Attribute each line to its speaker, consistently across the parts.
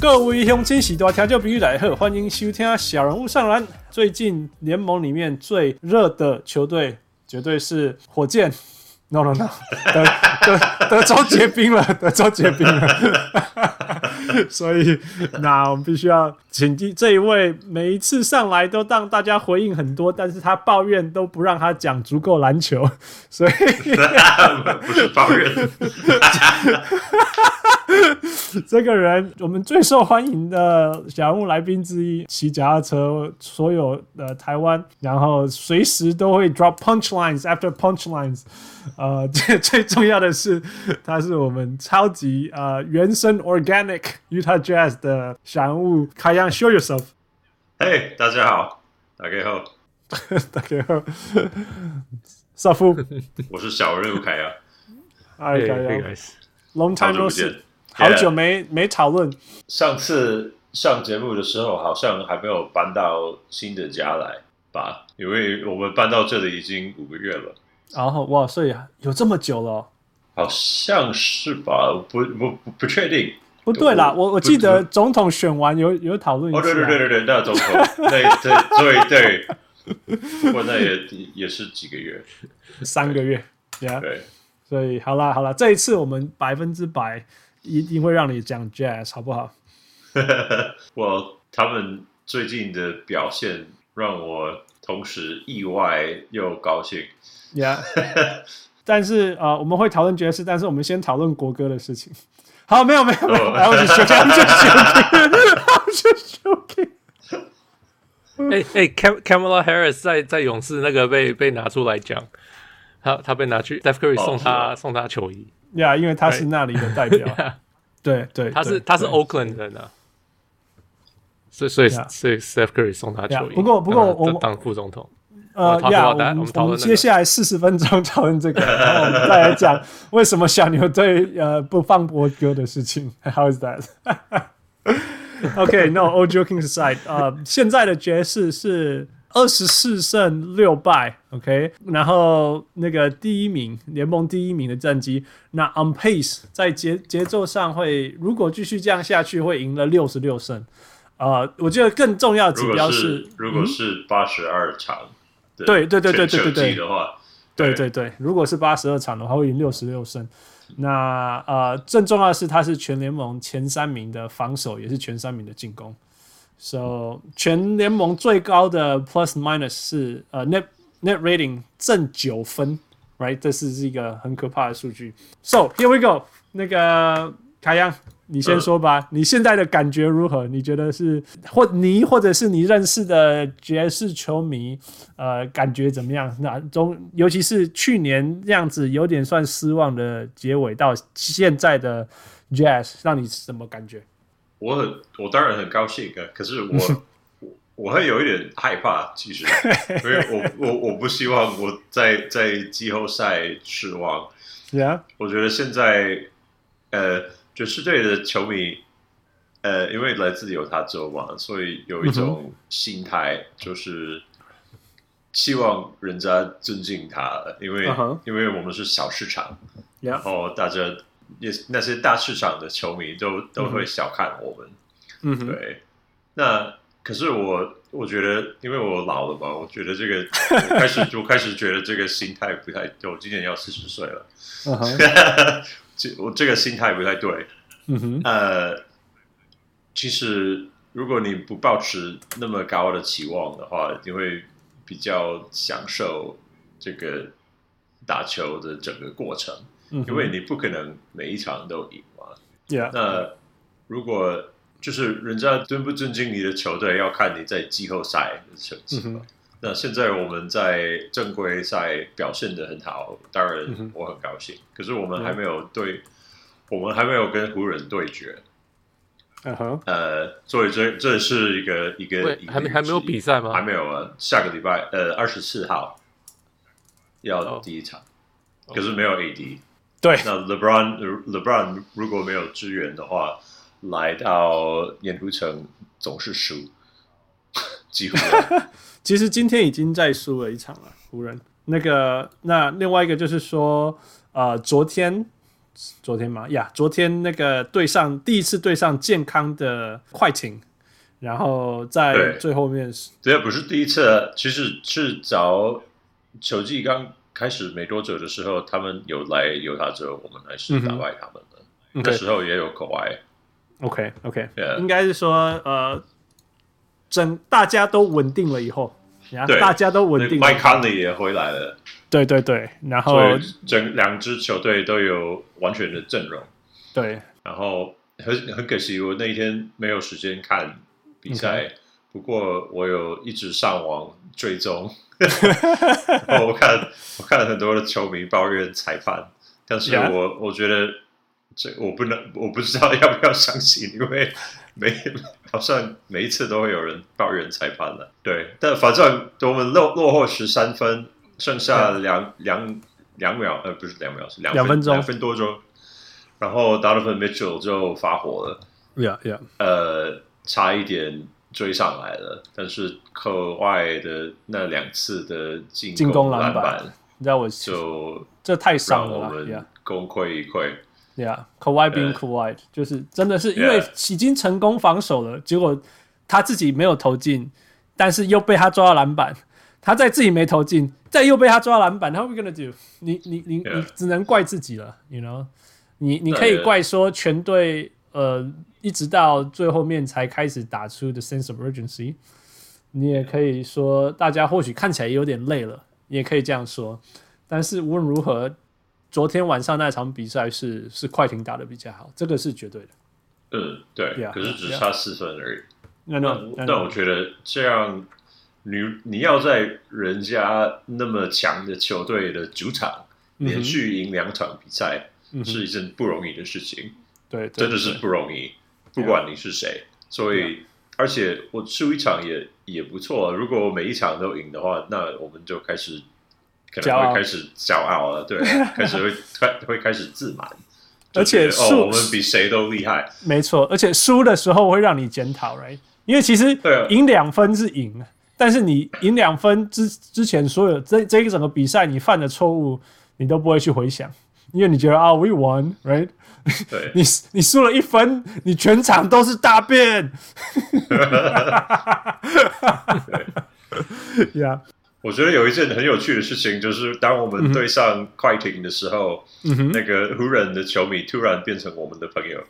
Speaker 1: 各位乡亲，喜多调教比喻来贺，欢迎收听小人物上篮。最近联盟里面最热的球队，绝对是火箭。No no no，德德德州结冰了， 德州结冰了。所以，那我们必须要请这这一位，每一次上来都让大家回应很多，但是他抱怨都不让他讲足够篮球，所以
Speaker 2: 不是抱怨，
Speaker 1: 这个人，我们最受欢迎的小人物来宾之一，骑脚踏车，所有的台湾，然后随时都会 drop punchlines after punchlines。呃， 最最重要的是，他是我们超级呃原生 organic Utah Jazz 的小人物 Kayan Show Yourself。
Speaker 2: 嘿、大家好，大家好，
Speaker 1: 大家好，少夫，
Speaker 2: 我是小人物凯 啊，
Speaker 1: 哎，
Speaker 3: Hey,
Speaker 1: 凯
Speaker 3: hey
Speaker 1: 阳
Speaker 3: guys，
Speaker 1: ，long
Speaker 2: 好
Speaker 1: time
Speaker 2: 久
Speaker 1: no
Speaker 2: 不
Speaker 1: see，
Speaker 2: 见。
Speaker 1: 好
Speaker 2: Yeah，
Speaker 1: 久没没讨论，
Speaker 2: 上次上节目的时候，好像还没有搬到新的家来吧？因为我们搬到这里已经五个月了，
Speaker 1: 然后哇，所以有这么久了哦。
Speaker 2: 好像是吧？我不不不不确定。
Speaker 1: 不对啦，
Speaker 2: 我
Speaker 1: 我我
Speaker 2: 不
Speaker 1: 记得总统选完有有讨论一次、
Speaker 2: 哦，
Speaker 1: 啊，
Speaker 2: 对对对对对，那总 统，那对对对，不过那也也是几个月，
Speaker 1: 三个月，yeah，
Speaker 2: 对，
Speaker 1: 所以好啦好啦，这一次我们百分之百一定会让你讲 jazz，好不好？
Speaker 2: 我他们最近的表现让我同时意外又高兴。
Speaker 1: Yeah，但是呃，我们会讨论爵士，但是我们先讨论国歌的事情。 好，没有没有没有，哎来，
Speaker 2: 哦
Speaker 1: 我是 joking，I'm just joking，
Speaker 3: 哎哎，Cam Camila Harris 在在勇士那个被被拿出来讲，他他被拿去 Steph Curry
Speaker 2: 哦
Speaker 3: 送他、
Speaker 2: 是
Speaker 1: 啊
Speaker 3: 送他球衣，
Speaker 1: yeah，因为他是那里的代 表，对对，
Speaker 3: 他是
Speaker 1: 对
Speaker 3: 他是
Speaker 1: 对
Speaker 3: Oakland 人啊，所以所以
Speaker 1: Yeah
Speaker 3: 所以 Steph Curry 送他球
Speaker 1: Yeah，
Speaker 3: 衣，
Speaker 1: 不过不过
Speaker 3: 让他
Speaker 1: 我
Speaker 3: 当当副总统，
Speaker 1: 呃
Speaker 3: 我们讨论
Speaker 1: 呀，
Speaker 3: 到
Speaker 1: 我
Speaker 3: 大家
Speaker 1: 们
Speaker 3: 我们讨
Speaker 1: 我
Speaker 3: 论
Speaker 1: 们
Speaker 3: 那
Speaker 1: 接
Speaker 3: 个
Speaker 1: 下来四十分钟讨论这个，然后我们再来讲为什么小牛队呃不放国歌的事情。How is that? OK，no、all joking aside，呃，现在的爵士是二十四胜六败，OK，然后那个第一名，联盟第一名的战绩，那 on pace 在节节奏上会，如果继续这样下去，会赢了六十六胜。呃，我觉得更重要的
Speaker 2: 如
Speaker 1: 指标
Speaker 2: 果
Speaker 1: 是嗯
Speaker 2: 是，如果是八十二场的
Speaker 1: 对对对对对
Speaker 2: 全球
Speaker 1: 对对
Speaker 2: 季的话，
Speaker 1: 对
Speaker 2: 对
Speaker 1: 对对，如果是八十二场的话，会赢六十六胜。那呃，更重要的是，他是全联盟前三名的防守，也是前三名的进攻。So 全联盟最高的 Plus Minus 是呃 Net Net Rating 正九分，Right？这是是一个很可怕的数据。So here we go，那个凯阳，你先说吧，你现在的感觉如何？你觉得是或你或者是你认识的爵士球迷，呃，感觉怎么样？那中尤其是去年这样子有点算失望的结尾，到现在的 Jazz 让你什么感觉？
Speaker 2: 我很我当然很高兴啊，可 是我我我会有一点害怕，其实，因为我我我不希望我在在季后赛失望。
Speaker 1: Yeah，
Speaker 2: 我觉得现在呃爵士队的球迷，呃，因为来自犹他州嘛，所以有
Speaker 1: 嗯
Speaker 2: 一种心态就是。希望人家尊敬他，因为、
Speaker 1: 嗯哼
Speaker 2: 因为我们是小市场，
Speaker 1: Yeah
Speaker 2: 然后大家也那些大市场的球迷都都会小看我们，
Speaker 1: 嗯哼，
Speaker 2: 对，那可是我我觉得，因为我老了嘛，我觉得这个我 开始我开始觉得这个心态不太对，我今年要四十岁了，
Speaker 1: 嗯哼，
Speaker 2: 这我这个心态不太对。
Speaker 1: 嗯哼，
Speaker 2: 呃，其实如果你不保持那么高的期望的话，你会比较享受这个打球的整个过程，
Speaker 1: 嗯哼
Speaker 2: 因为你不可能每一场都赢嘛。
Speaker 1: Yeah，
Speaker 2: 那如果就是人家尊不尊敬你的球队，要看你在季后赛的成绩
Speaker 1: 嗯哼
Speaker 2: 嘛。那现在我们在正规赛表现的很好，当然我很高兴。可是我们还没有对，我们还没有跟湖人对决，
Speaker 1: 嗯哼，
Speaker 2: 呃，所以这这是一个一个
Speaker 3: 对
Speaker 2: 一，个
Speaker 3: 还没
Speaker 2: 预期
Speaker 3: 还没有比赛吗？
Speaker 2: 还没有啊，下个礼拜呃二十四号要
Speaker 3: 哦
Speaker 2: 第一场，可是没有 AD。
Speaker 1: 对
Speaker 2: 那 LeBron LeBron 如果没有支援的话，来到盐湖城总是输， 几乎
Speaker 1: 其实今天已经在输了一场了，湖人。那个，那另外一个就是说，呃，昨天昨天吗？呀、昨天那个对上第一次对上健康的快艇，然后在
Speaker 2: 对
Speaker 1: 最后面是
Speaker 2: 这不是第一次，啊其实是早球季刚开始没多久的时候，他们有来犹他州，我们还
Speaker 1: 嗯
Speaker 2: 是打败他们的。那
Speaker 1: OK
Speaker 2: 时候也有口外，
Speaker 1: OK OK，、
Speaker 2: Yeah
Speaker 1: 应该是说呃，整大家都稳定了以后，然后
Speaker 2: 对
Speaker 1: 大家都稳
Speaker 2: 那
Speaker 1: 定了，哦
Speaker 2: 麦康利也回来了，
Speaker 1: 对对对，然后
Speaker 2: 所以整两支球队都有完全的阵容。
Speaker 1: 对
Speaker 2: 然后很很可惜，我那一天没有时间看比赛不过我有一直上网追踪，然后我看我看很多的球迷抱怨裁判，但是
Speaker 1: Yeah.
Speaker 2: 我我觉得这我不能我不知道要不要相信，因为每好像每一次都会有人抱怨裁判了。对，但反正我们落落后十三分，剩下两两两秒，呃，不是两秒，是两
Speaker 1: 两分钟
Speaker 2: 两分多钟。然后 Donovan Mitchell 就发火了，
Speaker 1: ，Yeah Yeah，
Speaker 2: 呃，差一点追上来了，但是课外的那两次的进
Speaker 1: 进攻篮
Speaker 2: 篮
Speaker 1: 板你知道我
Speaker 2: 就
Speaker 1: 这太
Speaker 2: 让
Speaker 1: 伤
Speaker 2: 我
Speaker 1: 了啦，Yeah
Speaker 2: 们功亏一篑。
Speaker 1: Yeah，k a w i being
Speaker 2: 呃
Speaker 1: k a w i 就是真的是因为已经成功防守了，结果他自己没有投进，但是又被他抓到篮板，他再自己没投进，再又被他抓到篮板，他 we gonna do？你你你你
Speaker 2: Yeah
Speaker 1: 只能怪自己了，you know？你你可
Speaker 2: 对
Speaker 1: 以
Speaker 2: 对
Speaker 1: 怪说全队呃一直到最后面才开始打出 the sense of urgency，你也可以说大家或许看起来有点累了，也可以这样说，但是无论如何，昨天晚上那场比赛是是快艇打的比较好，这个是绝对的。
Speaker 2: 嗯，对
Speaker 1: Yeah，
Speaker 2: 可是只
Speaker 1: yeah
Speaker 2: 差四分而已。
Speaker 1: 那
Speaker 2: 那但我觉得这样，你你要在人家那么强的球队的主场
Speaker 1: 嗯哼
Speaker 2: 连续赢两场比赛，
Speaker 1: 嗯哼
Speaker 2: 是一件不容易的事情，
Speaker 1: 对，对
Speaker 2: 真的是
Speaker 1: 对
Speaker 2: 不容易，不管你是谁。所以，而且我输一场也也不错。啊如果我每一场都赢的话，那我们就开始可
Speaker 1: 骄
Speaker 2: 能
Speaker 1: 傲
Speaker 2: 会开始骄傲了， 对，开始会开会开始自满，
Speaker 1: 而且
Speaker 2: 就觉得
Speaker 1: 输
Speaker 2: 哦，我们比谁都厉害，
Speaker 1: 没错，而且输的时候会让你检讨，right？因为其实
Speaker 2: 对啊
Speaker 1: 赢两分是赢，但是你赢两分之之前所有这这一整个比赛你犯的错误，你都不会去回想，因为你觉得啊，we won，right？
Speaker 2: 对。
Speaker 1: 你你输了一分，你全场都是大 便。yeah，
Speaker 2: 我觉得有一件很有趣的事情，就是当我
Speaker 1: 嗯
Speaker 2: 们对上快艇的时候，那个湖人的球迷突然变成我们的 朋友，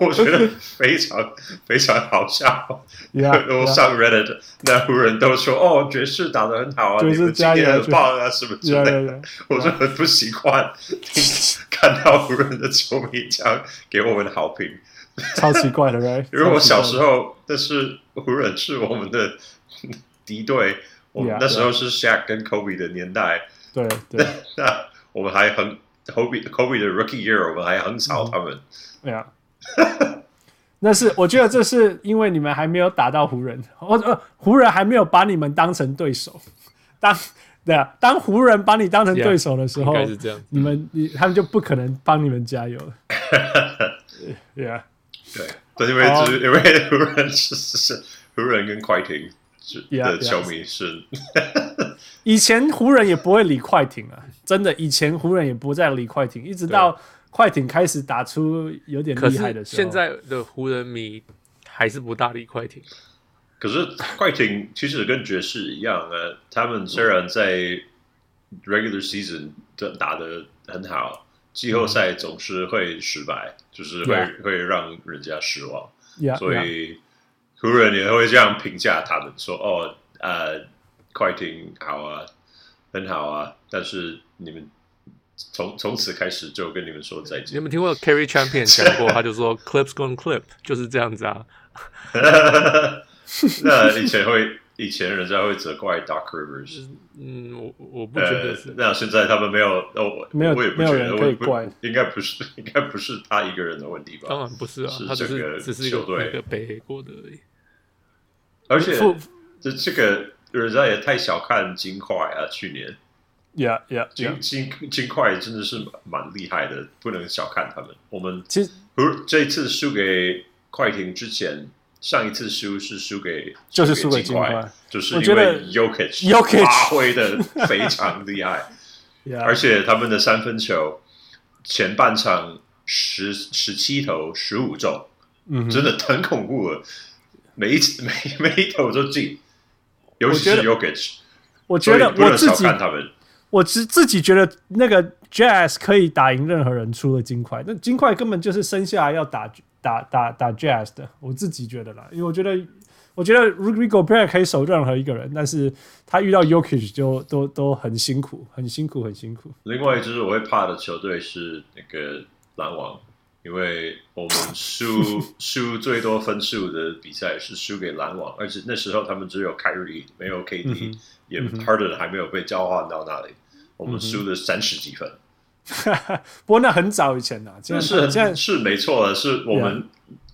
Speaker 2: 我觉得非常非常好笑。
Speaker 1: Yeah,
Speaker 2: 我上 Reddit，那湖人都说哦，爵士打得很好啊，
Speaker 1: 爵士
Speaker 2: 你们今
Speaker 1: 加油
Speaker 2: 年很棒啊，什么之类
Speaker 1: yeah,
Speaker 2: 的。
Speaker 1: yeah, yeah.
Speaker 2: 我就很不习惯看到湖人的球迷这样给我们好评。
Speaker 1: 超奇怪的，right？
Speaker 2: 因为我小时
Speaker 1: 候
Speaker 2: 候，但是湖人是我们的 敌对，我们
Speaker 1: Yeah,
Speaker 2: 那时候是 Shaq 跟 Kobe 的年代，
Speaker 1: 对对
Speaker 2: 那我们还很 Kobe Kobe 的 Rookie Year，我们还很少他们。
Speaker 1: ，Yeah。那是我觉得这是因为你们还没有打到湖人，哦呃，湖人还没有把你们当成对手。当对啊，当湖人把你当成对手的时
Speaker 3: 应
Speaker 1: 候
Speaker 3: 该是这样。
Speaker 1: 你们你他们就不可能帮你们加油了。yeah，
Speaker 2: 对，但因为
Speaker 1: 好
Speaker 2: 只是因为湖人是是是湖人跟快艇是
Speaker 1: Yeah,
Speaker 2: 的球迷是
Speaker 1: 以前湖人也不会理快艇啊，真的，以前湖人也不再理快艇，一直到快艇开始打出有点
Speaker 3: 可
Speaker 1: 厉害
Speaker 3: 是
Speaker 1: 的时候。
Speaker 3: 现在的湖人迷还是不大理快艇，
Speaker 2: 可是快艇其实跟爵士一样啊，他们虽然在 regular season 的打得很好，季后赛总是会失败，就是会
Speaker 1: Yeah.
Speaker 2: 会让人家失望。
Speaker 1: Yeah,
Speaker 2: 所
Speaker 1: yeah.
Speaker 2: 以湖人也会这样评价他们说：“哦，呃，快艇好啊，很好啊，但是你们从从此开始就跟你们说再
Speaker 3: 你有
Speaker 2: 见。
Speaker 3: 没有听过 Carry Champion 讲过？他 就说 Clips gone clip 就是这样子啊。”
Speaker 2: 那以前会以前人家会责怪 Doc Rivers，
Speaker 3: 嗯，我我 不觉
Speaker 2: 呃
Speaker 3: 得是，，
Speaker 2: 那现在他们没有，哦，我
Speaker 1: 没有
Speaker 2: 我也不
Speaker 1: 没有
Speaker 2: 觉
Speaker 1: 人
Speaker 2: 得，
Speaker 1: 可
Speaker 2: 我
Speaker 1: 以
Speaker 2: 不
Speaker 1: 怪
Speaker 2: 应该不是， 应该不是他一个人的问题
Speaker 3: 当
Speaker 2: 吧？
Speaker 3: 然不是啊，
Speaker 2: 是
Speaker 3: 他只
Speaker 2: 这个
Speaker 3: 是只是一个
Speaker 2: 球队
Speaker 3: 那个北黑国的而已。
Speaker 2: 而且
Speaker 1: 负
Speaker 2: 这这个人家也太小看金块啊，去年
Speaker 1: Yeah, yeah,
Speaker 2: 金
Speaker 1: yeah.
Speaker 2: 金金块真的是蛮蛮厉害的，不能小看他们。我们
Speaker 1: 其实
Speaker 2: 不是这次输给快艇之前，上一次输是输给
Speaker 1: 就是输
Speaker 2: 输
Speaker 1: 给
Speaker 2: 给
Speaker 1: 金
Speaker 2: 金
Speaker 1: 块
Speaker 2: 块，就是
Speaker 1: 我
Speaker 2: 因
Speaker 1: 觉得
Speaker 2: 为 Yokic
Speaker 1: Jokic
Speaker 2: 发挥的非常厉害。
Speaker 1: Yeah,
Speaker 2: 而且他们的三分球前半场十十七投十五中，
Speaker 1: 嗯哼
Speaker 2: 真的很恐怖了，每一每 每一投都进，尤其
Speaker 1: 我觉
Speaker 2: 是
Speaker 1: 得
Speaker 2: Yokich，
Speaker 1: 我觉得
Speaker 2: 不
Speaker 1: 我
Speaker 2: 能
Speaker 1: 自
Speaker 2: 小
Speaker 1: 己
Speaker 2: 看他们。
Speaker 1: 我自自己觉得那个 Jazz 可以打赢任何人，除了金块。那金块根本就是生下来要打打打打 Jazz 的，我自己觉得啦，因为我觉得。我觉得 Rudy Gobert 可以守任何一个人，但是他遇到 Yokich 就都都很辛苦，很辛苦，很辛苦。
Speaker 2: 另外就是我会怕的球队是那个篮网，因为我们 输输最多分数的比赛是输给篮网，而且那时候他们只有凯瑞
Speaker 1: 嗯
Speaker 2: 没有 KD，、也 Harden 还没有被交换到那里，我
Speaker 1: 嗯
Speaker 2: 们输了三十几分，
Speaker 1: 不过那很早以前啦，现
Speaker 2: 这
Speaker 1: 在
Speaker 2: 是
Speaker 1: 现在
Speaker 2: 很是没错的，是我们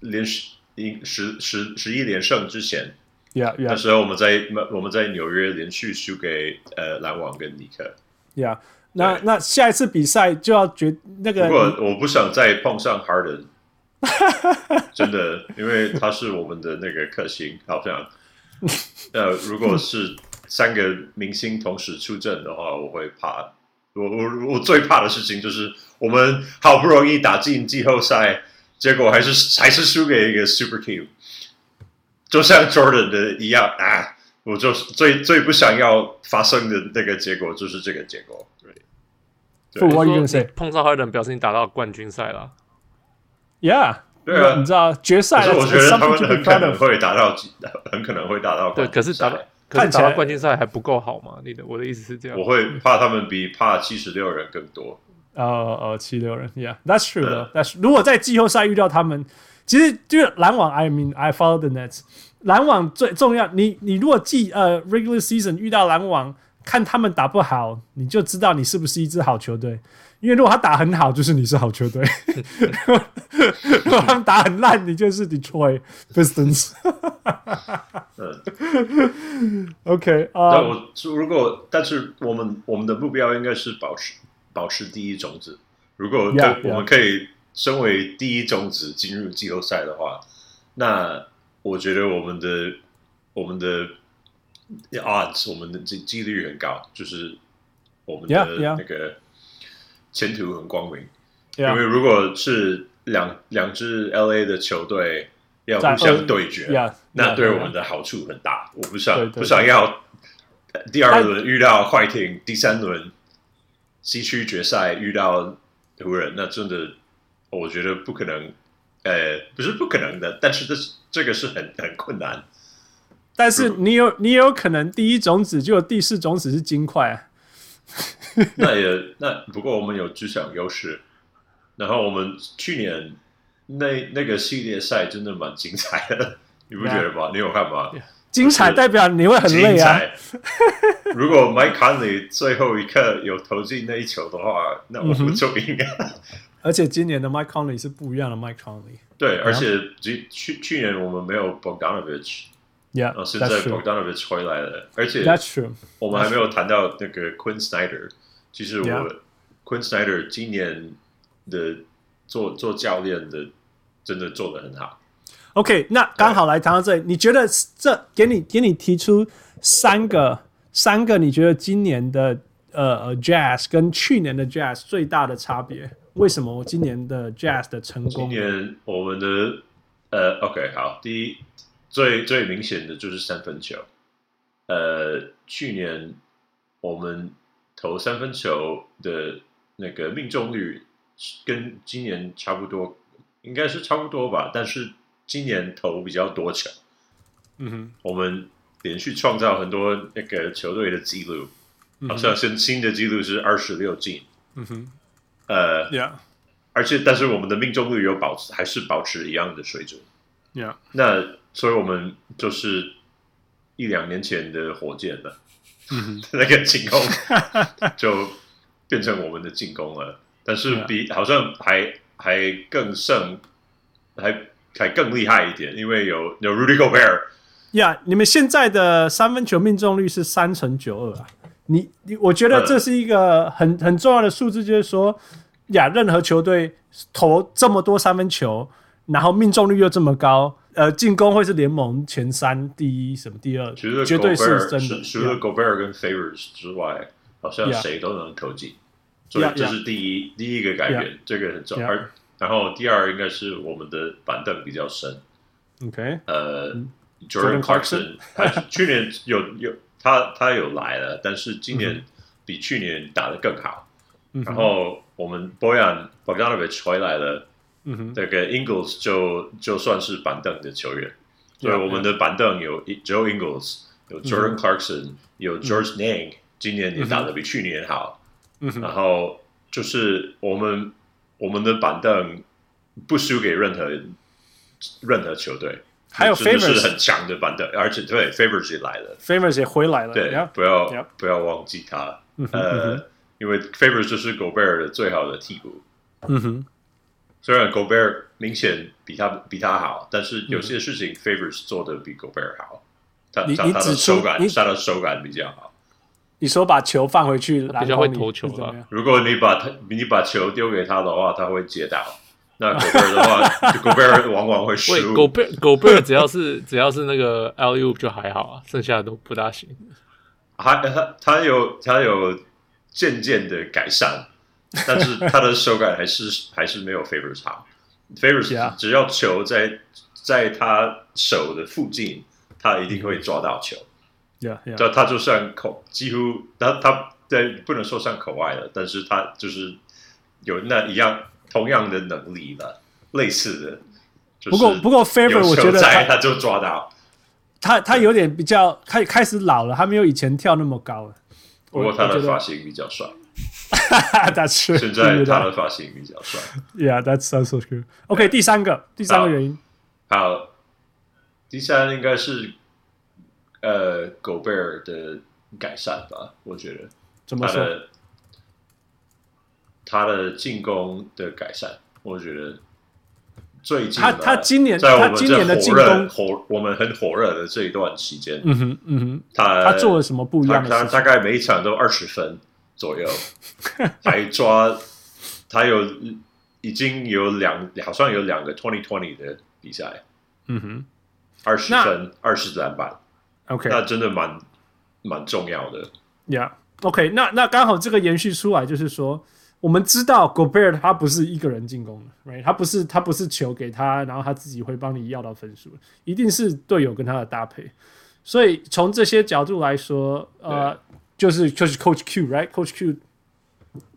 Speaker 2: 连十赢十十十一连胜之前，
Speaker 1: yeah
Speaker 2: 那
Speaker 1: yeah
Speaker 2: 时候我们在我们在纽约连续输给呃篮网跟尼克。
Speaker 1: yeah，那那下一次比赛就要决那
Speaker 2: 不过
Speaker 1: 个
Speaker 2: 我不想再碰上 Harden，真的，因为他是我们的那个克星，好像。呃，如果是三个明星同时出阵的话，我会怕。我我我最怕的事情就是，我们好不容易打进季后赛，结果还是还是输给一个 Super Team，就像 Jordan 的一样啊！我就是最最不想要发生的那个结果就是这个结果。对
Speaker 1: for what you gonna
Speaker 3: 你说
Speaker 1: say
Speaker 3: 你碰上 Harden 表示你打到冠军赛了。
Speaker 1: yeah，
Speaker 2: 对啊
Speaker 1: 你知道决赛
Speaker 2: 可是我觉
Speaker 1: it's
Speaker 2: 得他
Speaker 1: something
Speaker 2: 们
Speaker 1: to be
Speaker 2: 很可
Speaker 1: proud
Speaker 2: 能
Speaker 1: of
Speaker 2: 会达到几， 很可能会达到
Speaker 3: 对，
Speaker 2: 冠军
Speaker 3: 可是
Speaker 2: 赛
Speaker 3: 打到可是
Speaker 1: 看起
Speaker 3: 打
Speaker 1: 来
Speaker 3: 到冠军赛还不够好嘛？你的我的意思是这样
Speaker 2: 我。会怕他们比怕七十六人更多。
Speaker 1: 哦哦，七六人，Yeah，that's true 的。That's 如果在季后赛遇到他们，其实就是篮网，I mean I follow the Nets。篮网最重要，你你如果季呃 regular season 遇到篮网，看他们打不好，你就知道你是不是一支好球队。因为如果他打很好，就是你是好球 队；如果他们打很烂，你就是 Detroit Pistons。
Speaker 2: 嗯，
Speaker 1: OK
Speaker 2: 但
Speaker 1: 啊、
Speaker 2: 嗯我如果但是我们我们的目标应该是保持保持第一种子。如果
Speaker 1: Yeah,
Speaker 2: 对
Speaker 1: yeah.
Speaker 2: 我们可以身为第一种子进入季后赛的话，那我觉得我们的我们的 odds 我们的几几率很高，就是我们
Speaker 1: Yeah,
Speaker 2: 的
Speaker 1: yeah.
Speaker 2: 那个前途很光明。因为
Speaker 1: Yeah
Speaker 2: 如果是两两支 L A 的球队要
Speaker 1: 在
Speaker 2: 互相对决
Speaker 1: Yeah，
Speaker 2: 那
Speaker 1: yeah，
Speaker 2: 对
Speaker 1: yeah
Speaker 2: 我们的好处很大。我不
Speaker 1: 对
Speaker 2: 想
Speaker 1: 对
Speaker 2: 不想要呃第二轮遇到快艇，第三轮西区决赛遇到湖人，那真的我觉得不可能。呃，不是不可能的，但是这是这个是很很困难。
Speaker 1: 但是你有你有可能第一种子就有第四种子是金块、啊。
Speaker 2: 那也那不过我们有主场优势，然后我们去年那那个系列赛真的蛮精彩的， 你不觉得吗？你有看吗？
Speaker 1: 精彩代表你会很累啊。
Speaker 2: 精彩！如果 Mike Conley 最后一刻有投进那一球的话，那我们就应该、
Speaker 1: 嗯而且今年的 Mike Conley 是不一样的 Mike Conley。
Speaker 2: 对。而且去去去年我们没有 Bogdanovich，
Speaker 1: Yeah,
Speaker 2: 然后哦现在
Speaker 1: that's true.
Speaker 2: Bogdanovich 回来了，而且
Speaker 1: That's true.
Speaker 2: 我们还没有谈到那个 Quinn Snyder，其实我
Speaker 1: Yeah
Speaker 2: Quinn Snyder 今年的做做教练的真的做得很好。
Speaker 1: OK，那刚好来谈到这里，你觉得这给你给你提出三个三个你觉得今年的呃呃 Jazz 跟去年的 Jazz 最大的差别？为什么我今年的 Jazz 的成
Speaker 2: 今
Speaker 1: 功？
Speaker 2: 年我们的呃，OK，好，第一最最明显的就是三分球。呃，去年我们投三分球的那个命中率是跟今年差不多，应该是差不多吧，但是今年投比较多球。
Speaker 1: 嗯哼，
Speaker 2: 我们连续创造很多那个球队的记录，好像新新的记录是二十六进，
Speaker 1: 嗯哼
Speaker 2: 呃，
Speaker 1: ，Yeah,
Speaker 2: 而且但是我们的命中率有保持，还是保持一样的水准。
Speaker 1: Yeah,
Speaker 2: 那所以我们就是一两年前的火箭了， 那个进攻就变成我们的进攻了，但是比好像还还更胜，还还更厉害一点，因为有有 Rudy Gobert。
Speaker 1: Yeah，你们现在的三分球命中率是三乘九二啊。你你，我觉得这是一个很很重要的数字，就是说，呀，任何球队投这么多三分球，然后命中率又这么高，呃，进攻会是联盟前三、第一什么第二，
Speaker 2: 除了
Speaker 1: 绝对
Speaker 2: Gobert，
Speaker 1: 是真的。
Speaker 2: 除除了 Gobert 跟 Favors 之外，好像
Speaker 1: Yeah
Speaker 2: 谁都能投进。所以
Speaker 1: Yeah,
Speaker 2: 这是第一第一个改变，这个很重要。
Speaker 1: Yeah
Speaker 2: 而然后第二应该是我们的板凳比较深，
Speaker 1: OK，
Speaker 2: 呃，Jordan
Speaker 1: 嗯 Jordan
Speaker 2: Clarkson，他是去年有有他他有来了，但是今年比去年打得更好。
Speaker 1: 嗯
Speaker 2: 然
Speaker 1: 哼，
Speaker 2: 后我们 Boyan Bogdanovic 回来了，
Speaker 1: 嗯哼，
Speaker 2: 那个 Ingles 就就算是板凳的球员，对，
Speaker 1: Yeah, 嗯
Speaker 2: 我们的板凳有 Joe Ingles，有 Jordan Clarkson，有 George Nang，今年也打得比去年好。
Speaker 1: 嗯哼
Speaker 2: 然后就是我们我们的板凳不输给任何任何球队，
Speaker 1: 还有
Speaker 2: 真的是
Speaker 1: Favors，Favors
Speaker 2: 很强的板凳，而且对 Favors 也来了，
Speaker 1: 也回来了，
Speaker 2: 对
Speaker 1: yeah，
Speaker 2: 不要
Speaker 1: Yep
Speaker 2: 不要忘记他，
Speaker 1: 嗯哼嗯哼
Speaker 2: 呃，因为 Favors 就是狗贝尔的最好的替补，
Speaker 1: 嗯哼，
Speaker 2: 虽然 Gobert 明显比他比他好，但是有些事情 Favors 做的比 Gobert 好，他
Speaker 1: 嗯你
Speaker 2: 他
Speaker 1: 你
Speaker 2: 他的
Speaker 1: 指出
Speaker 2: 手感
Speaker 1: 你
Speaker 2: 他的手感比较好。
Speaker 1: 你说把球放回去，
Speaker 3: 他比较
Speaker 1: 然后
Speaker 3: 会
Speaker 1: 你
Speaker 3: 投球啊
Speaker 1: 是怎么
Speaker 3: 啦
Speaker 1: 样？
Speaker 2: 如果你把他你把球丢给他的话，他会接到。 那 Gobert 的话，Gobert 往往会
Speaker 3: 喂
Speaker 2: 失，
Speaker 3: 狗
Speaker 2: 误。
Speaker 3: 贝尔狗贝尔只要是只要是那个 L U 就还好啊，剩下的都不大行。
Speaker 2: 他他他有他有渐渐的改善，但是他的手感还是还是没有 Favors 好。Favors
Speaker 1: Yeah
Speaker 2: 只要球在在他手的附近，他一定会抓到球。
Speaker 1: Yeah, yeah.
Speaker 2: 他他就像口，几乎他他对不能说像口外了，但是他就是有那一样同样的能力了，类似的。就是、
Speaker 1: 不过不过
Speaker 2: 有
Speaker 1: Favor 我觉
Speaker 2: 球
Speaker 1: 得
Speaker 2: 在
Speaker 1: 他
Speaker 2: 他就抓到。
Speaker 1: 他他有点比较开开始老了，他没有以前跳那么高了。
Speaker 2: 不
Speaker 1: 我
Speaker 2: 过他
Speaker 1: 我
Speaker 2: 的
Speaker 1: 觉
Speaker 2: 发
Speaker 1: 得
Speaker 2: 型比较帅，
Speaker 1: that's true.
Speaker 2: 现在
Speaker 1: 对
Speaker 2: 他的发型比较帅。
Speaker 1: Yeah, that's that's so true. OK，第三个第三个原因
Speaker 2: 好，第三应该是呃狗贝尔的改善吧，我觉得
Speaker 1: 怎么
Speaker 2: 他
Speaker 1: 说？
Speaker 2: 的他的进攻的改善，我觉得最近
Speaker 1: 他
Speaker 2: 呢
Speaker 1: 他今年
Speaker 2: 在我
Speaker 1: 他
Speaker 2: 们
Speaker 1: 今
Speaker 2: 这
Speaker 1: 年的进
Speaker 2: 火热
Speaker 1: 攻，
Speaker 2: 火我们很火热的这一段期间，
Speaker 1: 嗯哼嗯哼，
Speaker 2: 他
Speaker 1: 他做了什么不一
Speaker 2: 他
Speaker 1: 样
Speaker 2: 呃他
Speaker 1: 的事情
Speaker 2: 大？概每一场都二十分左 右，还抓他有已经有两好像有两个 twenty twenty 的比赛，
Speaker 1: 嗯哼
Speaker 2: 二十
Speaker 1: 那
Speaker 2: 分二十篮板，
Speaker 1: ，OK，
Speaker 2: 那真的蛮蛮重要的。
Speaker 1: Yeah. OK，那那刚好这个延续出来，就是说，我们知道 Gobert 他不是一个人进攻的，right？他不是他不是球给他，然后他自己会帮你要到分数，一定是队友跟他的搭配。所以从这些角度来说，呃，就是就是 Coach Q，right？Coach Q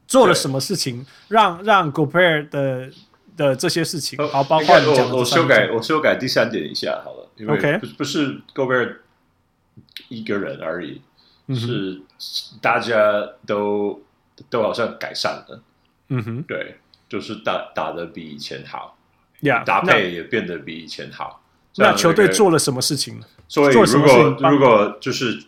Speaker 1: 做了
Speaker 2: 对
Speaker 1: 什么事情，让让 Gobert 的的这些事情，好，包
Speaker 2: 呃应
Speaker 1: 括
Speaker 2: 该
Speaker 1: 你讲的
Speaker 2: 我我
Speaker 1: 这三
Speaker 2: 修
Speaker 1: 个
Speaker 2: 改
Speaker 1: 事
Speaker 2: 我修改第三点一下好了，因为
Speaker 1: OK
Speaker 2: 不不是 Gobert 一个人而已，
Speaker 1: 嗯哼，
Speaker 2: 是大家都都好像改善了，
Speaker 1: 嗯哼
Speaker 2: 对，就是打打的比以前好，
Speaker 1: ，Yeah，
Speaker 2: 搭
Speaker 1: 那
Speaker 2: 配也变得比以前好。
Speaker 1: 那
Speaker 2: 像
Speaker 1: 球队
Speaker 2: 个
Speaker 1: 做了什么事情呢？
Speaker 2: 所以
Speaker 1: 做什
Speaker 2: 如
Speaker 1: 么事情
Speaker 2: 果
Speaker 1: 帮
Speaker 2: 如果就是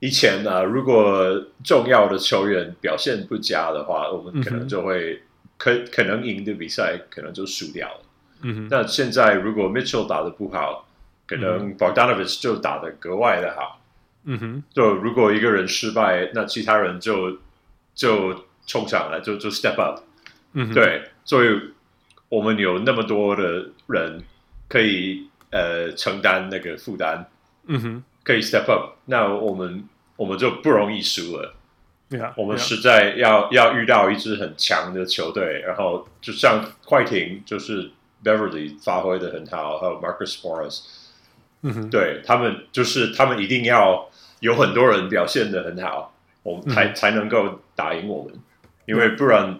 Speaker 2: 以前呢、如果重要的球员表现不佳的话，我们可
Speaker 1: 嗯
Speaker 2: 能
Speaker 1: 哼
Speaker 2: 就会、可可能赢的比赛可能就输掉了。
Speaker 1: 嗯哼
Speaker 2: 那现在如果 Mitchell 打得不好，可能 Bogdanovic 就打得格外的好。
Speaker 1: 嗯哼。
Speaker 2: 就如果一个人失败，那其他人就就冲上来，就就 step up。
Speaker 1: 嗯哼
Speaker 2: 对，所以我们有那么多的人可以呃承担那个负担，
Speaker 1: 嗯哼
Speaker 2: 可以 step up，那我们我们就不容易输了。
Speaker 1: ，Yeah，
Speaker 2: 我们
Speaker 1: yeah
Speaker 2: 实在要要遇到一支很强的球队，然后就像快艇，就是 Beverly 发挥的很好，还有 Marcus Morris，
Speaker 1: 嗯哼
Speaker 2: 对他们就是他们一定要有很多人表现的很好，我们
Speaker 1: 嗯
Speaker 2: 才、才能够打赢我们，因为不然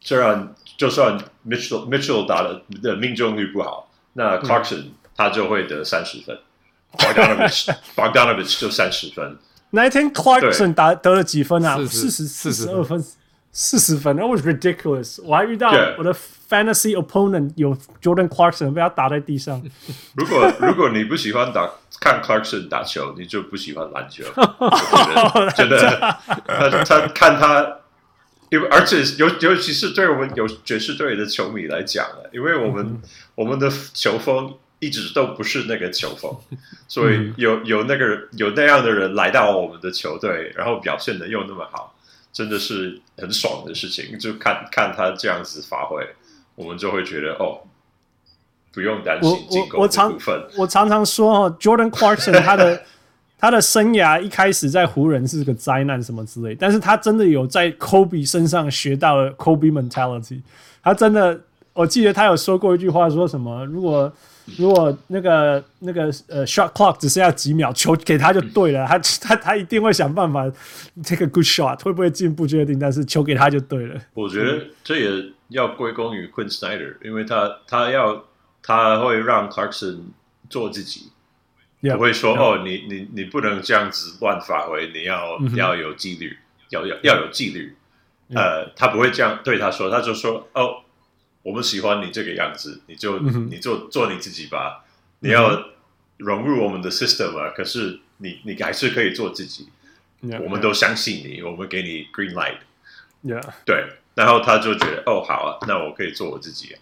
Speaker 2: 虽然就算 Mitchell Mitchell 打的的命中率不好，
Speaker 1: 嗯
Speaker 2: 那 Clarkson、他就会得三十分 ，Bogdanovich Bogdanovich 就三十分。
Speaker 1: 那一天 Clarkson 打得了几分啊？四
Speaker 3: 40
Speaker 1: 十四
Speaker 3: 40
Speaker 1: 十二分，四十分，That was ridiculous。我还遇到
Speaker 2: 对
Speaker 1: 我的 fantasy opponent 有 Jordan Clarkson 被他打在地上。
Speaker 2: 如果如果你不喜欢打看 Clarkson 打球，你就不喜欢篮球。我觉得真的，他他看他，因为而且尤尤其是对我们有爵士队的球迷来讲啊，因为我们、
Speaker 1: 嗯
Speaker 2: 我们的球风一直都不是那个 球风，所以
Speaker 1: 嗯
Speaker 2: 有有那个有那样的人来到我们的球队，然后表现的又那么好，真的是很爽的事情。就看看他这样子发挥，我们就会觉得哦。不用担
Speaker 1: 我
Speaker 2: 心进
Speaker 1: 我
Speaker 2: 攻
Speaker 1: 我
Speaker 2: 的
Speaker 1: 常
Speaker 2: 部分，
Speaker 1: 我常常说哦，Jordan Clarkson 他的他的生涯一开始在湖人是个灾难什么之类，但是他真的有在 Kobe 身上学到了 Kobe mentality。他真的，我记得他有说过一句话，说什么如果如果那个那个呃 shot clock 只剩下几秒，球给他就对了，他他他一定会想办法 take a good shot，会不会进不确定，但是球给他就对了。
Speaker 2: 我觉
Speaker 1: 嗯
Speaker 2: 得这也要归功于 Quinn Snyder，因为他他要他会让 Clarkson 做自己，
Speaker 1: Yeah,
Speaker 2: 不会说
Speaker 1: yeah.
Speaker 2: 哦，你你你不能这样子乱发挥，你要、
Speaker 1: 嗯
Speaker 2: 要有纪律，要要要有纪律。呃，他不会这样对他说，他就说哦，我们喜欢你这个样子，你
Speaker 1: 嗯
Speaker 2: 就、你就做你自己吧，你要融入我们的 system 啊。可是你你还是可以做自己，
Speaker 1: Yeah,
Speaker 2: 我们都相信你，我们给你 green light。
Speaker 1: yeah,
Speaker 2: 对，然后他就觉得哦，好啊，那我可以做我自己、啊。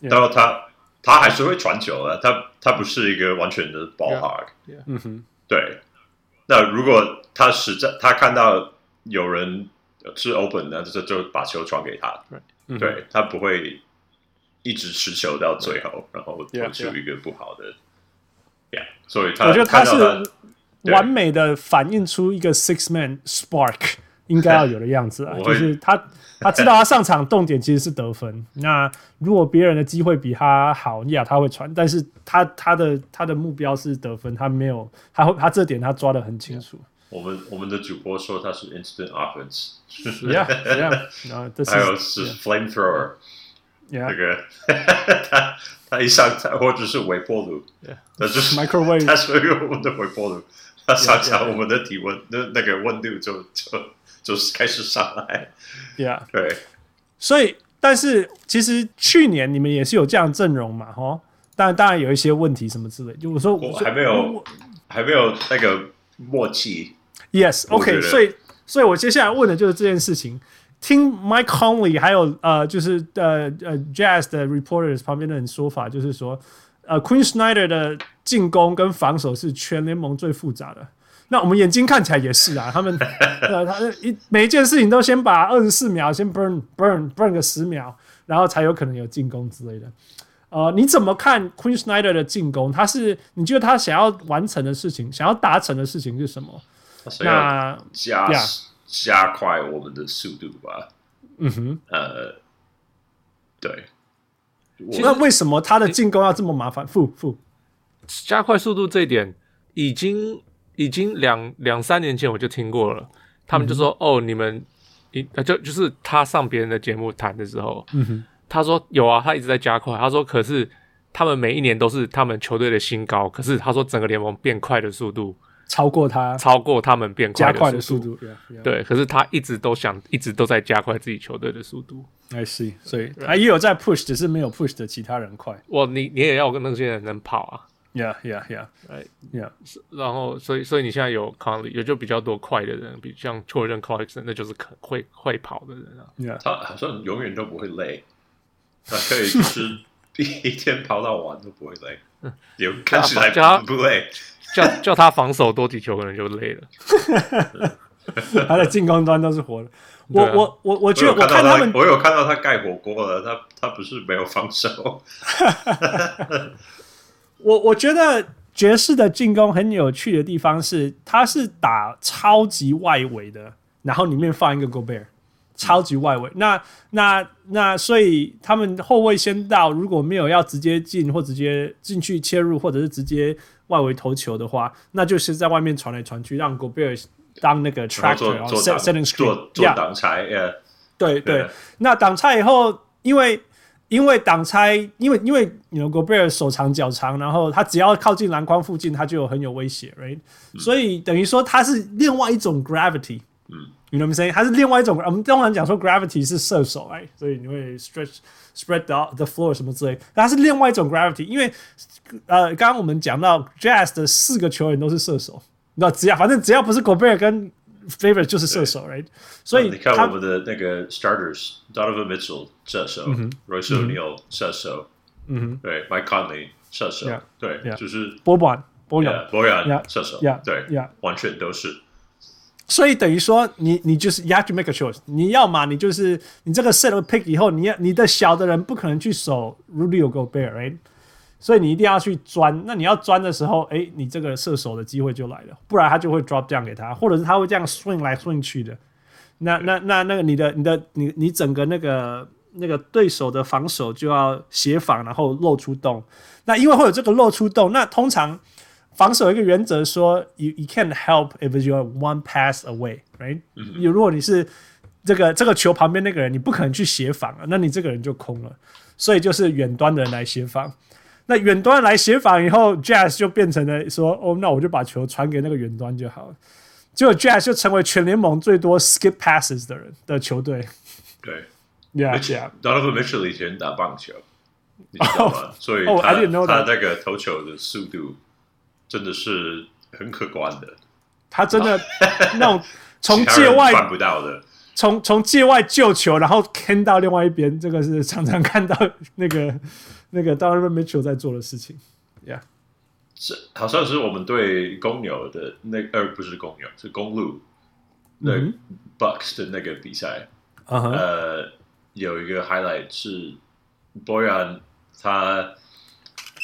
Speaker 1: Yeah.
Speaker 2: 然后他他还是会传球啊，他他不是一个完全的 ball
Speaker 3: Yeah.
Speaker 2: hog。
Speaker 1: 嗯哼，
Speaker 2: 对，那如果他实在他看到有人呃是 open 的，就就把球传给他。
Speaker 1: 嗯哼
Speaker 2: 对他不会一直持球到最后，然后
Speaker 1: Yeah,
Speaker 2: 做出一个不好的。Yeah，所以他
Speaker 1: 我觉得他
Speaker 2: 看到
Speaker 1: 是
Speaker 2: 对
Speaker 1: 完美的反映出一个 six man spark 应该要有的样子啊，
Speaker 2: 我
Speaker 1: 就
Speaker 2: 会
Speaker 1: 是他他知道他上场重点其实是得 分。那如果别人的机会比他好，呀，他会传，但是他他的他的目标是得分，他没有，他会他这点他抓的很清 楚。
Speaker 2: 我们我们的主播说他是 instant offense，
Speaker 1: Yeah, yeah，然后这是
Speaker 2: 还有是 flamethrower。那 uh,
Speaker 1: yeah
Speaker 2: 个他他一上场或者是微波炉
Speaker 3: Yeah.，
Speaker 2: 那就是
Speaker 1: Microwave
Speaker 2: 他属于我们的微波炉，他上场我们的体温那那个温度就就就是开始上 来，
Speaker 1: yeah，
Speaker 2: 对，
Speaker 1: 所以，但是其实去年你们也是有这样的阵容嘛，吼。但当然有一些问题什么之类，就我说
Speaker 2: 我
Speaker 1: 说
Speaker 2: 还没有还没有那个默契，
Speaker 1: Yes,
Speaker 2: 我觉
Speaker 1: OK，
Speaker 2: 得
Speaker 1: 所以所以我接下来问的就是这件事情。听 Mike Conley 还有呃，就是呃呃 Jazz 的 reporters 旁边的人说法，就是说，呃，Queen Snyder 的进攻跟防守是全联盟最复杂的。那我们眼睛看起来也是啊，他 们呃，他一每一件事情都先把二十四秒先 burn burn burn 个十秒，然后才有可能有进攻之类的。呃，你怎么看 Queen Snyder 的进攻？他是你觉得他想要完成的事情，想要达成的事情是什么？
Speaker 2: 他想要
Speaker 1: 那
Speaker 2: 加
Speaker 1: Yeah
Speaker 2: 加快我们的速度吧，
Speaker 1: 嗯哼，
Speaker 2: 呃，对，我
Speaker 1: 那为什么他的进攻要这么麻烦？负负
Speaker 3: 加快速度这一点，已经已经两两三年前我就听过了，他
Speaker 1: 嗯
Speaker 3: 们就说、哦，你们一呃就就是他上别人的节目谈的时候，嗯
Speaker 1: 哼，
Speaker 3: 他说有啊，他一直在加快，他说可是他们每一年都是他们球队的新高，可是他说整个联盟变快的速度
Speaker 1: 超过他
Speaker 3: 超过他们变
Speaker 1: 加快的
Speaker 3: 速
Speaker 1: 速
Speaker 3: 度。
Speaker 1: 度
Speaker 3: 对，可是他一直都想，一直都在加快自己球队的速度。
Speaker 1: ，I see，所以他也有在 push，只是没有 push 的其他人快。
Speaker 3: 哇，你你也要跟那些人能跑啊，
Speaker 1: Yeah, yeah, yeah,
Speaker 3: Right.
Speaker 1: yeah.
Speaker 3: 然后，所以，所以你现在有 Conley，也就比较多快的人，比像确认 Clarkson，那就是可会会跑的人啊。
Speaker 2: 他好像永远都不会累，他可以就是一天跑到晚都不会 累，有看起来
Speaker 3: 加
Speaker 2: 不累。
Speaker 3: 叫叫他防守多几球，可能就累了。
Speaker 1: 他的进攻端都是活的。我
Speaker 3: 对啊
Speaker 1: 我我我觉得
Speaker 2: 我有
Speaker 1: 我
Speaker 2: 看
Speaker 1: 看
Speaker 2: 到
Speaker 1: 他
Speaker 2: 他
Speaker 1: 们，
Speaker 2: 我有看到他盖火锅了，他他不是没有防 守，
Speaker 1: 我我觉得爵士的进攻很有趣的地方是，他是打超级外围的，然后里面放一个 Gobert，超级外围。那那那，所以他们后卫先到，如果没有要直接进或直接进去切入，或者是直接外围投球的话，那就是在外面传来传去，让 Gobert 当那个
Speaker 2: 然后做
Speaker 1: tractor，然后
Speaker 2: 做
Speaker 1: set
Speaker 2: 挡
Speaker 1: setting 哦 screen，
Speaker 2: 做做
Speaker 1: Yeah
Speaker 2: 挡拆，呃，
Speaker 1: 对
Speaker 2: 对
Speaker 1: 对，那挡拆以后，因为因为挡拆，因为因为你的 Gobert 手长脚长，然后他只要靠近篮筐附近，他就有很有威胁，right？、所
Speaker 2: 嗯
Speaker 1: 以等于说他是另外一种 gravity，嗯，你懂我意思？他是另外一种，我们通常讲说 gravity 是射手，哎，所以你会 stretch spread the the floor 什么之类，但它是另外一种 gravity，因为呃，刚刚我们讲到 Jazz 的四个球员都是射手，你知道，只要反正只要不是 Gobert 跟 Favorite 就是射手，right？所以
Speaker 2: 你看
Speaker 1: 他
Speaker 2: 我们的那个 starters Donovan Mitchell 射手，Royce
Speaker 1: 嗯
Speaker 2: O'Neal 射手，嗯对，Mike Conley 射手
Speaker 1: Yeah，，
Speaker 2: 对
Speaker 1: yeah，
Speaker 2: 就是
Speaker 1: 波板波板。
Speaker 2: 呃 Boyan
Speaker 1: yeah，
Speaker 2: 射手
Speaker 1: yeah，，
Speaker 2: 对
Speaker 1: yeah，
Speaker 2: 完全都是，
Speaker 1: 所以等于说你你就是 you have to make a choice，你要嘛你就是你这个 set of pick 以后，你要你的小的人不可能去守 Rudy Gobert，right？所以你一定要去钻。那你要钻的时候，哎、你这个射手的机会就来了，不然他就会 drop down 给他，或者是他会这样 swing 来 swing 去的。那那那那个你的你的你你整个那个那个对手的防守就要协防，然后露出洞。那因为会有这个露出洞，那通常防守有一个原则说，you you can't help if you are one pass away，right？你
Speaker 2: 嗯
Speaker 1: 如果你是这个这个球旁边那个人，你不可能去协防啊，那你这个人就空了。所以就是远端的人来协防。那远端来协防以后，Jazz 就变成了说，哦，那我就把球传给那个远端就好了。结果 Jazz 就成为全联盟最多 skip passes 的人的球队。
Speaker 2: 对。
Speaker 1: Yeah,
Speaker 2: 而且
Speaker 1: yeah.
Speaker 2: Donovan Mitchell 以前打棒球，你知道吗？ 所以
Speaker 1: 哦
Speaker 2: 他
Speaker 1: ，I didn't know
Speaker 2: 他
Speaker 1: that
Speaker 2: 那个投球的速度真的是很可观的，
Speaker 1: 他真 的那种从
Speaker 2: 其他人
Speaker 1: 界外
Speaker 2: 办不到的。
Speaker 1: 从从界外救球，然后 can 到另外一边，这个是常常看到那个那个 Donovan Mitchell 在做的事情。Yeah，
Speaker 2: 这好像是我们对公牛的那呃不是公牛是公路那
Speaker 1: 嗯
Speaker 2: Bucks 的那个比赛，
Speaker 1: 啊哈、
Speaker 2: 呃，有一个 highlight 是 Boyan 他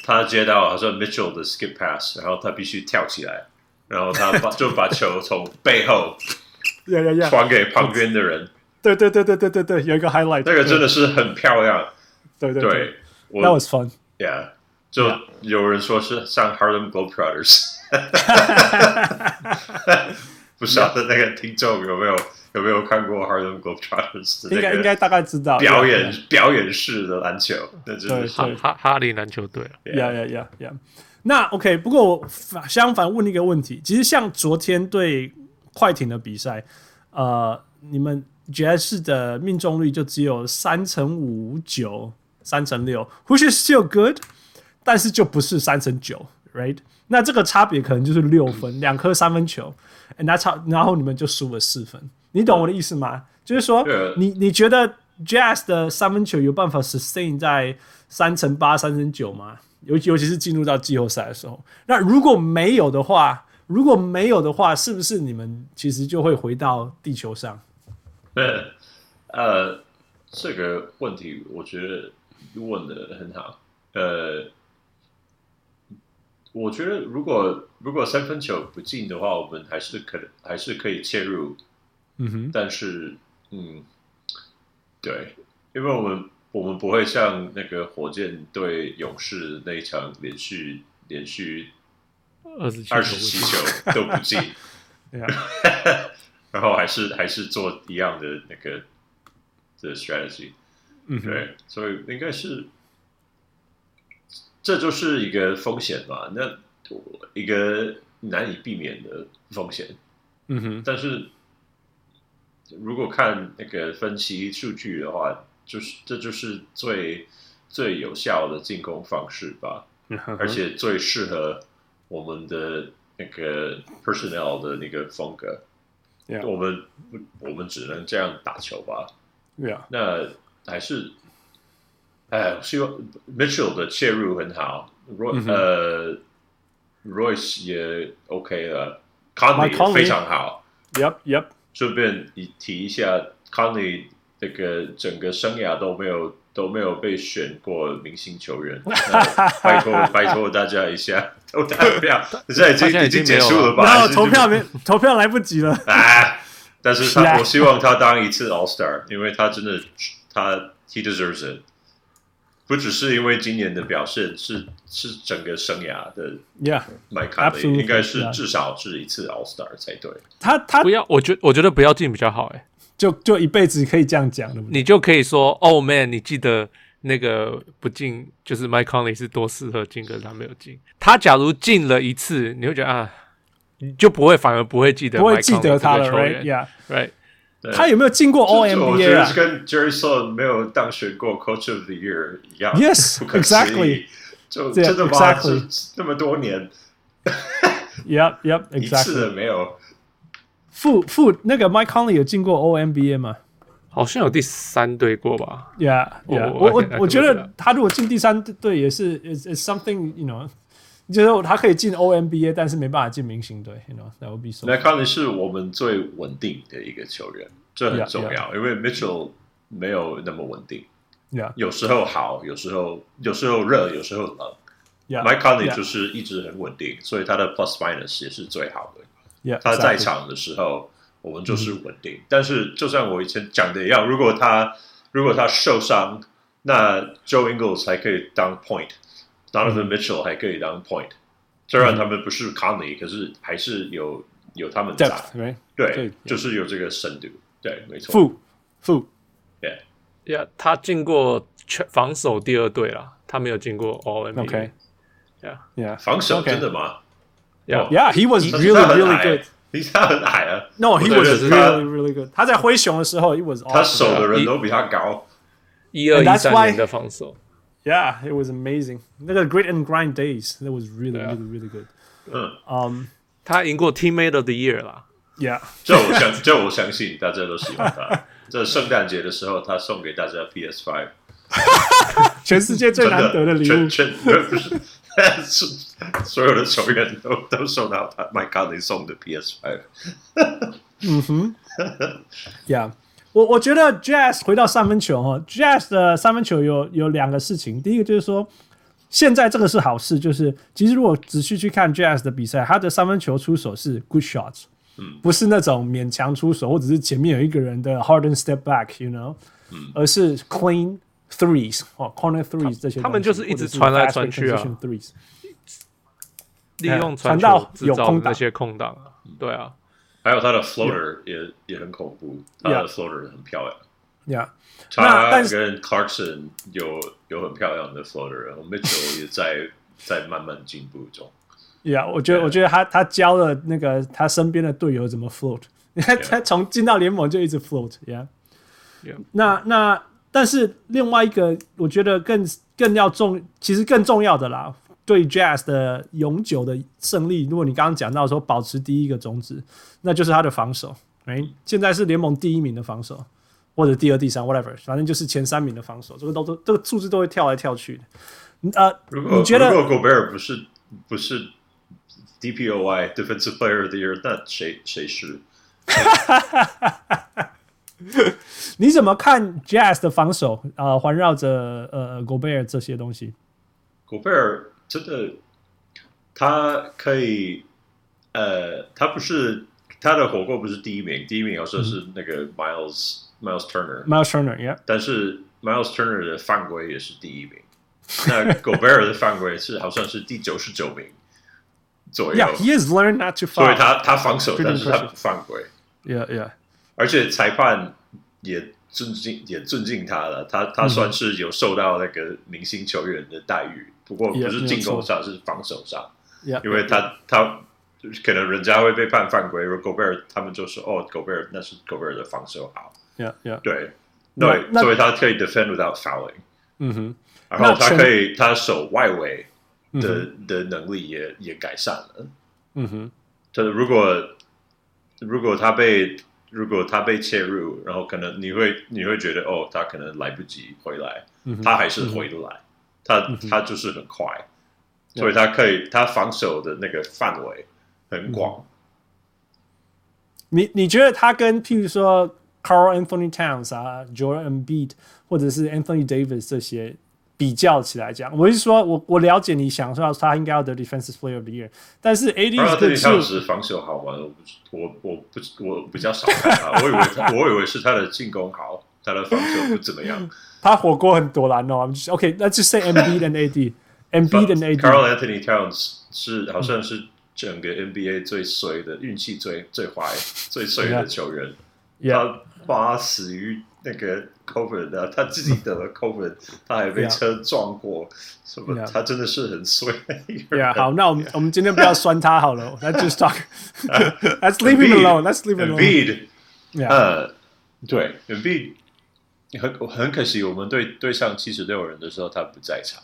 Speaker 2: 他接到好像 Mitchell 的 skip pass，然后他必须跳起来，然后他把 就把球从背后
Speaker 1: yeah, yeah, yeah.
Speaker 2: 传给旁边的人，
Speaker 1: 对对对对对对对，有一个 highlight，
Speaker 2: 那个真的是很漂亮。
Speaker 1: 对对
Speaker 2: 对，我
Speaker 1: ，That was fun。
Speaker 2: yeah，就有人说是像 Harlem Globetrotters，不晓得那个听众有没有有没有看过 Harlem Globetrotters 的
Speaker 1: 应该
Speaker 2: 那
Speaker 1: 应
Speaker 2: 个
Speaker 1: 该大概知道
Speaker 2: 表
Speaker 1: yeah,
Speaker 2: 演表演式的篮球，那真的是
Speaker 1: 对
Speaker 3: 哈哈哈利篮球队啊，
Speaker 1: Yeah, yeah, yeah, yeah. 那 OK，不过我反相反问一个问题，其实像昨天对快艇的比赛，呃，你们爵士的命中率就只有三乘五九、三乘六，which is still good，但是就不是三乘九，right？那这个差别可能就是六 分，两颗三分球，那差然后你们就输了四分，你懂我的意思吗？就是说
Speaker 2: 对，
Speaker 1: 你你觉得 Jazz 的三分球有办法 sustain 在三乘八、三乘九吗？尤尤其是进入到季后赛的时候，那如果没有的话，如果没有的话，是不是你们其实就会回到地球上？
Speaker 2: 呃，这个问题我觉得问的很好。呃，我觉得如果如果三分球不进的话，我们还是可能还是可以切入。
Speaker 1: 嗯哼，
Speaker 2: 但是，嗯，对，因为我们我们不会像那个火箭对勇士那一场连续连续
Speaker 3: 二十七
Speaker 2: 二十七球都不进，
Speaker 1: 对啊，
Speaker 2: 然后还是还是做一样的那个的 strategy，
Speaker 1: 嗯哼，
Speaker 2: 对，所以应该是这就是一个风险吧，那一个难以避免的风险，
Speaker 1: 嗯哼，
Speaker 2: 但是如果看那个分析数据的话，就是这就是最最有效的进攻方式吧，
Speaker 1: 嗯
Speaker 2: 而且最适合我们的那个 personnel 的那个风格。
Speaker 1: Yeah
Speaker 2: 我们我们只能这样打球吧？
Speaker 1: 对啊，
Speaker 2: 那还是，哎，我希望 Mitchell 的切入很好，Roy、呃，Royce 也 OK 了 c o n
Speaker 1: Mike
Speaker 2: l y
Speaker 1: Conley
Speaker 2: 非常好。
Speaker 1: yep yep，
Speaker 2: 顺便一提一下，Conley 这个整个生涯都没有都没有被选过明星 球员，那拜托拜托大家一下投票，现在已经
Speaker 3: 他现在已经
Speaker 2: 结束了吧？
Speaker 1: 然
Speaker 2: 还
Speaker 1: 后
Speaker 2: 是
Speaker 1: 投票没投票来不及 了，
Speaker 2: 啊！但是
Speaker 1: 是啊
Speaker 2: 他我希望他当一次 All Star，因为他真的他 he deserves it，不只是因为今年的表现，是是整个生涯的
Speaker 1: yeah，
Speaker 2: m y c o n l
Speaker 1: Absolutely，
Speaker 2: y 应该
Speaker 1: 是
Speaker 2: 是
Speaker 1: 啊
Speaker 2: 至少是一次 All Star 才对。
Speaker 1: 他他
Speaker 3: 不要，我觉我觉得不要进比较好哎、
Speaker 1: 就就一辈子可以这样讲，对不对？
Speaker 3: 你就可以说，Oh man，你记得那个不进，就是 Mike Conley 是多适合进，可是他没有进。他假如进了一次，你会觉得啊，你就不会反而不会记得，
Speaker 1: 不会记得他了
Speaker 3: 球员
Speaker 1: ，right？Yeah，
Speaker 3: right？
Speaker 2: 对
Speaker 1: 他有没有进过
Speaker 2: 这我觉
Speaker 1: OMBA
Speaker 2: 得
Speaker 1: 啊
Speaker 2: 是跟 Jerry Sloan 没有当选过 Coach of the Year 一样。
Speaker 1: Yes，
Speaker 2: 不可思议
Speaker 1: exactly
Speaker 2: 就
Speaker 1: Yeah，
Speaker 2: 真的吗
Speaker 1: exactly
Speaker 2: 这那么多年
Speaker 1: ？Yep yep
Speaker 2: 一次
Speaker 1: exactly，
Speaker 2: 的没有。
Speaker 1: 傅傅那个 Mike Conley 有进过 OMBA 吗？
Speaker 3: 好像有第三队过吧？
Speaker 1: Yeah,
Speaker 3: 我
Speaker 1: yeah.
Speaker 3: 我
Speaker 1: 我我
Speaker 3: I can- I
Speaker 1: 我
Speaker 3: can
Speaker 1: 觉
Speaker 3: look it
Speaker 1: 得他如果进第三队也是 is is something you know，就是他可以进 OMBA，但是没办法进明星队，you know that would be so.
Speaker 2: 那康尼是我们最稳定的一个球员，这很
Speaker 1: Yeah，
Speaker 2: 重要因为 Mitchell 没有那么稳定，
Speaker 1: Yeah,
Speaker 2: 有时候好，有时候有时候热，有时候冷。
Speaker 1: Yeah,
Speaker 2: Mike Conley
Speaker 1: yeah,
Speaker 2: 就是一直很稳定，所以他的 plus minus 也是最好的。
Speaker 1: yeah,
Speaker 2: 他在
Speaker 1: exactly.
Speaker 2: 场的时候，我们就是
Speaker 1: 嗯
Speaker 2: 稳定。但是就像我以前讲的一样，如果他如果他受伤，那 Joe Ingles 还可以当 point，Donovan
Speaker 1: 嗯
Speaker 2: Mitchell 还可以当 point。虽然他们不是 Conley，、可是还是有有他们在，
Speaker 1: 嗯 depth right
Speaker 2: 对
Speaker 1: 对，
Speaker 2: 就是有这个深度，对，没错，
Speaker 1: 负负
Speaker 2: 对，
Speaker 3: 呀、他进过全防守第二队啦，他没有进过 All NBA。
Speaker 1: OK
Speaker 3: Yeah.
Speaker 1: yeah
Speaker 2: 防守
Speaker 1: Okay.
Speaker 2: 真的吗？
Speaker 3: Yeah.
Speaker 2: 哦
Speaker 1: yeah he was
Speaker 2: 但是他
Speaker 1: really
Speaker 2: 很
Speaker 1: really
Speaker 2: 矮
Speaker 1: good
Speaker 2: 欸，你他很矮啊，
Speaker 1: no he
Speaker 2: 我觉
Speaker 1: was
Speaker 2: 得是他
Speaker 1: really really good 他在灰熊的时候 he was
Speaker 2: 他
Speaker 1: awesome
Speaker 2: 守的人
Speaker 3: 一
Speaker 2: 都比他高。
Speaker 3: 一二
Speaker 1: And
Speaker 3: 一
Speaker 1: that's
Speaker 3: 三
Speaker 1: why-
Speaker 3: 年的防守，
Speaker 1: yeah it was amazing 那个 grit and grind days that was really
Speaker 3: Yeah.
Speaker 1: really really good
Speaker 2: 嗯，
Speaker 1: um
Speaker 3: 他赢过 Teammate of the Year 啦。
Speaker 1: yeah
Speaker 2: 这我相这我相信大家都喜欢 他。这圣诞节的时候，他送给大家 PS Five，
Speaker 1: 全世界最
Speaker 2: 真
Speaker 1: 难得的
Speaker 2: 的，
Speaker 1: 礼
Speaker 2: 全
Speaker 1: 物
Speaker 2: 全不是，是 所有的球员都 都收到他 Uh, My God，你送的 PS Five。
Speaker 1: Yeah，我我觉得 Jazz 回到三分球哈，Jazz 的三分球有有两个事情，第一个就是说，现在这个是好事，就是其实如果仔细去看 Jazz 的比赛，他的三分球出手是 good shots，不
Speaker 3: 嗯
Speaker 1: 是那种勉强出手，或者是前面有一个人的 harden step back，you know，、而是 clean threes 哦 corner threes 这些东西，
Speaker 3: 嗯他们就是一直
Speaker 1: 或者
Speaker 3: 传来传
Speaker 1: fast break
Speaker 3: 去啊
Speaker 1: transition threes
Speaker 3: 利用
Speaker 1: 传
Speaker 3: 传
Speaker 1: 到
Speaker 3: 球制
Speaker 1: 有
Speaker 3: 造的
Speaker 1: 空档
Speaker 3: 那些空档啊，对啊，
Speaker 2: 还有他的 floater 也也很恐怖，他的 uh, floater 很漂亮。
Speaker 1: yeah。那
Speaker 2: 他
Speaker 1: 但是
Speaker 2: 跟 Clarkson 有有很漂亮的 floater，然后 Mitchell 也在在慢慢进步中。
Speaker 1: Yeah，我觉得我觉得他他教了那个他身边的队友怎么 float，他他从进到联盟就一直 float。Yeah，,
Speaker 3: Yeah
Speaker 1: 那那但是另外一个我觉得更更要重，其实更重要的啦，对 Jazz 的永久的胜利，如果你刚刚讲到说保持第一个种子，那就是他的防守。哎，现在是联盟第一名的防守，或者第二、第三，whatever，反正就是前三名的防守，这个都都这个数字都会跳来跳去的。呃，
Speaker 2: 如果
Speaker 1: 你觉得
Speaker 2: 如果 Gobert 不是不是 DPOY Defensive Player of the Year，那谁谁是？
Speaker 1: 你怎么看 Jazz 的防守啊、呃环绕着呃 Gobert 这些东西
Speaker 2: 古贝尔真的，他可以，呃，他不是他的火锅不是第一名，第一名有时候
Speaker 1: 嗯
Speaker 2: 是那个 Miles、Miles Turner，
Speaker 1: ？Miles Turner，yeah，
Speaker 2: 但是 Miles Turner 的犯规也是第一名，那古贝尔的犯规是好像是第九十九名 左右
Speaker 1: yeah, he has learned not to
Speaker 2: 所
Speaker 1: foul.
Speaker 2: 以他他防守，
Speaker 1: Pretty
Speaker 2: 但是他
Speaker 1: impressive
Speaker 2: 不犯规。
Speaker 1: yeah, yeah,
Speaker 2: 而且裁判也尊敬也尊敬他了，他
Speaker 1: 嗯
Speaker 2: 他算是有受到那个明星球员的待遇，不过不
Speaker 1: Yeah，
Speaker 2: 是
Speaker 1: 没有
Speaker 2: 进攻
Speaker 1: 错
Speaker 2: 上是防守上，
Speaker 1: yeah.
Speaker 2: 因为他他可能人家会被判犯规，如果 Gobert 他们就说哦 Gobert 那是 Gobert 的防守好，
Speaker 1: yeah, yeah，
Speaker 2: 对
Speaker 1: 那
Speaker 2: 对，
Speaker 1: 那
Speaker 2: 所以他可以 defend without fouling，
Speaker 1: 嗯哼，
Speaker 2: 然后
Speaker 1: 那
Speaker 2: 他
Speaker 1: 全
Speaker 2: 可以他守外围的的能力也也改善了。
Speaker 1: 嗯哼，
Speaker 2: 他如果如果他被如果他被切入，然后可能你会你会觉得哦，他可能来不及回来，
Speaker 1: 嗯
Speaker 2: 他还是回得来，他、他就是很快，所以他可以他防守的那个范围很
Speaker 1: 嗯
Speaker 2: 广。
Speaker 1: 你你觉得他跟譬如说 Carl Anthony Towns 啊、Joel Embiid 或者是 Anthony Davis 这些比较起来讲，我是说我我了解你想说他应该要得 Defensive Player of the Year，但是 AD
Speaker 2: 然后这里
Speaker 1: 是
Speaker 2: 当时防守好玩，我不知我我不我比较少看他，我以为 他我以为是他的进攻好，他的防守不怎么样。
Speaker 1: 他火锅很多啦，no，I'm just okay，let's just say Embiid and AD，Embiid and AD。
Speaker 2: Carl Anthony Towns 是好
Speaker 1: 嗯
Speaker 2: 像是整个 NBA 最衰的，运气最最坏、最衰的
Speaker 1: Yeah.
Speaker 2: 球员。
Speaker 1: Yeah.
Speaker 2: 他爸死于那个 COVID 啊，他自己得了 COVID，他还被
Speaker 1: Yeah.
Speaker 2: 车撞过，什么
Speaker 1: Yeah.
Speaker 2: 他真的是很衰的一个人。
Speaker 1: Yeah，好，那我们我们今天不要酸他好了，Let's just talk. Let's leave him
Speaker 2: Embiid-
Speaker 1: alone. Let's leave him alone.
Speaker 2: Embiid，
Speaker 1: Yeah,
Speaker 2: 呃，对，Embiid 很很可惜，我们对对上七十六人的时候他不在场，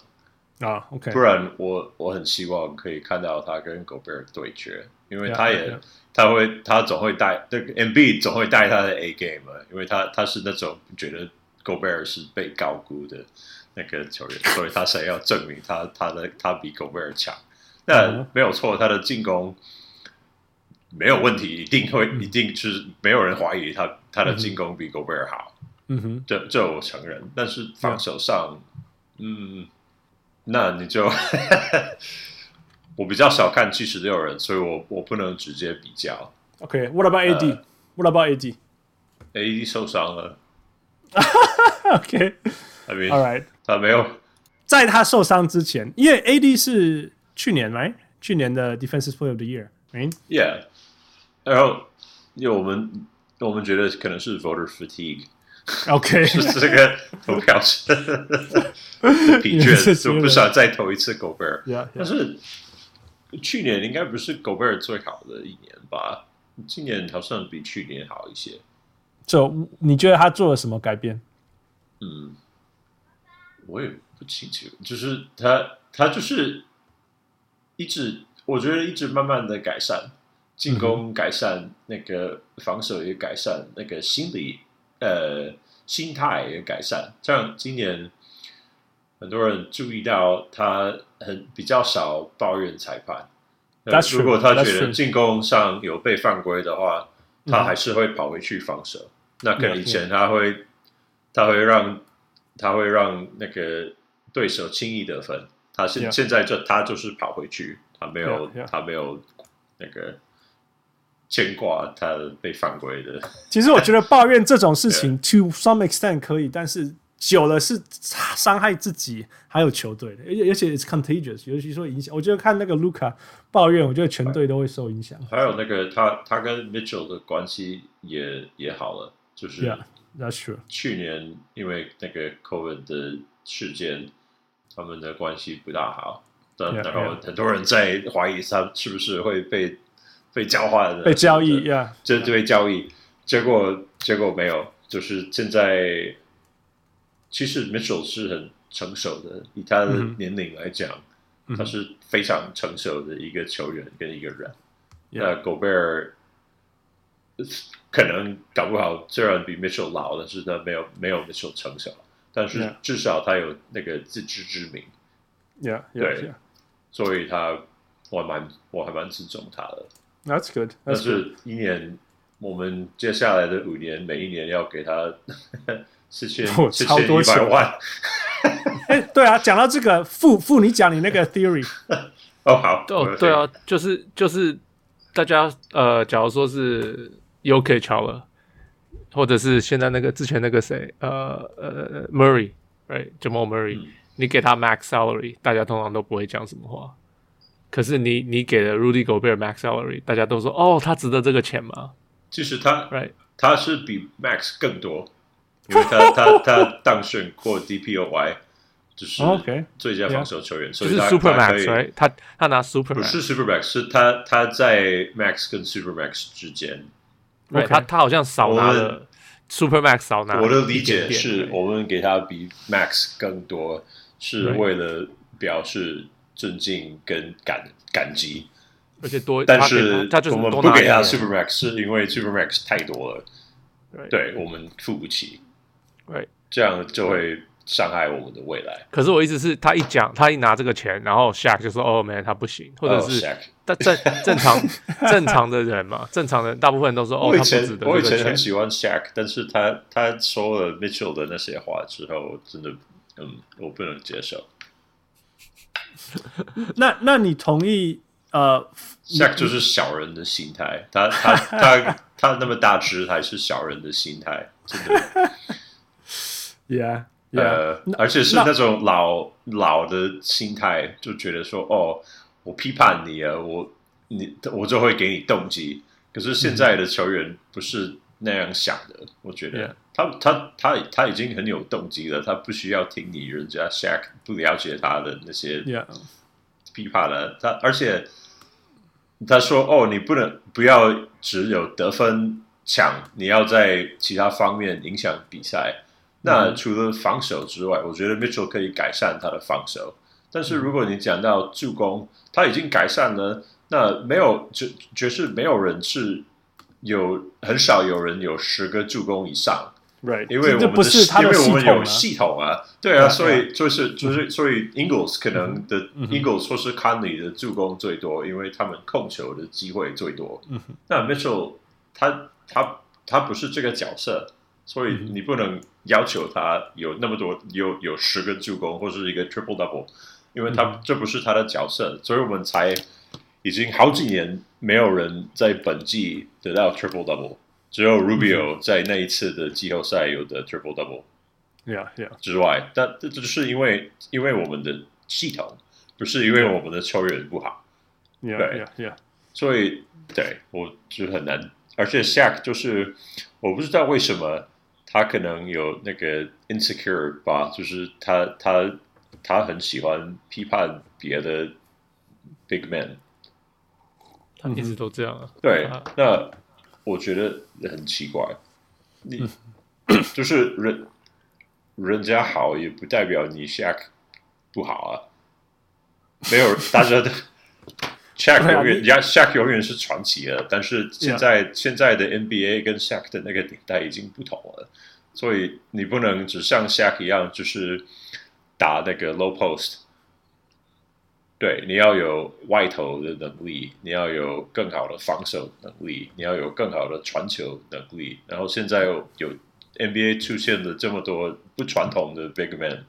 Speaker 1: 啊，OK，
Speaker 2: 不然我我很希望可以看到他跟狗贝尔对决，因为
Speaker 1: Yeah,
Speaker 2: 他也
Speaker 1: yeah.
Speaker 2: 他会他总会带那个 MB 总会带他的 A game 啊，因为他他是那种觉得狗贝尔是被高估的那个球 员，所以他想要证明他他的他比狗贝尔强。那
Speaker 1: 嗯
Speaker 2: 没有错，他的进攻没有问题，一定会
Speaker 1: 嗯
Speaker 2: 一定就是没有人怀疑他他的进攻比狗贝尔好。
Speaker 1: 嗯哼，
Speaker 2: 这这我承认，但是防守上，嗯，那你就 我比较少看七十六人，所以我我不能直接比较。
Speaker 1: OK，What、about AD？What、about
Speaker 2: Uh
Speaker 1: AD？OK，、
Speaker 2: A 受伤了 ，I mean，
Speaker 1: All right，
Speaker 2: 他没有
Speaker 1: 在他受伤之前，因为 AD 是去年来去年的 Defensive Player of the Year，right？
Speaker 2: Yeah，然后因为我们我们觉得可能是 voter fatigue，
Speaker 1: OK，
Speaker 2: 就是这个投票是疲
Speaker 1: 你们是
Speaker 2: 倦，
Speaker 1: 觉得
Speaker 2: 就不想再投一次狗贝尔。
Speaker 1: Yeah, yeah.
Speaker 2: 但是去年应该不是狗贝尔最好的一年吧？今年好像比去年好一些。
Speaker 1: 就你觉得他做了什么改变？
Speaker 2: 嗯，我也不清楚，就是他他就是一直，我觉得一直慢慢的改善，
Speaker 1: 嗯
Speaker 2: 进攻改善，那个防守也改善，那个心理呃心态也改善。像今年很多人注意到他很比较少抱怨裁判。呃
Speaker 1: That's true,
Speaker 2: 如果他
Speaker 1: that's
Speaker 2: 觉
Speaker 1: true.
Speaker 2: 得进攻上有被犯规的话，
Speaker 1: 嗯
Speaker 2: 他还是会跑回去防守。那可
Speaker 1: Yeah,
Speaker 2: 能以前他会，他会让他会让那个对手轻易得分。他现
Speaker 1: Yeah.
Speaker 2: 现在就他就是跑回去，他没有
Speaker 1: Yeah, yeah.
Speaker 2: 他没有那个牵挂他被犯规的。
Speaker 1: 其实我觉得抱怨这种事情 to some extent 可以，但是久了是伤害自己还有球队的，而且而且 it's contagious，尤其说影响。我觉得看那个卢卡抱怨，我觉得全队都会受影响。
Speaker 2: 还有那个他他跟 Mitchell 的关系也也好了，就是
Speaker 1: Yeah, that's true.
Speaker 2: 去年因为那个 COVID 的事件，他们的关系不大好，但
Speaker 1: Yeah,
Speaker 2: 然后很多人在怀疑他是不是会被被交换、
Speaker 1: 被交易，Yeah，
Speaker 2: 这对
Speaker 1: 嗯
Speaker 2: 交易，结果结果没有，就是现在，其实 Mitchell 是很成熟的，以他的
Speaker 1: 嗯哼
Speaker 2: 年龄来讲，
Speaker 1: 嗯
Speaker 2: 他是非常成熟的一个球员跟一个人。
Speaker 1: Yeah
Speaker 2: 那狗贝尔可能搞不好虽然比 Mitchell 老，但是他没有没有 Mitchell 成熟，但
Speaker 1: Yeah
Speaker 2: 是至少他有那个自知之明，
Speaker 1: Yeah, yeah,
Speaker 2: 对
Speaker 1: yeah.
Speaker 2: 所以他我还蛮我还蛮尊重他的。
Speaker 1: That's good.
Speaker 2: 但
Speaker 1: That's good.
Speaker 2: 是一年，我们接下来的五年，每一年要给他 四 千
Speaker 1: 哦
Speaker 2: 四
Speaker 1: 超
Speaker 2: 千
Speaker 1: 多
Speaker 2: 一百
Speaker 1: 钱
Speaker 2: 万。
Speaker 1: 哎，对啊，讲到这个，傅傅，你讲你那个 theory，
Speaker 2: 哦，好，
Speaker 3: 哦，对啊，就是就是大家呃，假如说是 UK 乔了，或者是现在那个之前那个谁呃呃 Murray，right，Jamal Murray，、你
Speaker 2: 嗯
Speaker 3: 给他 max salary，大家通常都不会讲什么话。可是你你给了 Rudy Gobert max salary，大家都说哦，他值得这个钱吗
Speaker 2: 其实他
Speaker 3: ？Right？
Speaker 2: 他是比 Max 更多，因为他 他他当选过 DPOY，就是
Speaker 1: 哦，OK，
Speaker 2: 最佳防守球员，所
Speaker 3: 就
Speaker 2: 以
Speaker 3: 是
Speaker 2: 他
Speaker 3: super
Speaker 2: 他可以
Speaker 3: max，right？他他拿 super
Speaker 2: 不是
Speaker 3: max，
Speaker 2: Super Max，是他他在 Max 跟 Super Max 之间。
Speaker 1: OK
Speaker 3: 他他好像少拿
Speaker 2: 我们
Speaker 3: 了 super max，少拿
Speaker 2: 我的理
Speaker 3: 一点
Speaker 2: 解
Speaker 3: 点
Speaker 2: 是
Speaker 3: ，right？
Speaker 2: 我们给他比 Max 更多，是
Speaker 3: Right
Speaker 2: 为了表示尊敬跟感感激。
Speaker 3: 而且多，
Speaker 2: 但
Speaker 3: 他给
Speaker 2: 是
Speaker 3: 他他就是
Speaker 2: 我们
Speaker 3: 多
Speaker 2: 不
Speaker 3: 拿一
Speaker 2: 给他
Speaker 3: 点
Speaker 2: Super Max，是因为 Super Max 太多了，
Speaker 3: 对
Speaker 2: 对我们付不起，
Speaker 3: 对。
Speaker 2: 这样就会伤害我们的未来。
Speaker 3: 可是我意思是，他一讲，他一拿这个钱，然后 Shaq 就说：“哦，man，他不行。”或者
Speaker 2: 哦
Speaker 3: 是
Speaker 2: ，Shaq
Speaker 3: 但正正 常正常的人嘛，正常人大部分都说：“哦，
Speaker 2: 我
Speaker 3: 他
Speaker 2: 以
Speaker 3: 不
Speaker 2: 前
Speaker 3: 值得
Speaker 2: 我以
Speaker 3: 这
Speaker 2: 前
Speaker 3: 个
Speaker 2: 很
Speaker 3: 钱。
Speaker 2: 喜欢 Shaq，但是他他说了 Mitchell 的那些话之后，我真的嗯，我不能接受。
Speaker 1: 那那你同意呃
Speaker 2: Shaq 就是小人的心态，他他他他那么大只还是小人的心态，真的。
Speaker 1: ，Yeah, Yeah，
Speaker 2: 呃，而且是
Speaker 1: 啊那
Speaker 2: 那种老老的心态，就觉得说，哦，我批判你啊，我你我就会给你动机。可是现在的球员不是那样想的，我觉得
Speaker 3: Yeah
Speaker 2: 他他他他已经很有动机了，他不需要听你人家 Shaq 不了解他的那些
Speaker 1: Yeah，
Speaker 2: 批判了他，而且他说：“哦，你不能不要只有得分强，你要在其他方面影响比赛。”那
Speaker 1: 嗯
Speaker 2: 除了防守之外，我觉得 Mitchell 可以改善他的防守。但是如果你讲到助攻，他已经改善了，那没有爵爵士没有人是有很少有人有十个助攻以上，
Speaker 1: ，Right，
Speaker 2: 因为我
Speaker 1: 这
Speaker 2: 们
Speaker 1: 不是他
Speaker 2: 因
Speaker 1: 的
Speaker 2: 为我们有
Speaker 1: 系
Speaker 2: 系统啊，对
Speaker 1: 对啊
Speaker 2: 啊，所以就是就是所以 Ingles 可能的
Speaker 1: 嗯哼
Speaker 2: Ingles 或是 Conley 的助攻最多，因为他们控球的机会最多
Speaker 1: 嗯哼。
Speaker 2: 那 Mitchell 他他他不是这个角色，所
Speaker 1: 嗯
Speaker 2: 以你不能要求他有那么多有有十个助攻或是一个 triple double，因为
Speaker 1: 嗯
Speaker 2: 他这不是他的角色，所以我们才已经好几年没有人在本季得到 triple double，
Speaker 1: 嗯
Speaker 2: 只有 Rubio 在那一次的季后赛有的 triple double。
Speaker 1: Yeah, yeah.
Speaker 2: 之外，但这这是因为因为我们的系统，不是因为我们的球员不好，对
Speaker 1: Yeah, yeah, yeah.
Speaker 2: 所以对我就很难。而且 Shaq 就是我不知道为什么他可能有那个 insecure 吧，就是他他他很喜欢批判别的 big man。
Speaker 3: 他一直都这样啊。
Speaker 2: 对
Speaker 3: 啊，
Speaker 2: 那我觉得很奇怪，你 就是人人家好，也不代表你 Shaq 不好啊。没有，大家 的 Shaq
Speaker 1: 对啊
Speaker 2: 永远，人
Speaker 1: 你啊
Speaker 2: 家 Shaq 永远是传奇的，但是现
Speaker 1: Yeah
Speaker 2: 在现在的 NBA 跟 Shaq 的那个年代已经不同了，所以你不能只像 Shaq 一样，就是打那个 low post。对，你要有外投的能力，你要有更好的防守能力，你要有更好的传球能力。然后现在有有 NBA 出现了这么多不传统的 big man，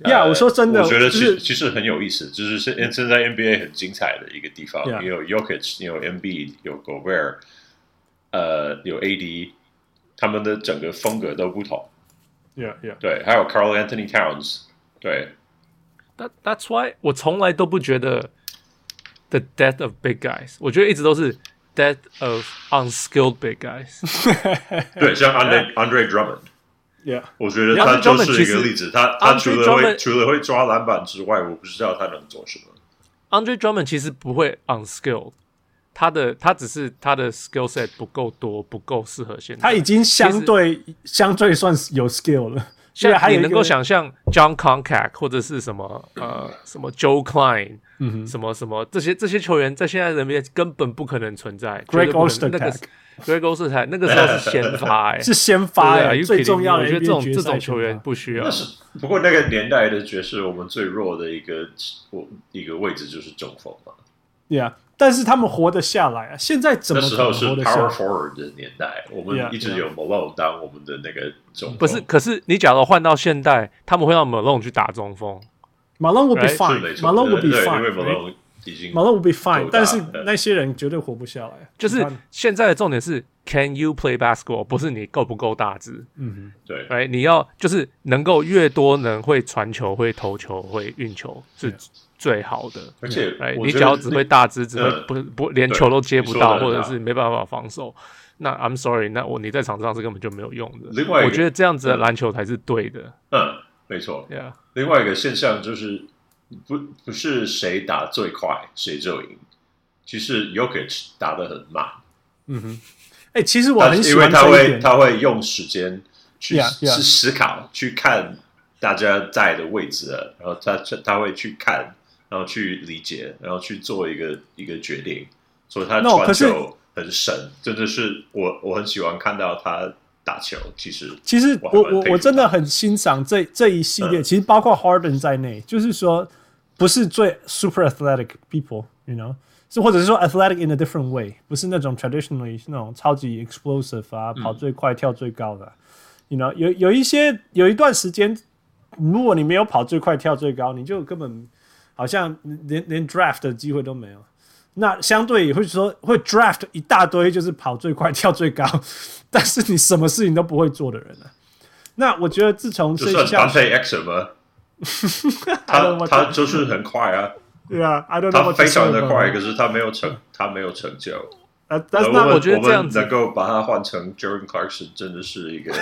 Speaker 1: Yeah，
Speaker 2: 呃
Speaker 1: 我说真的
Speaker 2: 我觉得
Speaker 1: 就
Speaker 2: 其
Speaker 1: 是
Speaker 2: 其实很有意思，就是现现在 NBA 很精彩的一个地方
Speaker 1: Yeah
Speaker 2: 你有 Yokic，你有 MB，有 Gobert，呃，有 AD，他们的整个风格都不同。
Speaker 1: Yeah, yeah.
Speaker 2: 对，还有 Carl Anthony Towns，对，
Speaker 3: That That's why 我从来都不觉得 the death of big guys，我觉得一直都是 death of unskilled big guys。
Speaker 2: 对，像 Andre Andre Drummond，
Speaker 1: Yeah.
Speaker 2: 我觉得
Speaker 3: Yeah，
Speaker 2: 他
Speaker 3: Andre
Speaker 2: 就
Speaker 3: Drummond
Speaker 2: 是一
Speaker 3: 其
Speaker 2: 个
Speaker 3: 实
Speaker 2: 例子。他他
Speaker 3: Andre
Speaker 2: 除了会
Speaker 3: Drummond-
Speaker 2: 除了会抓篮板之外，我不知道他能做什么。
Speaker 3: Andre Drummond 其实不会 unskilled，他的他只是他的 skill set 不够多，不够适合现在。
Speaker 1: 他已经相对相对算是有 skill 了。现在
Speaker 3: 像
Speaker 1: 还
Speaker 3: 你
Speaker 1: 有一
Speaker 3: 能够
Speaker 1: 个嗯
Speaker 3: 想象 John Concac 或者是什么呃什么 Joe Klein，嗯什么什么这些这些球员在现在人面根本不可能存在。绝
Speaker 1: Greg
Speaker 3: 对不可能
Speaker 1: Ostertag
Speaker 3: 那个 Greg Ostertag 那个时候是先 发、欸，
Speaker 1: 是先
Speaker 3: 对不
Speaker 1: 发
Speaker 3: 对
Speaker 1: 呀、
Speaker 3: Are you
Speaker 1: 最重要
Speaker 3: kidding
Speaker 1: 的
Speaker 3: me？我觉得
Speaker 1: NBA
Speaker 3: 这种
Speaker 1: 决
Speaker 3: 这
Speaker 1: 赛
Speaker 3: 种
Speaker 1: 先
Speaker 3: 球员
Speaker 1: 发
Speaker 3: 不需要
Speaker 2: 但。是不过那个年代的爵士，我们最弱的一个我一个位置就是中锋嘛。
Speaker 1: ，Yeah，但是他们活得下来啊。现在怎
Speaker 2: 那
Speaker 1: 么
Speaker 2: 时
Speaker 1: 可能
Speaker 2: 候是
Speaker 1: 活得下
Speaker 2: power
Speaker 1: 来？
Speaker 2: forward 的年代，我
Speaker 1: Yeah,
Speaker 2: 们一直
Speaker 1: yeah.
Speaker 2: 有 Malone 当我们的那个中锋，
Speaker 3: 不是，可是你假如换到现代，他们会让 Malone 去打中锋，
Speaker 1: 马龙 will be
Speaker 3: Right，是
Speaker 2: 是没错
Speaker 1: fine，马龙 will be
Speaker 2: 对对因为
Speaker 1: fine，
Speaker 2: Malone 已经
Speaker 1: 马龙 will be fine，
Speaker 2: 够大
Speaker 1: 但是
Speaker 2: 对
Speaker 1: 那些人绝对活不下来啊。
Speaker 3: 就是
Speaker 1: 你看
Speaker 3: 现在的重点是 Can you play basketball？不是你够不够大只，
Speaker 1: 嗯
Speaker 2: 对
Speaker 3: 哎，你要就是能够越多人会传球、会投球、会运球是最好的。
Speaker 2: 啊而且
Speaker 3: 哎，
Speaker 2: 我
Speaker 3: 你
Speaker 2: 觉
Speaker 3: 只
Speaker 2: 得
Speaker 3: 要只会大只，只会
Speaker 2: 嗯
Speaker 3: 不不连
Speaker 2: 对
Speaker 3: 球都接不
Speaker 2: 你说
Speaker 3: 到，
Speaker 2: 得很
Speaker 3: 或者
Speaker 2: 好
Speaker 3: 是没办法防守，那 I'm sorry，那我你在场上是根本就没有用的。
Speaker 2: 另外一个啊
Speaker 3: 我觉得这样子的篮球才是对的。
Speaker 2: 嗯，没错。
Speaker 3: 对 啊，
Speaker 2: 另外一个现象就是，不不是谁打最快谁就赢，其实 Yokic 打得很慢，
Speaker 1: 嗯哼，哎、其实我
Speaker 2: 但
Speaker 1: 很
Speaker 2: 是
Speaker 1: 喜
Speaker 2: 因为
Speaker 1: 欢
Speaker 2: 他
Speaker 1: 这一
Speaker 2: 会
Speaker 1: 点。
Speaker 2: 他会用时间去
Speaker 1: Yeah, yeah.
Speaker 2: 去思考，去看大家在的位置了，然后他他会去看，然后去理解，然后去做一个一个决定，所以他
Speaker 1: No，可
Speaker 2: 传
Speaker 1: 是
Speaker 2: 球很神，真的是我我很喜欢看到他打球，其实
Speaker 1: 其实
Speaker 2: 我
Speaker 1: 我
Speaker 2: 还蛮
Speaker 1: 我
Speaker 2: 佩服
Speaker 1: 我真的很欣赏这这一系列，其实包括 Harden 在内，就是说不是最 super athletic people，you know，是或者是说 athletic in a different way，不是那种 traditionally 那种超级 explosive 啊，跑最快、跳最高的，you know，有有一些有一段时间，如果你没有跑最快、跳最高，你就根本好像连连 draft 的机会都没有。那相对也会说会 draft 一大堆，就是跑最快、跳最高，但是你什么事情都不会做的人啊。那我觉得自从
Speaker 2: 就
Speaker 1: 这
Speaker 2: 算
Speaker 1: 项
Speaker 2: d，a n t e 吗？
Speaker 1: I
Speaker 2: 他
Speaker 1: don't know what to-
Speaker 2: 他就是很快啊，
Speaker 1: 对啊，I don't know
Speaker 2: 他
Speaker 1: what
Speaker 2: 非常的快，可
Speaker 1: t
Speaker 2: 是他没有成，他没有成就。
Speaker 1: 但是
Speaker 2: 我们
Speaker 1: 那
Speaker 3: 我觉得这样子
Speaker 2: 我们能够把它换成 Jordan Clarkson，真的是 一个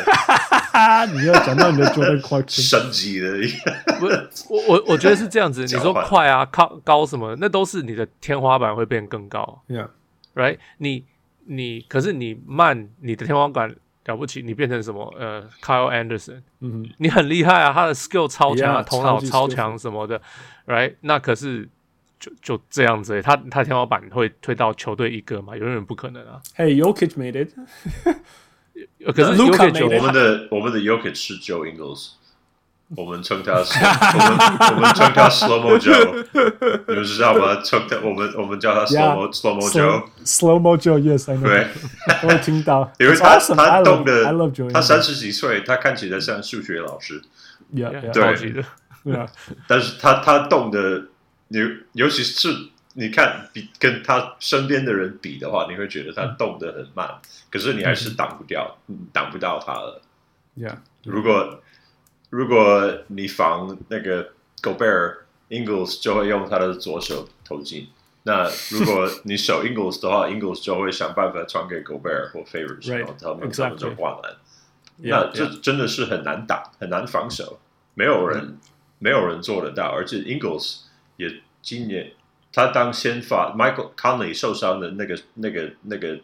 Speaker 1: 啊，你又讲到你的 Jordan Clarkson，
Speaker 2: 升级的一个。
Speaker 3: 不，我我我觉得是这样子。你说
Speaker 2: 交换
Speaker 3: 快啊、高高什么，那都是你的天花板会变更高。
Speaker 1: yeah，
Speaker 3: right？你你可是你慢，你的天花板了不起，你变成什么？呃，Kyle Anderson，
Speaker 1: 嗯哼，
Speaker 3: 你很厉害啊，他的 skill 超强啊
Speaker 1: Yeah，
Speaker 3: 头脑
Speaker 1: 超级
Speaker 3: 超
Speaker 1: skillful
Speaker 3: 强什么的，right？那可是就就这样子而已，欸他他天花板会推到球队一个嘛？永远不可能啊。
Speaker 1: Hey Jokic made it，
Speaker 3: 呃可是
Speaker 1: Luka
Speaker 3: 有可
Speaker 1: made
Speaker 3: 能
Speaker 1: it
Speaker 2: 我们的我们的 Yokic 是 Joe Ingles，我们称他 我们我们称他 Slow Mo Joe，你们知道吗？称他我们我们叫他 Slow Mo Slow Mo Joe，
Speaker 1: Slow Mo Joe，yes I know，
Speaker 2: 对，
Speaker 1: 我有听到，
Speaker 2: 因为
Speaker 1: It's
Speaker 2: 他
Speaker 1: awesome,
Speaker 2: 他
Speaker 1: I
Speaker 2: 动
Speaker 1: love- I love
Speaker 2: 的
Speaker 1: Joe，
Speaker 2: 他三十几岁，他看起来像数学老师，
Speaker 1: yeah，yeah
Speaker 3: 超级的。
Speaker 1: 对啊，
Speaker 2: 但是他他动的，尤尤其是你看比跟他身边的人比的话，你会觉得他
Speaker 1: 嗯
Speaker 2: 动得很慢，可是你还是挡不掉，嗯挡不到他了。
Speaker 1: ，Yeah，
Speaker 2: 如果如果你防那个 Gobert Ingles 就会用他的左手投进，那如果你守 Ingles 的话，Ingles 就会想办法传给 Gobert 或 Favors，
Speaker 1: Right，
Speaker 2: 然后他们他们就
Speaker 1: exactly
Speaker 2: 灌篮。那
Speaker 1: Yeah，
Speaker 2: 这
Speaker 1: yeah
Speaker 2: 真的是很难打，很难防守，没有人没有人做得到。而且 Ingles 也今年他当先发，Michael Conley 受伤的那个那个那个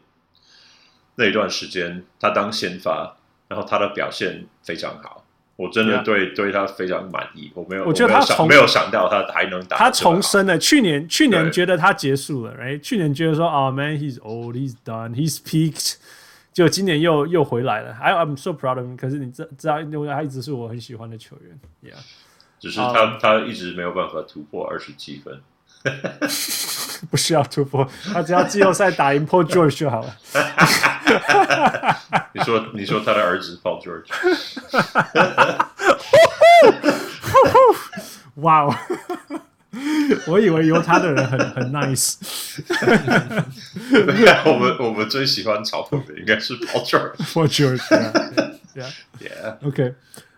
Speaker 2: 那一段时间，他当先发，然后他的表现非常好，我真的
Speaker 1: Yeah
Speaker 2: 对对他非常满意。我没有，
Speaker 1: 我觉得
Speaker 2: 没有
Speaker 1: 他
Speaker 2: 想
Speaker 1: 重
Speaker 2: 没有想到他还能打得这么 好，
Speaker 1: 他重生了。去年去年
Speaker 2: 对
Speaker 1: 觉得他结束了，right？去年觉得说啊、m a n he's old, he's done, he's peaked。就今年又又回来了，I I'm so proud of him。可是你知知道，因为他一直是我很喜欢的球员，Yeah。
Speaker 2: 只是
Speaker 1: 啊
Speaker 2: 他他一直没有办法突破二十七分。
Speaker 1: 不需要突破，他只要季后赛打赢 Paul George 就好了。
Speaker 2: 你说你说他的儿子 Paul George，
Speaker 1: 哇哦！我以为有他的人很很 nice，
Speaker 2: 我们我们最喜欢嘲讽的应该是 Paul George。
Speaker 1: Paul George yeah, yeah,
Speaker 2: Yeah.
Speaker 1: yeah. OK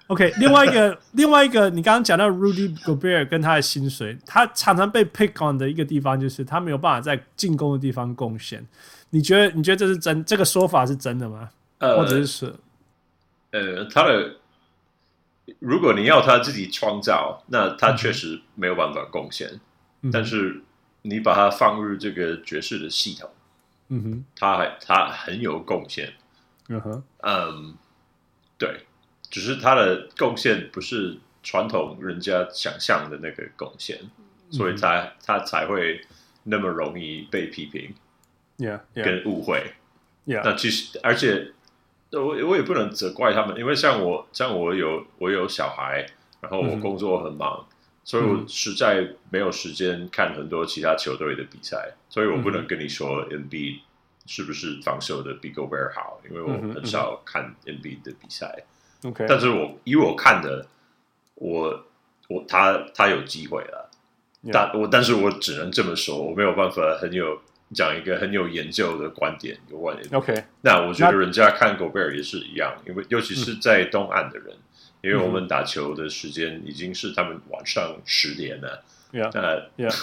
Speaker 1: OK，另外一个 另外一个，你刚刚讲到 Rudy Gobert 跟他的薪水，他常常被 pick on 的一个地方就是他没有办法在进攻的地方贡献。你觉得你觉得这是真这个说法是真的吗？
Speaker 2: 呃
Speaker 1: 或者是嗯说
Speaker 2: 呃，他的如果你要他自己创造，那他确实没有办法贡献。
Speaker 1: 嗯
Speaker 2: 但是你把他放入这个爵士的系统，
Speaker 1: 嗯哼
Speaker 2: 他还他很有贡献。
Speaker 1: 嗯哼
Speaker 2: 嗯，对，只是他的贡献不是传统人家想象的那个贡献，
Speaker 1: 嗯
Speaker 2: 所以他他才会那么容易被批评
Speaker 1: ，Yeah Yeah
Speaker 2: 跟误会。那
Speaker 1: Yeah
Speaker 2: 其实，而且呃我我也不能责怪他们，因为像我，像我有我有小孩，然后我
Speaker 1: 嗯
Speaker 2: 工作很忙，所以我实在没有时间看很多其他球队的比赛，所以我
Speaker 1: 嗯
Speaker 2: 不能跟你说 NB 是不是防守的比 Gobert 好，因为我
Speaker 1: 嗯哼
Speaker 2: 很少看 NB 的比赛，
Speaker 1: OK
Speaker 2: 但是我以我看的，我我他他有机会了。
Speaker 1: Yeah
Speaker 2: 但我但是我只能这么说，我没有办法很有讲一个很有研究的观点有关 NBA
Speaker 1: OK
Speaker 2: 那我觉得人家看狗贝尔也是一样，因为尤其是在东岸的人，因为我们打球的时间已经是他们晚上十点了，
Speaker 1: Yeah
Speaker 2: 那
Speaker 1: Yeah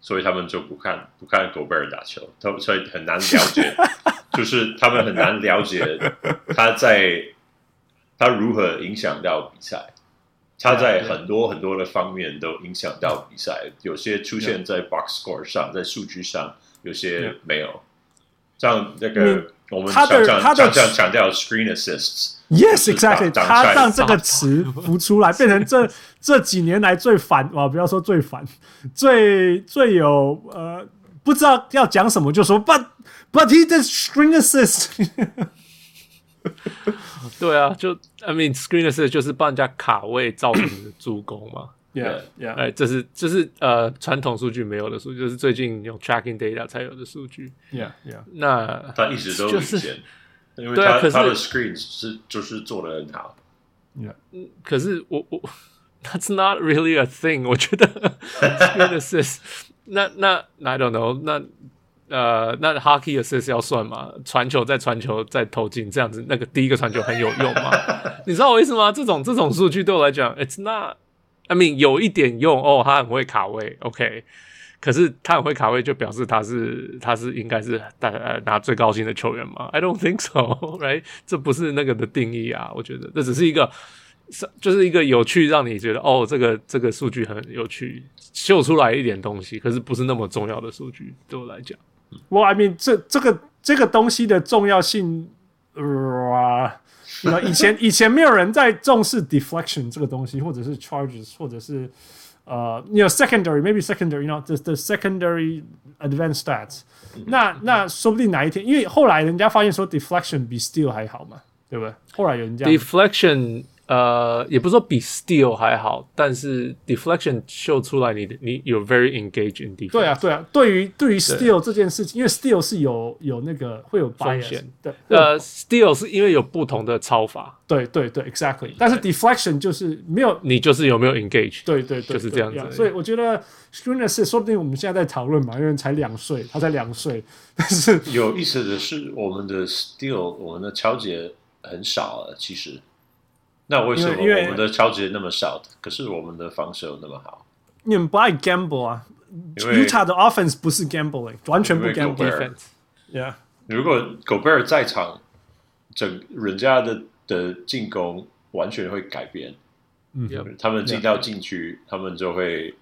Speaker 2: 所以他们就不看不看狗贝尔打球，他们所以很难 了解，就是他们很难了解他在他如何影响到比赛。他在
Speaker 1: Yeah，yeah
Speaker 2: 很多很多的方面都影响到比赛，有些出现在 box score 上，在数据上，有些
Speaker 1: Yeah
Speaker 2: 没有。像那
Speaker 1: 嗯
Speaker 2: 个我们
Speaker 1: 他
Speaker 2: 常
Speaker 1: 的
Speaker 2: 常
Speaker 1: 他的
Speaker 2: 常常强调 screen assists，
Speaker 1: Yes,
Speaker 2: 就是挡
Speaker 1: exactly。
Speaker 2: 挡
Speaker 1: 他
Speaker 2: 拆
Speaker 1: 让这个词浮出来，变成 这这几年来最反哇，不要说最反，最最有呃，不知道要讲什么就说 But but he did screen assist
Speaker 3: 对啊，就 I mean screen assist 就是帮人家卡位造成的助攻嘛。
Speaker 1: Yeah, yeah.
Speaker 3: 哎，这是这是呃传统数据没有的数据，就是最近用 tracking data 才有的数据。
Speaker 1: Yeah, yeah.
Speaker 3: 那
Speaker 2: 他一直都
Speaker 3: 就
Speaker 2: 领
Speaker 3: 是
Speaker 2: 先，因为
Speaker 3: 对啊
Speaker 2: 他
Speaker 3: 可是
Speaker 2: 他的 screen 是就是做的很好。
Speaker 3: 可是我我 that's not really a thing，我觉得 screen assist 那那 I don't know 那呃那 hockey assist 要算吗？传球再传球再投进这样子，那个第一个传球很有用吗？你知道我意思吗？这种这种数据对我来讲，it's not I mean 有一点用哦，他很会卡位，OK。可是他很会卡位，就表示他是他是应该是大呃拿最高薪的球员吗？I don't think so，right？这不是那个的定义啊，我觉得这只是一个是就是一个有趣，让你觉得哦，这个这个数据很有趣，秀出来一点东西，可是不是那么重要的数据，对我来讲，
Speaker 1: Well, I mean，这这个这个东西的重要性，哇、你 y 以前 以前没有人在重视 deflection 这个东西，或者是 charges，或者是呃，你有 secondary maybe secondary，you know the the secondary advanced stats 那。那说不定哪一天，因为后来人家发现说 deflection 比 steal 还好嘛，对不对？后来有人这样
Speaker 3: deflection 呃，也不是说比 steal 还好，但是 deflection 秀出来你的你有 very engaged in defense。
Speaker 1: 对啊，，对啊，对于对于 steal 这件事情，因为 steal 是有有那个会有 bias
Speaker 3: 险
Speaker 1: 对，
Speaker 3: 呃，steal 是因为有不同的抄法，
Speaker 1: 对对对，exactly。但是 deflection 就是没有
Speaker 3: 你就是有没有 engage。
Speaker 1: 对对对，
Speaker 3: 就是
Speaker 1: 对
Speaker 3: 这样子
Speaker 1: 呀
Speaker 3: 而已
Speaker 1: 所以我觉得 Screener 是说不定我们现在在讨论嘛，因为才两岁，他才两岁，但是
Speaker 2: 有意思的是，我们的 steal，我们的敲劫很少了，其实。那为什么
Speaker 1: 因为因为
Speaker 2: 我们的敲劫那么少，可是我们的防守那么好？
Speaker 1: 你们不爱 gamble 啊
Speaker 2: 因为
Speaker 1: ？Utah 的 offense 不是 gambling，完全不
Speaker 2: 因为
Speaker 1: gamble。
Speaker 2: Gobert
Speaker 3: defense
Speaker 2: 如果狗贝尔在场，整人家的的进攻完全会改变。
Speaker 1: 嗯
Speaker 3: Yep
Speaker 2: 他们进到禁区，他们就会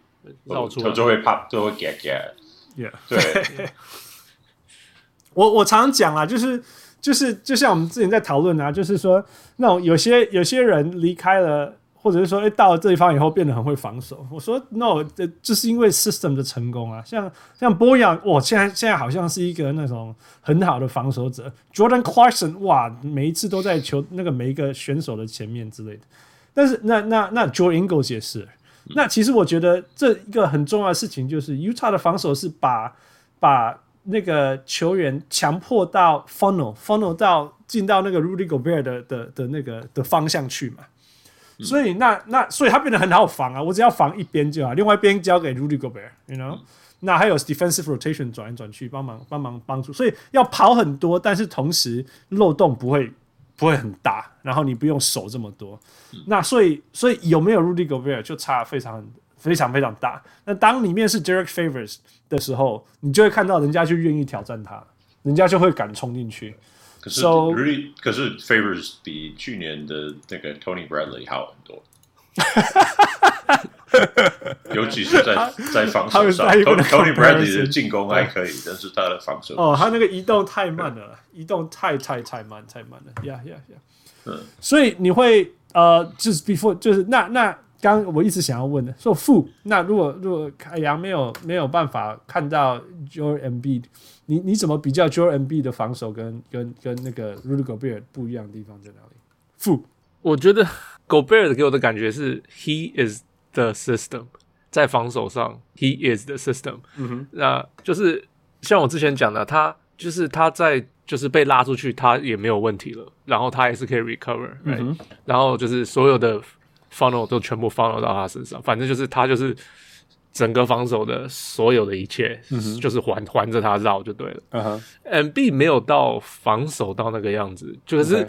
Speaker 3: 绕出
Speaker 2: 就
Speaker 3: 来。
Speaker 2: 就会 pop，就会 get get。
Speaker 1: Yeah，
Speaker 2: 对，
Speaker 1: 我我常讲啊，就是就是就像我们之前在讨论啊，就是说那种有些有些人离开了。或者是说，哎、到了这地方以后变得很会防守。我说，no，这就是因为 system 的成功啊。像像波扬，哇，现在现在好像是一个那种很好的防守者。Jordan Clarkson，哇，每一次都在球那个每一个选手的前面之类的。但是那那那 Joe Ingles 也是。那其实我觉得这一个很重要的事情就是 Utah 的防守是把把那个球员强迫到 funnel funnel 到进到那个 Rudy Gobert 的的的那个的方向去嘛。所以那那所以他变得很好防啊，我只要防一边就好，另外一边交给 Rudy Gobert，you know、那还有 defensive rotation 转来转去，帮忙帮忙帮助，所以要跑很多，但是同时漏洞不会不会很大，然后你不用守这么多。那所以所以有没有 Rudy Gobert 就差非常非常非常大。那当里面是 Derek Favors 的时候，你就会看到人家就愿意挑战他，人家就会敢冲进去。
Speaker 2: 可是
Speaker 1: So-
Speaker 2: really，可是 Favors 比去年的那个 Tony Bradley 好很 多。尤其是在在防
Speaker 1: 他
Speaker 2: 守
Speaker 1: 们
Speaker 2: 上
Speaker 1: 在意那
Speaker 2: ，Tony
Speaker 1: 个
Speaker 2: Tony Bradley
Speaker 1: comparison
Speaker 2: 的进攻还可以，但是他的防守
Speaker 1: 哦，他那个移动太慢了，移动太太太慢太慢了，呀呀呀
Speaker 2: 嗯！
Speaker 1: 所以你会呃，就是 before 就是那那刚我一直想要问的，说负那如果如果凯阳没有没有办法看到 Joel M B，你你怎么比较 Joel M B 的防守跟跟跟那个 Rudy Gobert 不一样的地方在哪里？负
Speaker 3: 我觉得 Gobert 给我的感觉是 He is the system，在防守上 He is the system。
Speaker 1: 嗯哼，
Speaker 3: 那就是像我之前讲的，他就是他在就是被拉出去，他也没有问题了，然后他也是可以 recover，、right?
Speaker 1: 嗯
Speaker 3: 然后就是所有的 funnel 都全部 funnel 到他身上，反正就是他就是整个防守的所有的一切，就是环环着他绕就对了。
Speaker 1: 嗯哼，
Speaker 3: M B 没有到防守到那个样子，就可是
Speaker 1: OK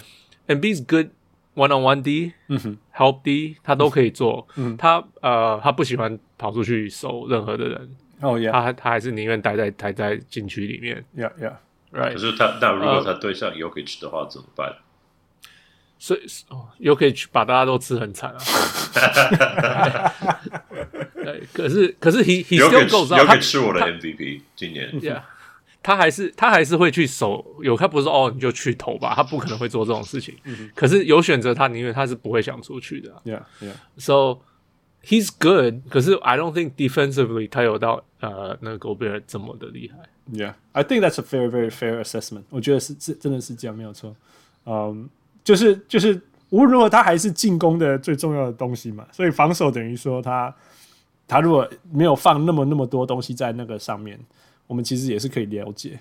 Speaker 3: M B 是 good one on one D，
Speaker 1: 嗯哼，
Speaker 3: help D，他都可以做。
Speaker 1: 嗯
Speaker 3: 他呃，他不喜欢跑出去守任何的人，
Speaker 1: 哦呀
Speaker 3: 他他还是宁愿待在待在禁区里面
Speaker 1: 呀呀，
Speaker 2: 可
Speaker 3: ，right？
Speaker 2: 是他那如
Speaker 1: 哦
Speaker 2: 果他对上 Yokich 的话怎么办？
Speaker 3: 所以哦，又可以去把大家都吃很 惨啊。 对，可是可是 he he still goes out，他
Speaker 2: Yokich 是我的 MVP 今
Speaker 1: 嗯
Speaker 2: 年。
Speaker 3: yeah，他还是他还是会去守，有他不是哦你就去投吧，他不可能会做这种事情。
Speaker 1: 嗯
Speaker 3: 可是有选择他，宁愿他是不会想出去的啊、
Speaker 1: 呀呀
Speaker 3: So he's good，可是 I don't think defensively 他有到呃那个 Gobert 这么的厉害。
Speaker 1: Yeah，I think that's a fair, very fair assessment。我觉得是是真的是这样，没有错。嗯，就是就是无论如何，他还是进攻的最重要的东西嘛。所以防守等于说他他如果没有放那么那么多东西在那个上面，我们其实也是可以了解。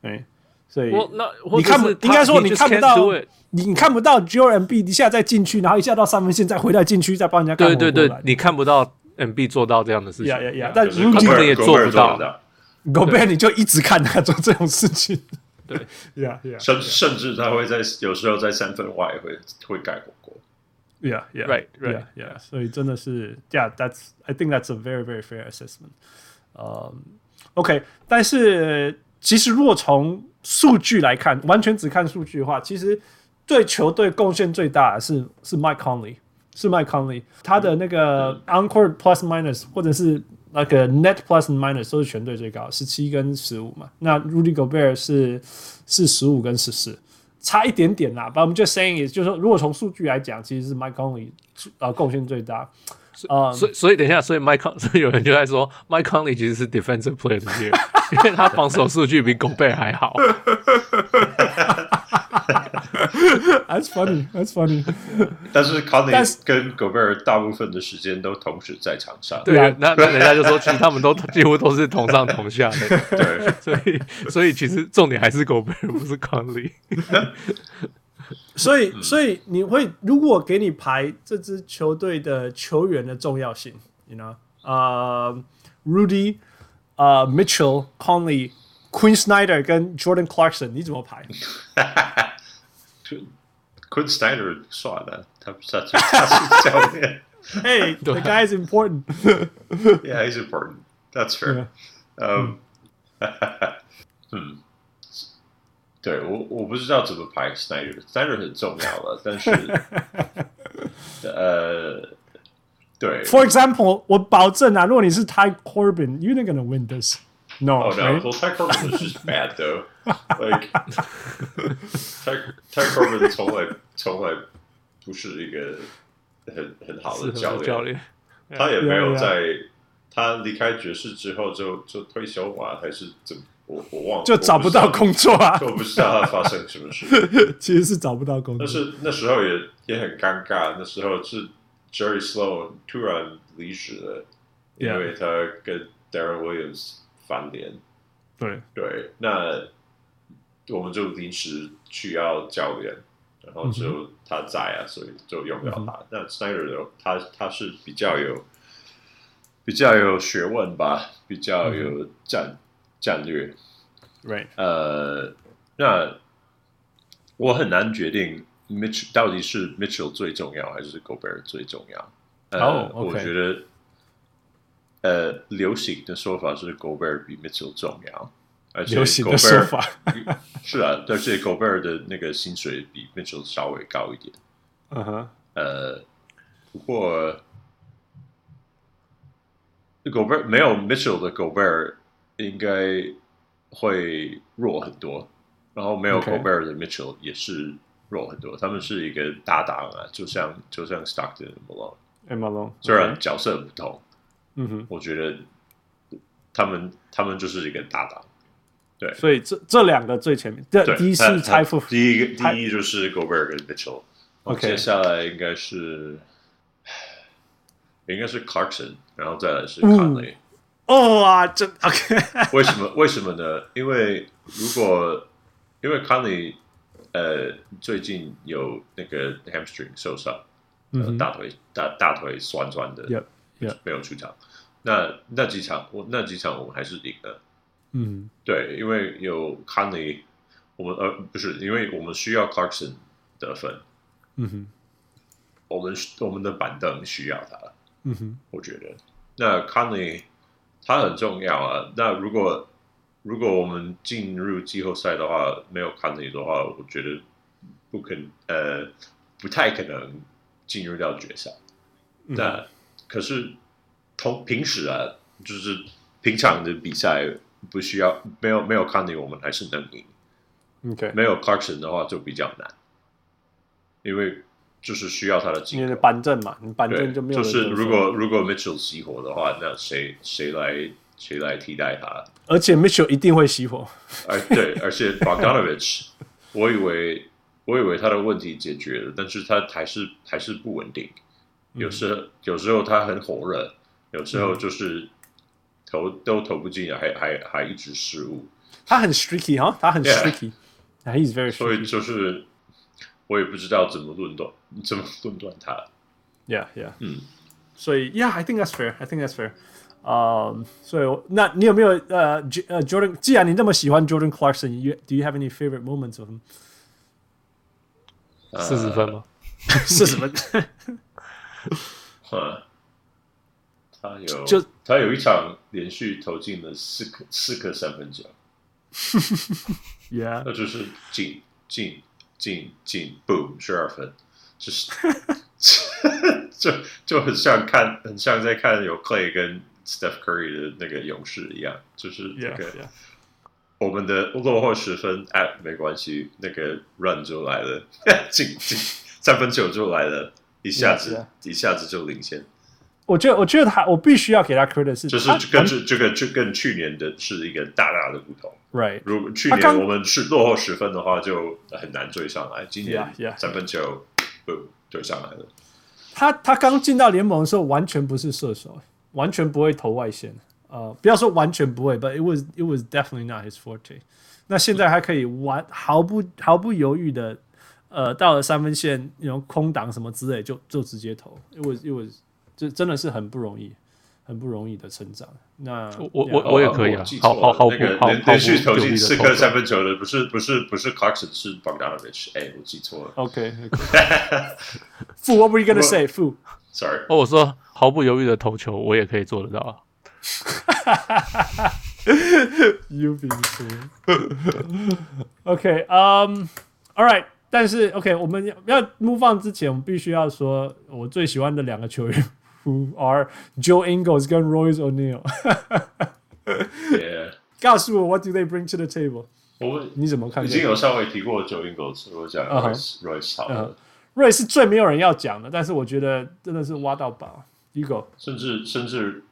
Speaker 1: 哎，所以
Speaker 3: 我那或
Speaker 1: 你
Speaker 3: 者
Speaker 1: 看不
Speaker 3: 是他
Speaker 1: 应该说
Speaker 3: he
Speaker 1: 你
Speaker 3: just
Speaker 1: 看不
Speaker 3: can't
Speaker 1: 到
Speaker 3: do it
Speaker 1: 你你看不到 Joel M B 一下再进去，然后一下到三分线，再回到禁区，再帮人家干
Speaker 3: 对
Speaker 1: 活
Speaker 3: 对
Speaker 1: 过
Speaker 3: 对
Speaker 1: 来，。
Speaker 3: 你看不到 MB 做到这样的事情。
Speaker 1: 呀呀呀
Speaker 3: Yeah，
Speaker 1: 但
Speaker 2: 可是
Speaker 1: 如果
Speaker 2: Gobert-
Speaker 3: 他们也做
Speaker 2: Gobert
Speaker 3: 不
Speaker 2: 做
Speaker 3: 到
Speaker 2: 不到，
Speaker 1: Gobert 你就一直看他做这种事情。
Speaker 3: 对
Speaker 1: 呀呀
Speaker 2: 甚甚至他会在有时候在三分外会会盖火锅。
Speaker 1: Yeah, yeah,
Speaker 3: Right,
Speaker 1: yeah,
Speaker 3: right,
Speaker 1: yeah. 所以真的是，Yeah, that's I think that's a very, very fair assessment. 呃、o k 但是其实如果从数据来看，完全只看数据的话，其实对球队贡献最大的是是 Mike Conley，是 Mike Conley，他的那个
Speaker 3: 嗯
Speaker 1: Encore Plus Minus 或者是那个 Net Plus Minus 都是全队最高，十七跟十五嘛。那 Rudy Gobert 是是十五跟十四。差一点点啦，把我们就 saying is，就是说，如果从数据来讲，其实是 Mike Conley 呃贡献最大，啊、
Speaker 3: 所以所以等一下，所以 Mike Con 所以有人就在说 Mike Conley 其实是 defensive player 的 year，因为他防守数据比 Gobert 还好。
Speaker 1: That's funny. That's funny.
Speaker 2: 但是康内
Speaker 1: 但是
Speaker 2: 跟狗贝尔大部分的时间都同时在场上。
Speaker 3: 对啊，那那人家就说，其实他们都几乎都是同上同下的，
Speaker 2: 对，
Speaker 3: 所以所以其实重点还是狗贝尔，不是康利。
Speaker 1: 所以，所以你会如果给你排这支球队的球员的重要性，you know，呃、r u d y 呃、Mitchell、Conley、Queen Snyder 跟 Jordan Clarkson，你怎么排？
Speaker 2: Quinn Snyder 算了，他他他他是教练
Speaker 1: Hey, the guy is important.
Speaker 2: ，Yeah, he's important. That's fair. Um, hmm. 嗯， 嗯，对我我不知道怎么排 Snyder，Snyder 很重要了，但是呃，对，
Speaker 1: For example，我保证啊，如果你是 Ty Corbin，you're not gonna win this. No,
Speaker 2: Oh no!
Speaker 1: right?
Speaker 2: Well, Ty Corbin was just bad though. Like Ty, Ty Corbin 从来从来不是一个很很好
Speaker 3: 适
Speaker 2: 的
Speaker 3: 合
Speaker 2: 教
Speaker 3: 的教练，
Speaker 2: 他也没有
Speaker 1: Yeah, yeah.
Speaker 2: 在他离开爵士之后就就退休嘛，还是怎么？我我忘了，
Speaker 1: 就找不到
Speaker 2: 空，
Speaker 1: 工作啊，
Speaker 2: 我不知道他发生什么事。
Speaker 1: 其实是找不到工
Speaker 2: 但
Speaker 1: 作。
Speaker 2: 是那时候也也很尴尬，那时候是 Jerry Sloan 突然离职了，因
Speaker 1: Yeah.
Speaker 2: 为他跟 Darren Williams 翻脸。
Speaker 1: 对，
Speaker 2: 对，那我们就临时需要教练，然后
Speaker 1: 嗯
Speaker 2: 只有他在啊，所以就用不了他。那 Snyder 的他他是比较有比较有学问吧，比
Speaker 1: 嗯
Speaker 2: 较有战、战略。
Speaker 1: ，right，
Speaker 2: 呃，那我很难决定 Mitch 到底是 Mitchell 最重要还是 Gobert 最重要。呃
Speaker 1: 哦，OK
Speaker 2: 我觉得呃，流行的说法是 Gobert 比 Mitchell 重要，而且
Speaker 1: 流行的说
Speaker 2: Gobert-
Speaker 1: 法。
Speaker 2: 是啊，而且 Gobert 的那个薪水比 Mitchell 稍微高一点。
Speaker 1: 嗯哼，
Speaker 2: 呃，不过呃 Gobert 没有 Mitchell 的 Gobert 应该会弱很多，然后没有
Speaker 1: OK
Speaker 2: Gobert 的 Mitchell 也是弱很多。他们是一个搭档啊，就像就像 Stockton 和 Malone，
Speaker 1: 艾玛哎龙，
Speaker 2: 虽然角色不同，
Speaker 1: 嗯哼，
Speaker 2: 我觉得他们他们就是一个搭档。
Speaker 1: 所以这这两个最前面，这
Speaker 2: 对，
Speaker 1: 第一
Speaker 2: 他
Speaker 1: 是财富
Speaker 2: 他第一个
Speaker 1: 财
Speaker 2: 第一就是 Gobert 跟 Mitchell，然后
Speaker 1: OK
Speaker 2: 接下来应该是应该是 Clarkson，然后再来
Speaker 1: 嗯
Speaker 2: 是 Conley。
Speaker 1: 哦啊，这 OK，
Speaker 2: 为什么？为什么呢？因为如果因为 Conley 呃最近有那个 hamstring 受伤，呃
Speaker 1: 嗯哼
Speaker 2: 大腿大大腿酸酸的
Speaker 1: Yep, yep
Speaker 2: 没有出场。那那几场我那几场我们还是赢了。
Speaker 1: 嗯
Speaker 2: 对，因为有 Conley，我们呃不是，因为我们需要 Clarkson 得分，
Speaker 1: 嗯哼，
Speaker 2: 我们我们的板凳需要他，
Speaker 1: 嗯哼，
Speaker 2: 我觉得。那 Conley 他很重要啊。那如果如果我们进入季后赛的话，没有 Conley 的话，我觉得不可呃不太可能进入到决赛。那可是同平时啊，就是平常的比赛不需要没有没有 Conley，我们还是能赢。
Speaker 1: ，OK，
Speaker 2: 没有 Clarkson 的话就比较难，因为就是需要他的进
Speaker 1: 你
Speaker 2: 攻
Speaker 1: 的板正嘛，你板
Speaker 2: 对，
Speaker 1: 正就没有人啊
Speaker 2: 是
Speaker 1: 得分
Speaker 2: 如果如果 Mitchell 熄火的话，那谁谁来谁来替代他？
Speaker 1: 而且 Mitchell 一定会熄火，
Speaker 2: 而 对，而且 Bogdanovich，我以为我以为他的问题解决了，但是他还是还是不稳定，
Speaker 1: 嗯
Speaker 2: 有时候有时候他很火热，有时候就是投都投不进，还还还一直失误，
Speaker 1: 他很 streaky 哈，他很
Speaker 2: Yeah
Speaker 1: streaky，h e s very
Speaker 2: 所以
Speaker 1: streaky，yeah
Speaker 2: 就是我也不知道怎么论断怎么论断他。
Speaker 1: yeah，
Speaker 2: 嗯，
Speaker 1: 所以 yeah，I think that's fair，I think that's fair。呃、所以我那你有没有呃，J- 呃 Jordan？既然你那么喜欢 Jordan Clarkson，you do you have any favorite moments of him？
Speaker 3: 四十分吗？
Speaker 1: 是什么？
Speaker 2: 嗯，他有
Speaker 1: 就
Speaker 2: 他有一场连续投进了四颗四颗三分球，
Speaker 1: Yeah，
Speaker 2: 那就是进进进进，boom 十二分，就是 就就很像看很像在看有 Clay 跟 Steph Curry 的那个勇士一样，就是那
Speaker 1: yeah,
Speaker 2: 个
Speaker 1: yeah.
Speaker 2: 我们的落后十分，哎，没关系，那个 run 就来了， 进进三分球就来了，一下
Speaker 1: Yeah,
Speaker 2: 子一下子就领先。
Speaker 1: 我觉得，我觉得他，我必须要给他 credit 是，
Speaker 2: 这
Speaker 1: 他
Speaker 2: 是跟
Speaker 1: 完
Speaker 2: 这这个这跟去年的是一个大大的不同。
Speaker 1: right，
Speaker 2: 如果去
Speaker 1: 他
Speaker 2: 年
Speaker 1: 啊刚
Speaker 2: 我们是落后十分的话，就很难追上来。今年
Speaker 1: Yeah, yeah.
Speaker 2: 三分球不追上来了。
Speaker 1: 他他刚进到联盟的时候完全不是射手，完全不会投外线，呃，不要说完全不会，but it was it was definitely not his forte。那现在还可以完毫不毫不犹豫的，呃，到了三分线，然后空档什么之类就就直接投，it was it was 这真的是很不容易，很不容易的成长。那
Speaker 3: 我我我也可以啊
Speaker 2: 哦记，
Speaker 3: 好
Speaker 2: 错了
Speaker 3: 好好
Speaker 2: 那
Speaker 3: 补
Speaker 2: 个
Speaker 3: 好
Speaker 2: 连
Speaker 3: 好
Speaker 2: 连续投
Speaker 3: 补
Speaker 2: 进四颗
Speaker 3: 个
Speaker 2: 三分球的，不是不是不是 Clarkson 是 Bogdanovich。哎，我记错了
Speaker 1: OK，傅，What were you gonna say，傅？
Speaker 2: ，sorry。
Speaker 3: 哦，我说毫不犹豫的投球，我也可以做得到啊。
Speaker 1: You be cool. OK，嗯、a l right，但是 OK，我们要要 move on 之前，我们必须要说我最喜欢的两个球员，Who are Joe Ingles 跟 Royce O'Neal。
Speaker 2: Yeah
Speaker 1: 告诉我，What do they bring to the table？
Speaker 2: 我们
Speaker 1: 你怎么看
Speaker 2: 已
Speaker 1: 这个？
Speaker 2: 经有稍微提过 Joe Ingles，我讲
Speaker 1: 嗯哼
Speaker 2: Royce Royce 好
Speaker 1: 嗯
Speaker 2: 了，
Speaker 1: 瑞是最没有人要讲的，但是我觉得真的是挖到宝。You go，
Speaker 2: 甚至甚至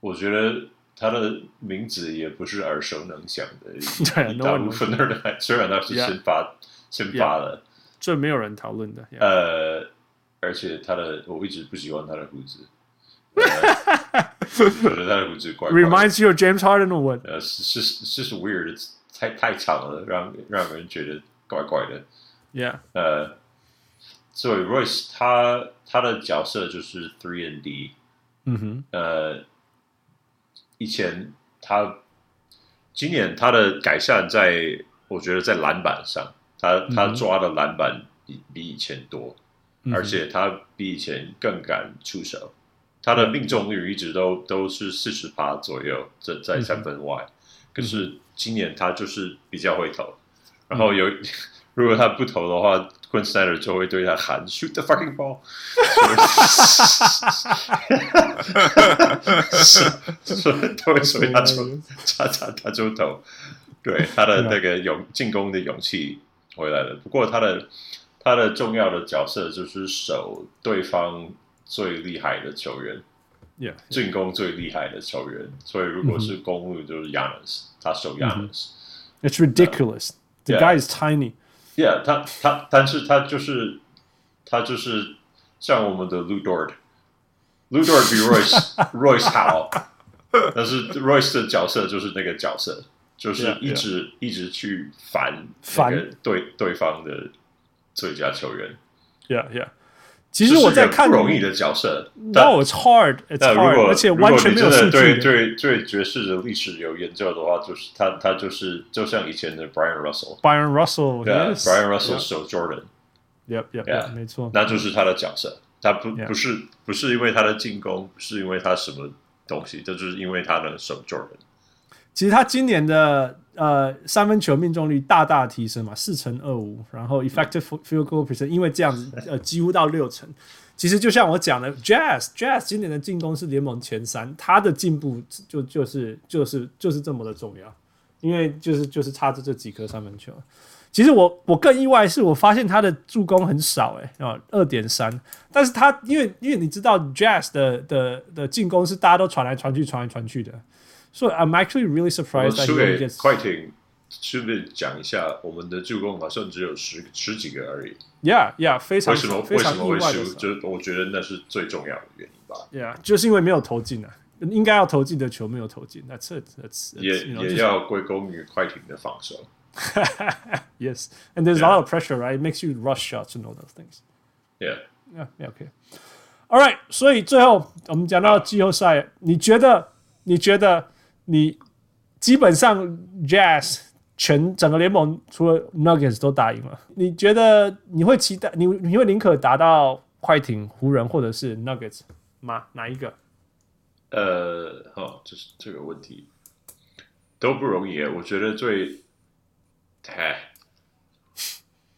Speaker 2: 我觉得他的名字也不是耳熟能详的，
Speaker 1: 对啊
Speaker 2: 一
Speaker 1: no
Speaker 2: 大
Speaker 1: one
Speaker 2: 部分的人 还虽然他是
Speaker 1: Yeah
Speaker 2: 先发先发的，
Speaker 1: 最没有人讨论的。Yeah.
Speaker 2: 呃，而且他的我一直不喜欢他的胡子，呃 觉得他的胡子怪怪的
Speaker 1: Reminds you of James Harden or what？
Speaker 2: 呃，是是是是 weird，太太长了，让让人觉得怪怪的。
Speaker 1: Yeah，
Speaker 2: 呃，所以 Royce 他他的角色就是 three and D，
Speaker 1: 嗯哼，
Speaker 2: 呃，以前他今年他的改善在，我觉得在篮板上，他他抓的篮板比比以前多，
Speaker 1: 嗯
Speaker 2: 而且他比以前更敢出手，他的命中率一直都都是四十趴左右，这在三分外。可是今年他就是比较会投，然后有、 如果他不投的话，Quinn Snyder 就会对他喊 “shoot the fucking ball”，所以 所以所以他就他他他就投，对他的那个勇进攻的勇气回来了。不过他的他的重要的角色就是守对方最厉害的球员，
Speaker 1: Yeah，
Speaker 2: 进攻最厉害的球员。所以如果是公路，就是 Yanis，他守 Yanis。
Speaker 1: It's ridiculous. The
Speaker 2: Yeah.
Speaker 1: guy is tiny.
Speaker 2: Yeah，他他，但是他就是他就是像我们的 Lou Dort，Lou Dort 比 Royce Royce 好，但是 Royce 的角色就是那个角色，就是
Speaker 1: Yeah,
Speaker 2: 一
Speaker 1: yeah.
Speaker 2: 直一直去烦
Speaker 1: 烦
Speaker 2: 那个对对方的最佳球员，
Speaker 1: Yeah, yeah. 其实我在看
Speaker 2: 这是一个不容易的角色。但
Speaker 1: No, it's hard. It's
Speaker 2: 那如
Speaker 1: hard，
Speaker 2: 果
Speaker 1: 而且
Speaker 2: 如果
Speaker 1: 完全
Speaker 2: 你
Speaker 1: 没有
Speaker 2: 真的
Speaker 1: 数
Speaker 2: 对
Speaker 1: 据的。
Speaker 2: 对对爵士的历史有研究的话，就是他他就是就像以前的 Brian Russell，
Speaker 1: Byron Russell，
Speaker 2: 对啊
Speaker 1: yes
Speaker 2: ，Brian Russell 守 Jordan。
Speaker 1: Yep, yep,
Speaker 2: Yeah.
Speaker 1: yep，没错。
Speaker 2: 那就是他的角色。他不
Speaker 1: Yeah.
Speaker 2: 不是不是因为他的进攻，不是因为他什么东西，这就是因为他的守住人。
Speaker 1: 其实他今年的呃三分球命中率大大提升嘛，四成二五，然后 effective field goal percent 因为这样 子呃几乎到六成。其实就像我讲的，Jazz Jazz 今年的进攻是联盟前三，他的进步就就是就是就是这么的重要，因为就是就是差这这几颗三分球。其实我我更意外是我发现他的助攻很少、欸，哎啊二点三，但是他因为因为你知道 Jazz 的的的进攻是大家都传来传去传来传去的，所、以 I'm actually really
Speaker 2: 我
Speaker 1: surprised
Speaker 2: 们
Speaker 1: that he
Speaker 2: 输
Speaker 1: only
Speaker 2: 给
Speaker 1: gets
Speaker 2: 快艇，顺便讲一下，我们的助攻好像只有十十几个而已。
Speaker 1: yeah yeah 非常
Speaker 2: 为什么
Speaker 1: 非
Speaker 2: 为什
Speaker 1: 常
Speaker 2: 么
Speaker 1: 意
Speaker 2: 会
Speaker 1: 外的
Speaker 2: 输？
Speaker 1: 少
Speaker 2: 就是我觉得那是最重要的原因吧。
Speaker 1: ，yeah 就是因为没有投进啊，应该要投进的球没有投进，That's it that's, that's
Speaker 2: 也
Speaker 1: you know,
Speaker 2: 也
Speaker 1: 就是
Speaker 2: 要归功于快艇的防守。
Speaker 1: Yes, and there's a
Speaker 2: Yeah.
Speaker 1: lot of pressure, right? It makes you rush shots and all those things.
Speaker 2: Yeah，
Speaker 1: Yeah, yeah, okay. All right. 所以最后我们讲到季后赛，你觉得？你觉得你基本上 Jazz 全整个联盟除了 Nuggets 都打赢了，你觉得你会期待你你会宁可打到快艇、湖人或者是 Nuggets 吗？哪一个？
Speaker 2: 呃，好，这是这个问题都不容易。啊我觉得最，唉，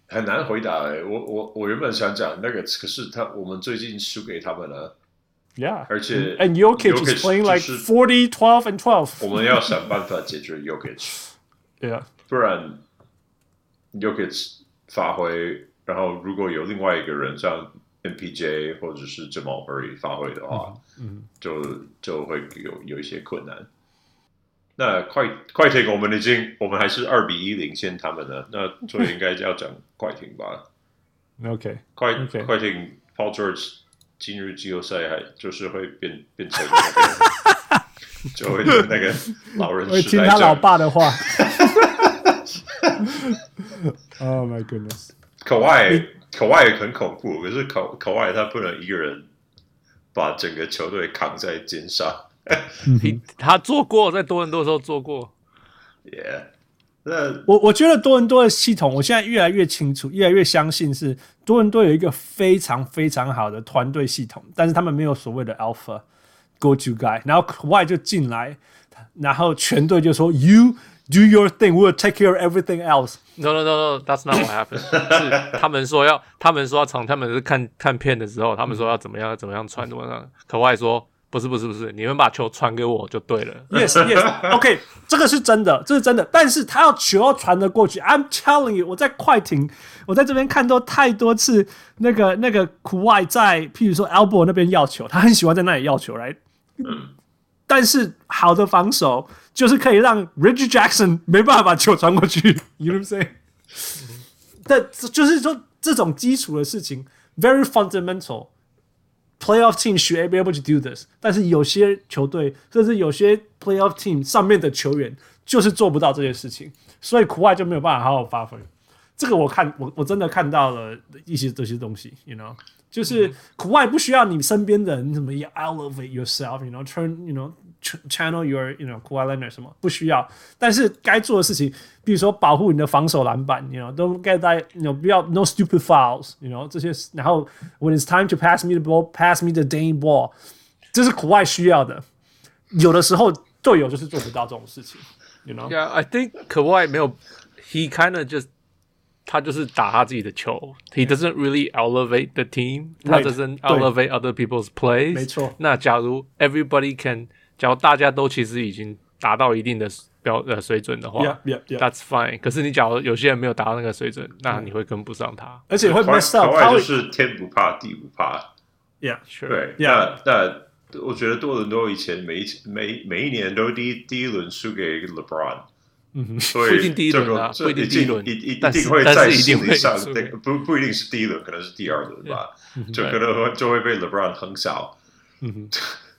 Speaker 2: 很难回答哎。我我我原本想讲那个，可是他我们最近输给他们了，
Speaker 1: Yeah,
Speaker 2: 而且
Speaker 1: 嗯 and Jokic
Speaker 2: Jokic
Speaker 1: is playing like
Speaker 2: 就是
Speaker 1: 40, 12, and 12.
Speaker 2: 我们要想办法解决 Yokic，
Speaker 1: Yeah,
Speaker 2: 不然 Yokic 发挥，然后如果有另外一个人像 MPJ 或者是 Jamal Murray 发挥的话，
Speaker 1: 嗯，
Speaker 2: 就就会有有一些困难。那快快艇，我们已经我们还是二比一领先他们了，那所以应该要讲快艇 吧？
Speaker 1: OK，
Speaker 2: 快
Speaker 1: OK
Speaker 2: 快艇 Paul George 进入季后赛还就是会变变成那 个就会是那个老人
Speaker 1: 我会
Speaker 2: 痴
Speaker 1: 听
Speaker 2: 呆
Speaker 1: 他
Speaker 2: 症
Speaker 1: 老爸的话。oh my goodness！
Speaker 2: 口外口外很恐怖，可是口口外他不能一个人把整个球队扛在肩上。
Speaker 3: 你他做过，在多伦多的时候做过，
Speaker 2: Yeah，那
Speaker 1: 我我觉得多伦多的系统，我现在越来越清楚，越来越相信是多伦多有一个非常非常好的团队系统，但是他们没有所谓的 alpha go to guy，然后 Y 就进来，然后全队就说 you do your thing, we'll take care of everything else。
Speaker 3: No no no no，that's not what happened 是。他们说要，他们说要从他们是看看片的时候，他们说要怎么样怎么样传怎么样。可外说不是不是不是，你们把球传给我就对了。
Speaker 1: Yes, yes. OK，这个是真的，这是真的。但是他要球要传得过去，I'm telling you，我在快艇，我在这边看到太多次那个那个苦外在，譬如说 Elbow 那边要球，他很喜欢在那里要球，right？但是好的防守就是可以让 Reggie Jackson 没办法把球传过去，You know what I'm saying？但就是说这种基础的事情，very fundamental。playoff team should be able to do this，但是有些球队甚至有些 playoff team 上面的球员就是做不到这些事情，所以苦外就没有办法好好发挥。这个我看我我真的看到了一些这些东西，you know，就是
Speaker 2: 嗯
Speaker 1: 苦外不需要你身边的人怎么样 elevate yourself，you know，turn you know ch- channel your you know 苦外 learner 什么不需要，但是该做的事情，比如说保护你的防守篮板，you know，don't get that you know 不要 no stupid fouls，you know 这些，然后 when it's time to pass me the ball，pass me the dang ball，这是苦外需要的，有的时候队友就是做不到这种事情，you know。
Speaker 3: Yeah, I think Kawhi 没有，he kind of just 他就是打他自己的球，he doesn't really elevate the team，他
Speaker 1: Right，
Speaker 3: doesn't
Speaker 1: 对
Speaker 3: elevate other people's plays。
Speaker 1: 没错
Speaker 3: 那假如 everybody can，假如大家都其实已经达到一定的标呃水准的话
Speaker 1: Yeah, yeah, yeah
Speaker 3: that's fine。可是你假如有些人没有达到那个水准，
Speaker 1: 嗯
Speaker 3: 那你会跟不上他。
Speaker 1: 而且会
Speaker 2: 口外
Speaker 1: mess up，
Speaker 2: 口
Speaker 1: 他
Speaker 2: 外
Speaker 1: 会
Speaker 2: 就是天不怕地不怕。
Speaker 1: ，yeah，
Speaker 2: 对，
Speaker 1: Yeah
Speaker 2: 那那我觉得多伦多以前每一每每一年都第一第一轮输给 LeBron。嗯，所以
Speaker 3: 不一定第一轮啊
Speaker 2: 这
Speaker 3: 不
Speaker 2: 个
Speaker 3: 一定
Speaker 2: 这
Speaker 3: 第一轮
Speaker 2: 一定一一
Speaker 3: 但是
Speaker 2: 定会
Speaker 3: 但是
Speaker 2: 在
Speaker 3: 一定
Speaker 2: 心理
Speaker 3: 会
Speaker 2: 上
Speaker 3: 输
Speaker 2: 那个不不一定是第一轮，可能是第二轮吧，
Speaker 3: 嗯
Speaker 2: 就可能会就会被 LeBron 横扫。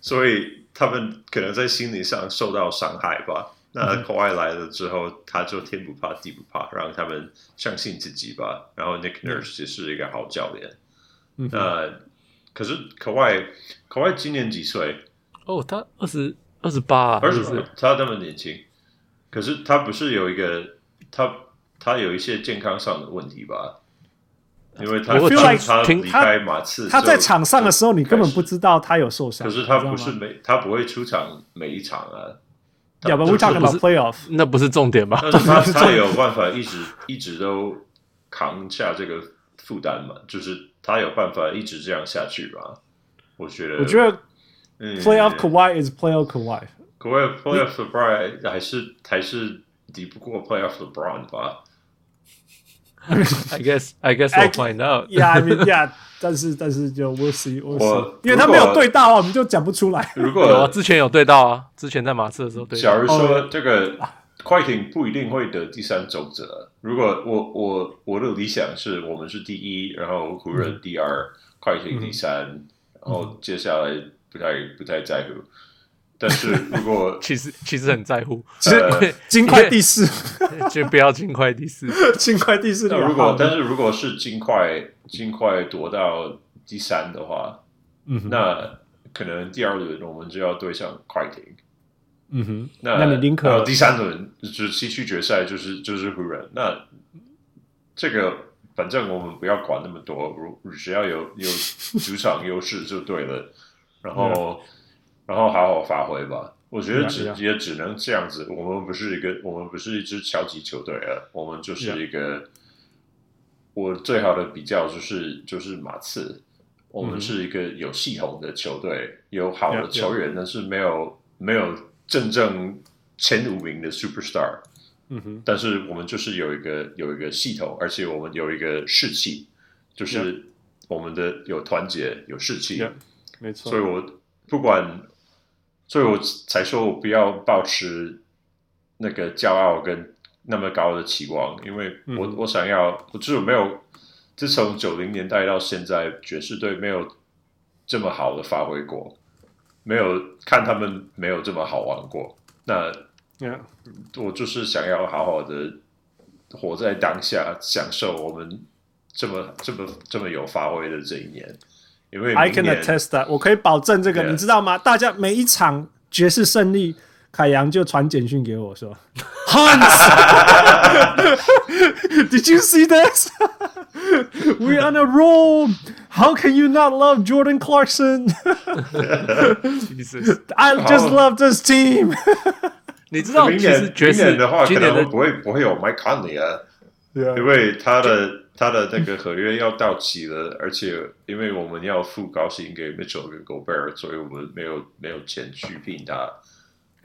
Speaker 2: 所以他们可能在心理上受到伤害吧。
Speaker 3: 嗯
Speaker 2: 那 Kawhi 来了之后，他就天不怕地不怕，让他们相信自己吧。然后 Nick Nurse 也是一个好教练。
Speaker 3: 嗯
Speaker 2: 那可是 Kawhi Kawhi 今年几岁？
Speaker 3: 哦，他二十二十八，啊
Speaker 2: 二十
Speaker 3: 是不是
Speaker 2: 岁，他那么年轻。可是他不是有一个他他有一些健康上的问题吧？因为他
Speaker 3: 我
Speaker 1: feel
Speaker 2: 当
Speaker 1: like
Speaker 2: 他
Speaker 1: 听
Speaker 2: 离
Speaker 1: 他
Speaker 2: 开马刺，
Speaker 1: 他在场上的时候，你根本不知道他有受伤。
Speaker 2: 可是他不
Speaker 1: 你知
Speaker 2: 是
Speaker 1: 道吗，
Speaker 2: 每他不会出场每一场啊。
Speaker 1: 要不
Speaker 2: 就
Speaker 1: we
Speaker 2: 是
Speaker 1: talk
Speaker 2: 不
Speaker 1: about
Speaker 2: 是
Speaker 1: playoff？
Speaker 3: 那不是重点吧？
Speaker 2: 但是他他有办法一直一直都扛下这个负担嘛？就是他有办法一直这样下去吧？我觉得，
Speaker 1: 我觉得
Speaker 2: 呃得
Speaker 1: playoff Kawhi is playoff Kawhi。
Speaker 2: 国外 playoff LeBron 还是还是抵不过 playoff LeBron 吧？
Speaker 3: I guess I guess we'll find out。
Speaker 1: Yeah, I mean, yeah，但 是但是就 we'll see, we'll
Speaker 2: 我
Speaker 1: see，因为他没
Speaker 2: 如
Speaker 1: 有
Speaker 2: 果
Speaker 1: 对到啊，我们就讲不出来。
Speaker 2: 如
Speaker 3: 有啊，
Speaker 2: 果
Speaker 3: 之前有对到啊，之前在马刺的时候对到
Speaker 2: 假。如
Speaker 1: 哦
Speaker 2: 说这个快艇不一定会得第三种子了，如果我我我的理想是我们是第一，然后湖
Speaker 1: 嗯
Speaker 2: 人第二，快艇第三，然后接下来不太不太在乎。但是如果
Speaker 3: 其实其实很在乎， 呃
Speaker 1: 其实
Speaker 2: 呃
Speaker 1: 金块第四，
Speaker 3: 就不要进快第四。
Speaker 1: 金块第四。
Speaker 2: 呃那如果但
Speaker 1: 的，
Speaker 2: 是如果是尽快尽快夺到第三的话，
Speaker 1: 嗯哼
Speaker 2: 那可能第二轮我们就要对上快艇。
Speaker 1: 嗯哼，
Speaker 2: 那
Speaker 1: 那你宁可
Speaker 2: 然后第三轮就是西区决赛，就是就是湖人。那这个反正我们不要管那么多，如只要有 有主场优势就对了。然后
Speaker 1: 啊
Speaker 2: 然后好好发挥吧。我觉得
Speaker 1: Yeah,
Speaker 2: 只
Speaker 1: yeah.
Speaker 2: 也只能这样子。我们不是一个，我们不是一支超级球队啊，我们就是一个。我最好的比较就是就是马刺，我
Speaker 1: 嗯
Speaker 2: 们是一个有系统的球队，有好
Speaker 1: Yeah,
Speaker 2: 的
Speaker 1: yeah.
Speaker 2: 球员，但是没有没有真正前五名的 superstar。
Speaker 1: 嗯哼，
Speaker 2: 但是我们就是有一个有一个系统，而且我们有一个士气，就是我们的有团结有士气
Speaker 1: Yeah，没错
Speaker 2: 所以。我不管，所以我才说我不要抱持那个骄傲跟那么高的期望，因为我、
Speaker 1: 嗯
Speaker 2: 我想要，我就是没有，自从九零年代到现在，爵士队没有这么好的发挥过，没有看他们没有这么好玩过。那
Speaker 1: Yeah，
Speaker 2: 我就是想要好好的活在当下，享受我们这么这么这么有发挥的这一年。因为
Speaker 1: I
Speaker 2: 明
Speaker 1: can
Speaker 2: 年
Speaker 1: attest that，我可以保证这个
Speaker 2: Yeah
Speaker 1: 你知道吗？大家每一场爵士胜利，凯洋就传简讯给我说 ，Hans，Did you see this? We on a roll. How can you not love Jordan Clarkson?
Speaker 3: Jesus，
Speaker 1: I just love this team.
Speaker 3: 你知道
Speaker 2: 明
Speaker 3: 其
Speaker 2: 年
Speaker 3: 实爵
Speaker 2: 明
Speaker 3: 士
Speaker 2: 年的话，
Speaker 3: 今年
Speaker 2: 可
Speaker 3: 的嗯
Speaker 2: 能不会不会有 Mike Conley 啊，因
Speaker 1: Yeah,
Speaker 2: 为他的他的那个合约要到期了，而且因为我们要付高薪给 Mitchell 跟 Gobert，所以我们没有没有钱去聘他，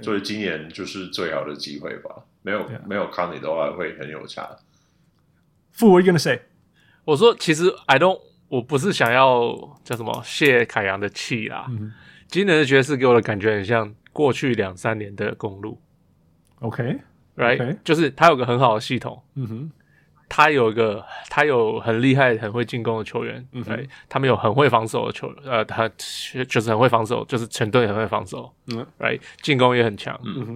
Speaker 2: 所以今年就是最好的机会吧。没有
Speaker 3: 啊
Speaker 2: 没有 Conley 的话，会很有差。
Speaker 1: Fu, what are you gonna say?
Speaker 3: 我说，其实 I don't，我不是想要叫什么泄凯洋的气啦。今年的爵士给我的感觉很像过去两三年的公路
Speaker 1: OK，
Speaker 3: ，right？、
Speaker 1: OK
Speaker 3: 就是他有个很好的系统，
Speaker 1: 嗯哼，
Speaker 3: 他有一个他有很厉害、很会进攻的球员，
Speaker 1: 嗯哼
Speaker 3: right？他们有很会防守的球，呃，他就是很会防守，就是全队很会防守，
Speaker 1: 嗯
Speaker 3: ，right？进攻也很强，
Speaker 1: 嗯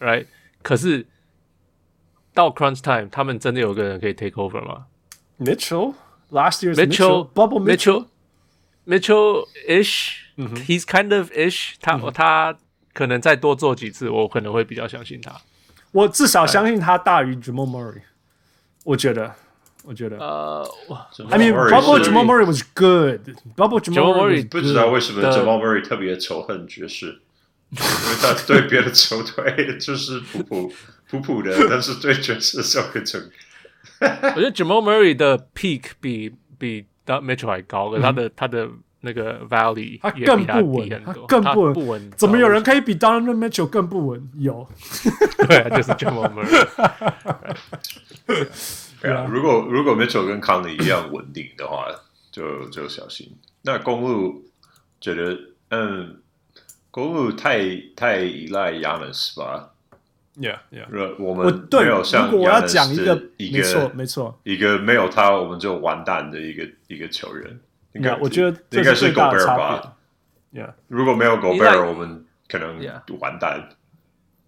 Speaker 1: 哼
Speaker 3: ，right？可是到 crunch time，他们真的有个人可以 take over 吗？
Speaker 1: Mitchell, last year's
Speaker 3: Mitchell,
Speaker 1: Bubble Mitchell. 嗯
Speaker 3: Mitchell, Mitchell ish, he's kind of ish 他。他可能再多做几次，我可能会比较相信他。
Speaker 1: 我至少相信他大于 Jamal Murray。我觉得，我觉得。
Speaker 3: 呃，哇
Speaker 1: I mean,
Speaker 2: Murray
Speaker 1: Bubble
Speaker 2: 是
Speaker 1: Jamal Murray was good. Bubble Jamal
Speaker 3: Jamal
Speaker 1: Murray,
Speaker 3: Murray-
Speaker 2: 不知道为什么
Speaker 3: 的
Speaker 2: Jamal Murray 特别仇恨爵士，因为他对别的球队就是普普普普 的，但是对爵士受个成
Speaker 3: 我觉得 Jamal Murray 的 peak 比比 Doug Mitchell 还高，可是他的、他的那个 valley
Speaker 1: 嗯他
Speaker 3: 也
Speaker 1: 更
Speaker 3: 比他
Speaker 1: 不
Speaker 3: 低
Speaker 1: 稳，
Speaker 3: 很
Speaker 1: 他
Speaker 3: 多，
Speaker 1: 更
Speaker 3: 他
Speaker 1: 不
Speaker 3: 不稳
Speaker 1: 稳。。怎么有人可以比 Donovan Mitchell 更不稳？有，
Speaker 3: 对啊？就是 Jamal Murray。
Speaker 2: 对啊，如果如果 Mitchell 跟康利一样稳定的话，就就小心。那公路觉得，嗯，公路太太依赖 Yanis 吧？
Speaker 1: Yeah, yeah。
Speaker 2: 若我
Speaker 1: 我
Speaker 2: 们
Speaker 1: 呃哦对，
Speaker 2: 没有像
Speaker 1: 如果我要
Speaker 2: Giannis
Speaker 1: 讲一
Speaker 2: 的
Speaker 1: 个，
Speaker 2: 一
Speaker 1: 没错，
Speaker 2: 个
Speaker 1: 没错。
Speaker 2: 一个没有他我们就完蛋的一个一个球员。应该
Speaker 1: Yeah，我觉得这
Speaker 2: 应该
Speaker 1: 是
Speaker 2: 是
Speaker 1: 最大的
Speaker 2: Gobert
Speaker 1: 差
Speaker 2: 吧？
Speaker 1: 别。Yeah,
Speaker 2: 如果没有
Speaker 3: 依赖
Speaker 2: Gobert，我们可能
Speaker 3: Yeah
Speaker 2: 完蛋。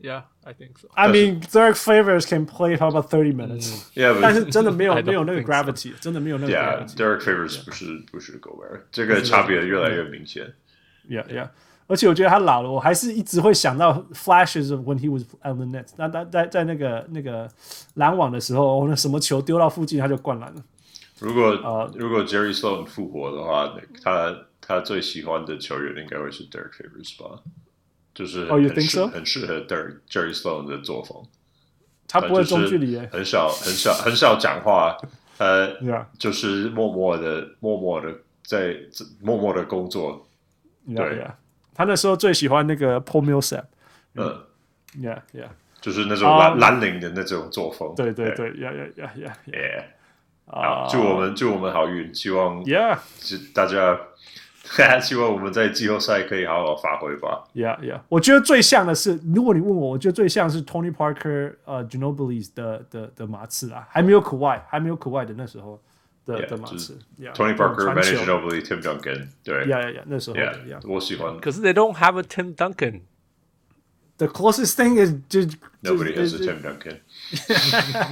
Speaker 3: Yeah, I think so.
Speaker 1: I
Speaker 2: 但是
Speaker 1: mean Derek Favors can play for about thirty minutes，
Speaker 2: Yeah，
Speaker 1: 但是真的 没有
Speaker 3: I don't
Speaker 1: 没有那个
Speaker 3: think so
Speaker 1: gravity，真的没有那个
Speaker 2: 嗯 Yeah,
Speaker 1: gravity。
Speaker 2: Derek Favors 不是不是 Gobert，这个差别越来
Speaker 1: 嗯
Speaker 2: 越明显。
Speaker 1: Yeah, yeah。而且我觉得他老了，我还是一直会想到 flashes of when he was on the net。那他在在那个那个拦网的时候，哦，那什么球丢到附近他就灌篮了。
Speaker 2: 如果、
Speaker 1: 呃
Speaker 2: 如果 Jerry Sloan 复活的话，他他最喜欢的球员应该会是 Derek Favors 吧，就是
Speaker 1: 哦，you
Speaker 2: 很
Speaker 1: think
Speaker 2: 适
Speaker 1: so？
Speaker 2: 很适合 Derek Jerry Sloan 的作风，
Speaker 1: 他
Speaker 2: 他
Speaker 1: 不会
Speaker 2: 就是
Speaker 1: 中距离耶。
Speaker 2: 很少很少很少讲话，呃，
Speaker 1: Yeah,
Speaker 2: 就是默默的默默的在默默的工作，
Speaker 1: yeah,
Speaker 2: 对
Speaker 1: yeah. 他那时候最喜欢那个 Paul Millsap。
Speaker 2: 嗯，
Speaker 1: Yeah, yeah.
Speaker 2: 就是那种蓝、
Speaker 1: 嗯
Speaker 2: 蓝领的那种作风，
Speaker 1: 对对对，Yeah, yeah, yeah, yeah, yeah.
Speaker 2: 耶、好，祝我们祝我们好运，希望
Speaker 1: Yeah,
Speaker 2: 是大家， 希望我们在季后赛可以好好发挥吧。
Speaker 1: yeah, yeah. 我觉得最像的是，如果你问我，我觉得最像是 Tony Parker 呃 Ginobili 的的的马刺啦，还没有可外，还没有可外的那时候的
Speaker 2: Yeah，
Speaker 1: 的马
Speaker 2: 就是
Speaker 1: 刺。Yeah, 这
Speaker 2: Tony
Speaker 1: 种
Speaker 2: Parker、
Speaker 1: 传
Speaker 2: Manu
Speaker 1: 球
Speaker 2: Ginobili、Tim Duncan，对
Speaker 1: Yeah, yeah, yeah. 那时候的
Speaker 2: Yeah，
Speaker 1: Yeah.
Speaker 2: 我喜欢
Speaker 3: 可是 they don't have a Tim Duncan。
Speaker 1: The closest thing is just
Speaker 2: Nobody has
Speaker 1: just-
Speaker 2: a Tim Duncan。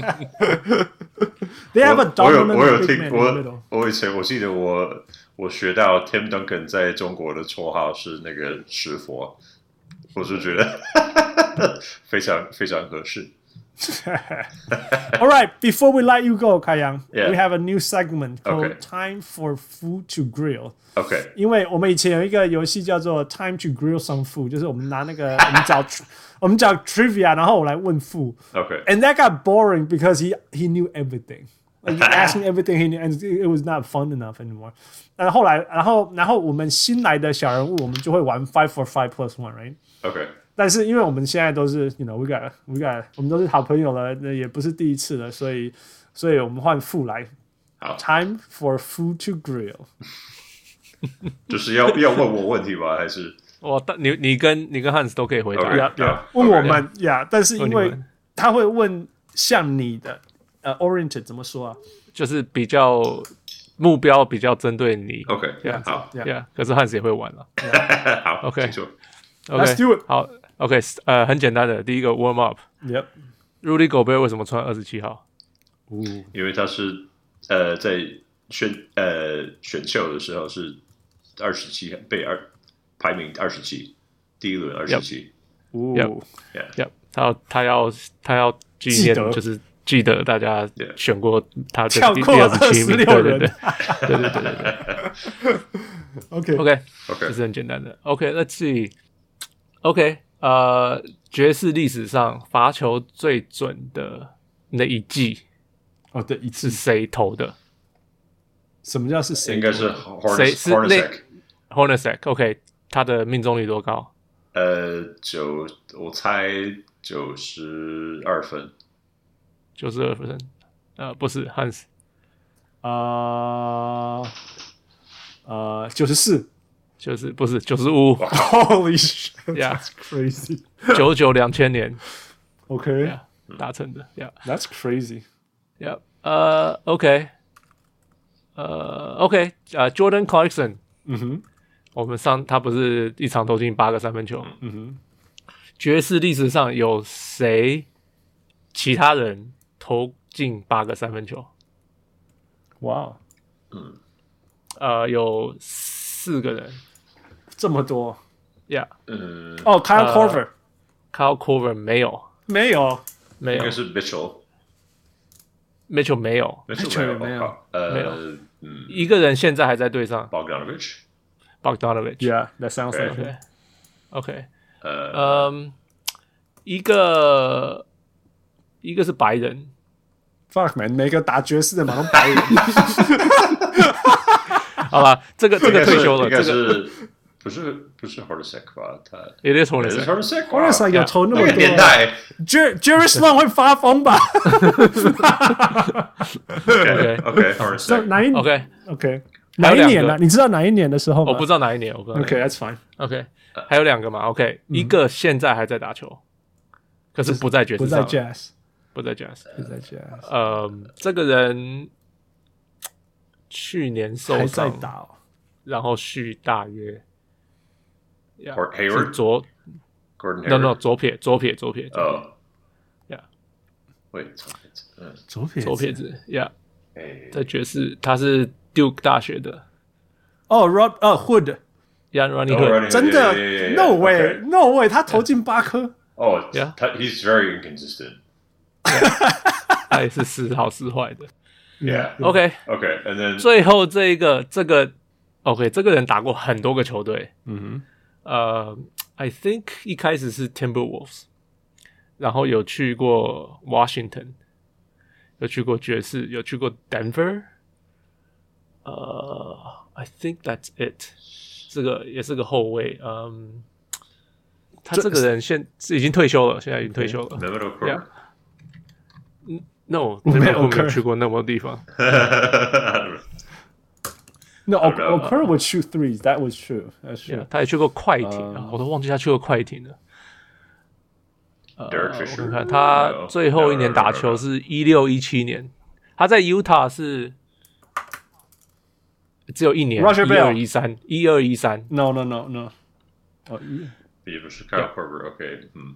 Speaker 1: They have a
Speaker 2: 我我有
Speaker 1: dominant
Speaker 2: 我有
Speaker 1: big
Speaker 2: 听
Speaker 1: man in the middle.
Speaker 2: 我我以前我记得我我学到 Tim Duncan 在中国的绰号是那个石佛，我就觉得非常非常合适。
Speaker 1: All right, before we let you go, Kayang,
Speaker 2: Yeah.
Speaker 1: we have a new segment called
Speaker 2: Okay.
Speaker 1: Time for Food to Grill.
Speaker 2: OK，
Speaker 1: 因为我们以前有一个游戏叫做 Time to Grill Some Food，就是我们拿那 个我们找我们找 trivia，然后我来问 food。
Speaker 2: OK，
Speaker 1: And that got boring because he he knew everything. Like you asked me everything, he knew, and it was not fun enough anymore. 但后来，然后然后我们新来的小人物，我们就会玩 five for five plus one，right？
Speaker 2: OK，
Speaker 1: 但是因为我们现在都是，you know，we got we got，我们都是好朋友了，那也不是第一次了，所以所以我们换副来
Speaker 2: 好
Speaker 1: Time for food to grill。
Speaker 2: 就 是要要问我问题吗？还是
Speaker 3: 哇，但你你跟你跟汉斯都可以回答
Speaker 2: OK
Speaker 1: 呀呀，问我们呀，但是因为他会问像你的呃 oriented 怎么说啊？
Speaker 3: 就是比较目标比较针对你。
Speaker 2: OK？
Speaker 3: Yeah
Speaker 2: 好
Speaker 1: Oh, Yeah
Speaker 3: Yeah，可是汉斯也会玩了。
Speaker 2: 好
Speaker 3: OK
Speaker 2: 请说
Speaker 3: OK，
Speaker 1: do it
Speaker 3: 好，OK，呃，很简单的，第一个 warm up。
Speaker 1: Yep，
Speaker 3: Rudy Gobert 为什么穿二十七号？
Speaker 2: 因为他是呃在选呃选秀的时候是二十七，被二排名二十七，第一轮二十七。
Speaker 1: 哦
Speaker 3: Yep，Yep，他要他要他要纪念
Speaker 1: 记得，
Speaker 3: 就是记得大家
Speaker 2: Yeah
Speaker 3: 选过他的
Speaker 1: 跳
Speaker 3: 第
Speaker 1: 过
Speaker 3: 第二十七名，
Speaker 1: 26
Speaker 3: 对对对
Speaker 1: 人，
Speaker 3: 对对对对对
Speaker 1: ，OK，
Speaker 3: ，OK，
Speaker 2: OK，
Speaker 3: 这是很简单的。OK，Let's see。OK，呃，爵士历史上罚球最准的那一季
Speaker 1: 哦对，一次
Speaker 3: 是谁投的
Speaker 1: 什么叫是谁
Speaker 2: 应该是
Speaker 3: 谁
Speaker 2: Hornets
Speaker 3: 是那
Speaker 2: Hornacek，
Speaker 3: h o r n a c e k OK，他的命中率多高？
Speaker 2: 呃九，我猜九十二分。
Speaker 3: 九十二分。呃，不是汉斯，
Speaker 1: 啊呃九十四
Speaker 3: 就是不是九十五
Speaker 1: ，Holy shit，
Speaker 3: Yeah
Speaker 1: that's crazy。
Speaker 3: 九九两千年
Speaker 1: OK，that's
Speaker 3: 达成的。Yeah。
Speaker 1: crazy。
Speaker 3: Yep. Uh, okay. 呃、uh,，OK，呃、j o r d a n Clarkson，
Speaker 1: 嗯
Speaker 2: Mm-hmm.
Speaker 1: 哼，
Speaker 3: 我们上他不是一场投进八个三分球。
Speaker 1: 嗯
Speaker 2: Mm-hmm.
Speaker 1: 哼，
Speaker 3: 爵士历史上有谁其他人投进八个三分球？
Speaker 1: 哇，
Speaker 3: 呃、有四个人。
Speaker 1: 这么多
Speaker 3: Yeah，Kyle
Speaker 2: 嗯，
Speaker 1: 哦，Kyle
Speaker 3: 呃
Speaker 1: Korver
Speaker 3: Corver 没有，
Speaker 1: 没有，
Speaker 3: 没
Speaker 2: 应
Speaker 3: 有
Speaker 2: 该是 Mitchell，Mitchell
Speaker 3: ，Mitchell 没有，
Speaker 1: Mitchell
Speaker 2: 没
Speaker 1: 没有
Speaker 2: 好
Speaker 3: 没
Speaker 2: 呃
Speaker 3: 有
Speaker 2: 嗯
Speaker 3: 一个人现在还在队上
Speaker 2: Bogdanovich，
Speaker 3: ，Bogdanovich。
Speaker 1: Yeah，that sounds like it.
Speaker 3: OK OK，
Speaker 2: 呃
Speaker 3: 嗯，一个一个是白人，
Speaker 1: Fuck man，每个打爵士的马上白人。
Speaker 3: 好 吧，这个这
Speaker 2: 应
Speaker 3: 个
Speaker 2: 该
Speaker 3: 退
Speaker 2: 是
Speaker 3: 休了，
Speaker 2: 应该
Speaker 3: 这个
Speaker 2: 是不是不是 Hornacek 吧？他
Speaker 3: It is
Speaker 2: 也是
Speaker 3: Hornacek。
Speaker 2: Hornacek，
Speaker 1: 我
Speaker 2: Hornacek
Speaker 1: 有投那
Speaker 2: 那
Speaker 1: 么
Speaker 2: 个
Speaker 1: 多
Speaker 2: 年代
Speaker 1: Jer Jerry Sloan 会发疯 吧？
Speaker 2: ，OK OK
Speaker 1: 这
Speaker 2: Hornacek，
Speaker 1: 哪一
Speaker 3: OK，
Speaker 1: OK 哪
Speaker 3: 还有
Speaker 1: 一
Speaker 3: 两个
Speaker 1: 年呢？你知道哪一年的时候吗？
Speaker 3: 我不知道哪一年，我不知道哪一
Speaker 1: OK 嗯
Speaker 3: 年。
Speaker 1: that's fine，
Speaker 3: OK，还
Speaker 2: 呃
Speaker 3: 有两个嘛？OK，一个现在还在打球，可是不在爵
Speaker 1: 不
Speaker 3: 士
Speaker 1: 在
Speaker 3: 上，
Speaker 1: Jazz，
Speaker 3: 不在 Jazz。
Speaker 1: 不在 Jazz，
Speaker 3: 呃，这个人去年受
Speaker 1: 还在
Speaker 3: 伤，
Speaker 1: 打哦。
Speaker 3: 然后续大约
Speaker 2: Or
Speaker 3: 是
Speaker 2: Hayward
Speaker 3: 左
Speaker 2: Gordon
Speaker 3: no no
Speaker 2: Hayward，
Speaker 3: 左撇左撇左撇左
Speaker 2: 哦
Speaker 3: Yeah
Speaker 2: Oh. ，Wait，嗯，
Speaker 1: 左撇
Speaker 3: 左撇子，Yeah，
Speaker 2: 哎，
Speaker 3: 在爵士，他是 Duke 大学的
Speaker 1: 哦，Rob 哦 Hood，
Speaker 3: ，Yan r a n i
Speaker 2: Oh,
Speaker 3: h
Speaker 2: Rodney Hood，
Speaker 1: 真的
Speaker 2: yeah, yeah, yeah,
Speaker 1: No
Speaker 2: yeah,
Speaker 1: way
Speaker 2: okay
Speaker 1: No way，他投进八颗，
Speaker 2: 哦
Speaker 3: Yeah，
Speaker 2: 他 He's very inconsistent。
Speaker 3: 他也是时好时 坏的。
Speaker 2: Yeah.
Speaker 3: OK，
Speaker 2: OK，and then
Speaker 3: 最后这一个这个 OK，这个人打过很多个球队，
Speaker 1: 嗯
Speaker 3: 呃，I think 一开始是 Timberwolves，然后有去过 Washington，有去过爵士，有去过 Denver，呃，I think that's it。这个也是个后卫，嗯，他这个人现已经退休了，现在已经退休了。
Speaker 2: m e m e t o k
Speaker 3: Yeah. No，
Speaker 1: 没有
Speaker 3: 没有没有
Speaker 1: Kerr
Speaker 3: 去过那么多地方。
Speaker 1: 哼，No
Speaker 2: know.
Speaker 1: Okur would shoot threes，that was true，that's true。
Speaker 3: 他也去过快艇，
Speaker 1: 呃
Speaker 3: 啊我都忘记他去过快艇了。
Speaker 2: Derek
Speaker 1: 嗯
Speaker 3: 我看
Speaker 2: Fisher，
Speaker 3: 看他最后一年打球是一六一七年，他在 Utah 是只有一年，
Speaker 1: Roger
Speaker 3: 一
Speaker 1: Bell
Speaker 3: 二一三，一二一三，
Speaker 1: No no no no，哦一
Speaker 2: 也不是 Kyle Korver，OK，嗯，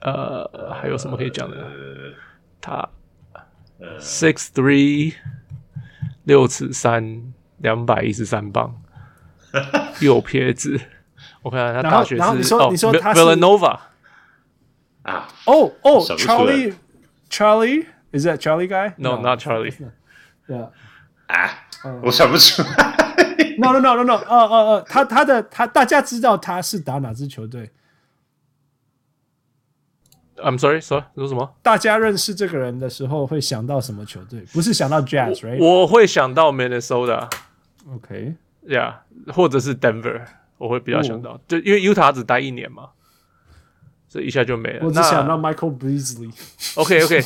Speaker 3: 呃，还有什么可以讲的？
Speaker 2: 呃，
Speaker 3: 他
Speaker 1: 呃
Speaker 3: six three 六尺三，两百一十三 磅，右撇子。我看看他
Speaker 1: 然后
Speaker 3: 大学是
Speaker 1: 然后你说
Speaker 3: 哦
Speaker 1: 你说他是
Speaker 3: Villanova
Speaker 2: 啊，
Speaker 1: 哦哦
Speaker 2: 想不出来
Speaker 1: ，Charlie Charlie is that Charlie guy？
Speaker 3: no not Charlie
Speaker 1: Yeah.
Speaker 2: 啊， 我想不出来。
Speaker 1: No no no no no，呃呃呃，他他的他大家知道他是打哪支球队，
Speaker 3: I'm sorry sorry 你说什么？
Speaker 1: 大家认识这个人的时候会想到什么球队？不是想到 Jazz，right？OK，、
Speaker 3: 我会想到 Minnesota。
Speaker 1: OK
Speaker 3: Yeah，或者是 Denver，我会比较想到，就因为 Utah 只待一年嘛，这一下就没了。
Speaker 1: 我只
Speaker 3: 那
Speaker 1: 想到 Michael Beasley，
Speaker 3: OK OK，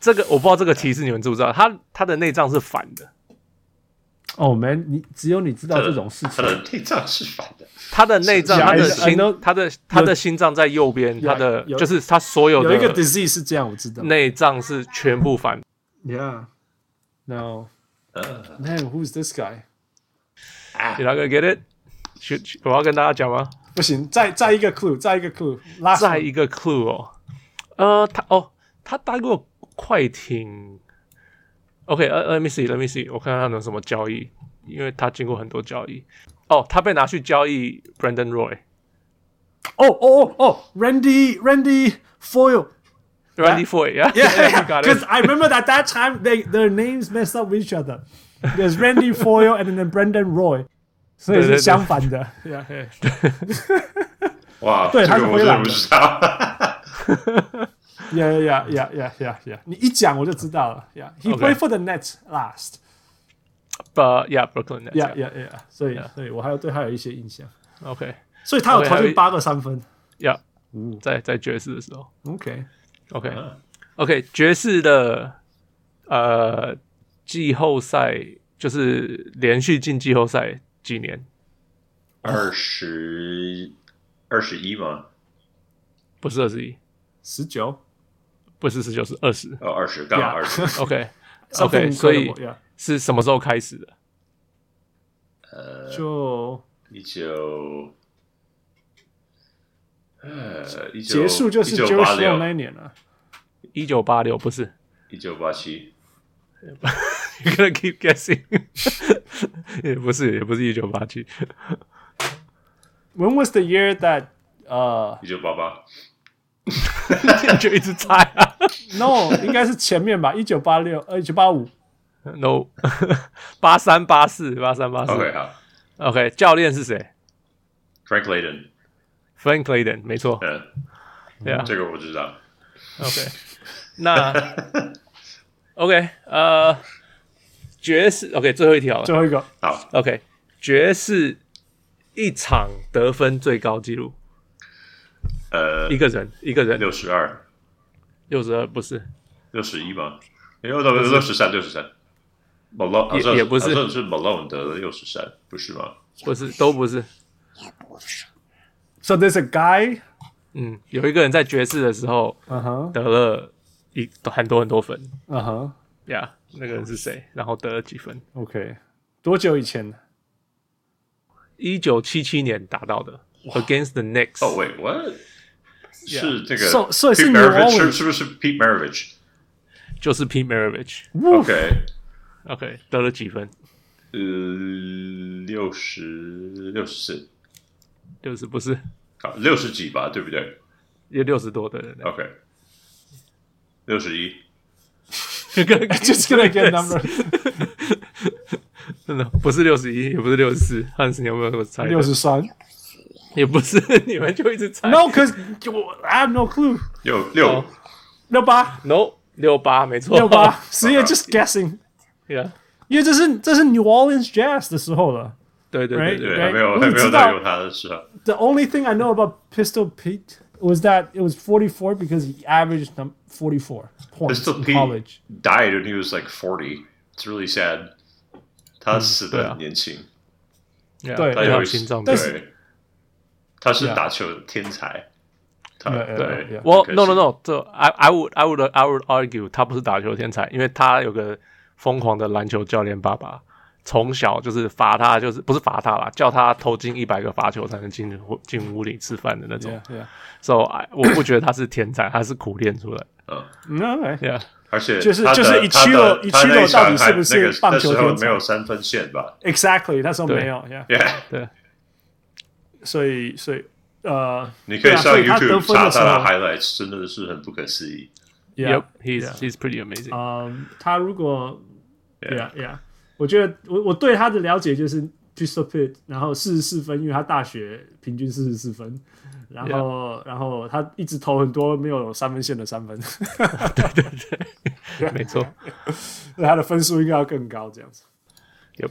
Speaker 3: 这个我不知道这个提示你们知不知道，他他的内脏是反的，
Speaker 1: 哦、m a n 你只有你知道这种事
Speaker 2: 他
Speaker 1: 情。
Speaker 2: 的内脏是反的，
Speaker 3: 他的内脏，
Speaker 1: Yeah,
Speaker 3: 他的
Speaker 1: I- I
Speaker 3: 心
Speaker 1: know-，
Speaker 3: 他的他的心脏在右边，
Speaker 1: 有
Speaker 3: 他的
Speaker 1: 有
Speaker 3: 就是他所有
Speaker 1: 有一个
Speaker 3: 的
Speaker 1: disease 是这样，我知道。
Speaker 3: 内脏是全部反的。
Speaker 1: Yeah, no,
Speaker 2: 呃，
Speaker 1: man, who's this guy？
Speaker 2: 啊
Speaker 3: You not gonna get it？去去我要跟大家讲吗？
Speaker 1: 不行，再再一个 clue，再一个 clue，拉
Speaker 3: 再一个 clue 哦，呃，他哦，他搭过快艇。OK，呃、呃 l e t me see，Let me see，我看看他有什么交易，因为他经过很多交易。哦，他被拿去交易 Brandon Roy。
Speaker 1: 哦哦哦哦，Randy Randy Foyle。
Speaker 3: Randy Foy, yeah, you
Speaker 1: Yeah,
Speaker 3: got
Speaker 1: because
Speaker 3: it.
Speaker 1: I remember that that time they their names messed up with each other. There's Randy Foyle and then Brendan Roy，所以是
Speaker 3: 对对对
Speaker 1: 相反的。
Speaker 2: 哇，
Speaker 1: 对
Speaker 2: 这
Speaker 1: 他是
Speaker 2: 个我
Speaker 1: 灰
Speaker 2: 真的
Speaker 1: 狼
Speaker 2: 不
Speaker 1: 的
Speaker 2: 知道。
Speaker 1: Yeah, yeah, yeah, yeah, yeah, yeah. 你一讲我就知道了。Yeah, he
Speaker 3: Okay.
Speaker 1: played for the Nets last.
Speaker 3: But yeah, Brooklyn Nets.
Speaker 1: Yeah,
Speaker 3: yeah.
Speaker 1: yeah, yeah. 所以，所以我还有对他有一些印象。
Speaker 3: OK，
Speaker 1: 所以他有
Speaker 3: Okay，
Speaker 1: 投
Speaker 3: 还有
Speaker 1: 进
Speaker 3: 一
Speaker 1: 八个三分。
Speaker 3: Yeah，在在爵士的时候
Speaker 1: OK，
Speaker 3: ，OK，OK，、爵士的呃季后赛就是连续进季后赛几年？
Speaker 2: 二十二十一吗？
Speaker 3: 不是二十一，
Speaker 1: 十九。
Speaker 3: 不是十九，是二十。
Speaker 2: 哦，二十刚好
Speaker 1: Yeah
Speaker 2: 二十。
Speaker 3: OK，OK，、
Speaker 1: Something
Speaker 3: 所以
Speaker 1: incredible, yeah.
Speaker 3: 是什么时候开始的？
Speaker 1: 就
Speaker 2: 一九，呃，一九
Speaker 1: 结束就是
Speaker 2: 一九
Speaker 1: Jerry
Speaker 2: 八
Speaker 1: Sloan 那
Speaker 2: 六
Speaker 1: 一年了。
Speaker 3: 一九八六，不是。
Speaker 2: 一九八七，
Speaker 3: You're gonna keep guessing，也不是，也不是一九八七。
Speaker 1: When was the year that? 呃、
Speaker 2: 一九八八，
Speaker 3: 就一直猜啊。
Speaker 1: n o 应该是前面吧，一九八六，呃，一九八五。
Speaker 3: No，八三八四八三八四。
Speaker 2: OK 好
Speaker 3: OK，教练是谁
Speaker 2: ，Frank Layden，
Speaker 3: ？Frank Clayton，没错。
Speaker 2: 嗯，
Speaker 3: 对啊
Speaker 2: 这个我知道，
Speaker 3: ，OK。那 OK，呃，爵士 OK 最后一题好
Speaker 1: 最
Speaker 3: 了。
Speaker 1: 后一个
Speaker 2: 好，
Speaker 3: OK，爵士一场得分最高纪录，
Speaker 2: 呃
Speaker 3: 一，个人一个人
Speaker 2: 六十二，
Speaker 3: 六十二，不是
Speaker 2: 六十一吗？没有，不是六十三，六十三，Malone 好像
Speaker 3: 也不是
Speaker 2: 好像是 Malone 得了六十三，不是吗？
Speaker 3: 不是都不是。
Speaker 1: ，So there's a guy，
Speaker 3: 嗯，有一个人在爵士的时候
Speaker 1: 嗯哼，
Speaker 3: 得了一很多很多分
Speaker 1: 嗯哼
Speaker 3: 呀那个人是谁？然后得了几分？
Speaker 1: ，OK，多久以前？
Speaker 3: 一九七七年达到的，against the Knicks。
Speaker 1: Oh
Speaker 2: 哦喂，what？是这个
Speaker 1: So- so 是
Speaker 2: Pete
Speaker 1: New
Speaker 2: Maravich
Speaker 1: Orleans
Speaker 2: 是是不是 Pete Maravich？OK，
Speaker 3: 就是 Pete Maravich。OK，得了几分？
Speaker 2: 呃，六十六十四，
Speaker 3: 六十不是，
Speaker 2: 好，六十几吧，对不对
Speaker 3: 也六十多 的人。
Speaker 2: ？OK，六十一。
Speaker 1: Just gonna get number
Speaker 3: 真的不是六十一，也不是六十四。汉斯，你有没有什么猜的？
Speaker 1: 六十三。
Speaker 3: 也不是， 你们就一直猜。
Speaker 1: No, cause you- I have no clue.
Speaker 2: 六六
Speaker 3: 哦
Speaker 1: 六八
Speaker 3: No，六八没错。
Speaker 1: 六 八，十月 just guessing，
Speaker 3: ，Yeah，
Speaker 1: 因为这是这是 New Orleans Jazz 的时候了。
Speaker 3: 对对对对
Speaker 1: Right，
Speaker 2: 对，还没有
Speaker 1: 我
Speaker 2: 还
Speaker 1: 只
Speaker 2: 没
Speaker 1: 哎知
Speaker 2: 有
Speaker 1: 道
Speaker 2: 在用它的时候，
Speaker 1: The only thing I know about Pistol Pete was that it was 44 because he averaged num- 44 points
Speaker 2: Pistol
Speaker 1: in
Speaker 2: Pete
Speaker 1: college.
Speaker 2: died when he was like forty. It's really sad. 他死
Speaker 3: 对
Speaker 2: 的
Speaker 3: 啊
Speaker 2: 很年轻，
Speaker 3: 对
Speaker 1: 嗯对啊
Speaker 3: 他
Speaker 2: 他有
Speaker 3: 有心脏病
Speaker 1: 但。是
Speaker 2: 对，他是
Speaker 1: Yeah
Speaker 2: 打球的天才。他
Speaker 1: Yeah, yeah,
Speaker 2: 对
Speaker 1: yeah.，
Speaker 3: 我
Speaker 2: 可惜
Speaker 3: no no no，这 I I would I would I would argue 他不是打球天才，因为他有个疯狂的篮球教练爸爸，从小就是罚他，就是不是罚他啦，叫他投进一百个罚球才能进屋进屋里吃饭的那种。
Speaker 1: Yeah, yeah.
Speaker 3: So I 我不觉得他是天才，他是苦练出来。
Speaker 2: 嗯，
Speaker 1: No, right.
Speaker 3: Yeah，
Speaker 2: 而且
Speaker 1: 就是
Speaker 2: 他的
Speaker 1: 就是
Speaker 2: 他的
Speaker 1: Ichiro-
Speaker 2: 他那一
Speaker 1: Ichiro 到底
Speaker 2: 场
Speaker 1: 是
Speaker 2: 还
Speaker 1: 不是
Speaker 2: 那个
Speaker 1: 棒
Speaker 2: 那
Speaker 1: 球
Speaker 2: 时候
Speaker 1: 天才
Speaker 2: 没有三分线吧
Speaker 1: Exactly. 那时候
Speaker 3: 对
Speaker 1: 没有，Yeah.
Speaker 2: ？Yeah，
Speaker 3: 对，啊
Speaker 1: 所以所以呃，
Speaker 2: 你可
Speaker 1: 对
Speaker 2: 以
Speaker 1: 啊
Speaker 2: 上
Speaker 1: 所以他得
Speaker 2: YouTube
Speaker 1: 分的
Speaker 2: 查
Speaker 1: 时
Speaker 2: 他的
Speaker 1: 候
Speaker 2: highlights，真的是很不可思议。
Speaker 1: ，Yeah，
Speaker 3: Yep, he's he's pretty amazing.
Speaker 1: 嗯，他如果 Yeah,
Speaker 2: Yeah
Speaker 1: yeah. 我觉得我我对他的了解就是 Pistol Pit，然后四十四分，因为他大学平均四十四分，然后然后他一直投很多没有三分线的三分，
Speaker 3: 没错。
Speaker 1: 所以他的分数应该要更高这样子。
Speaker 3: Yep.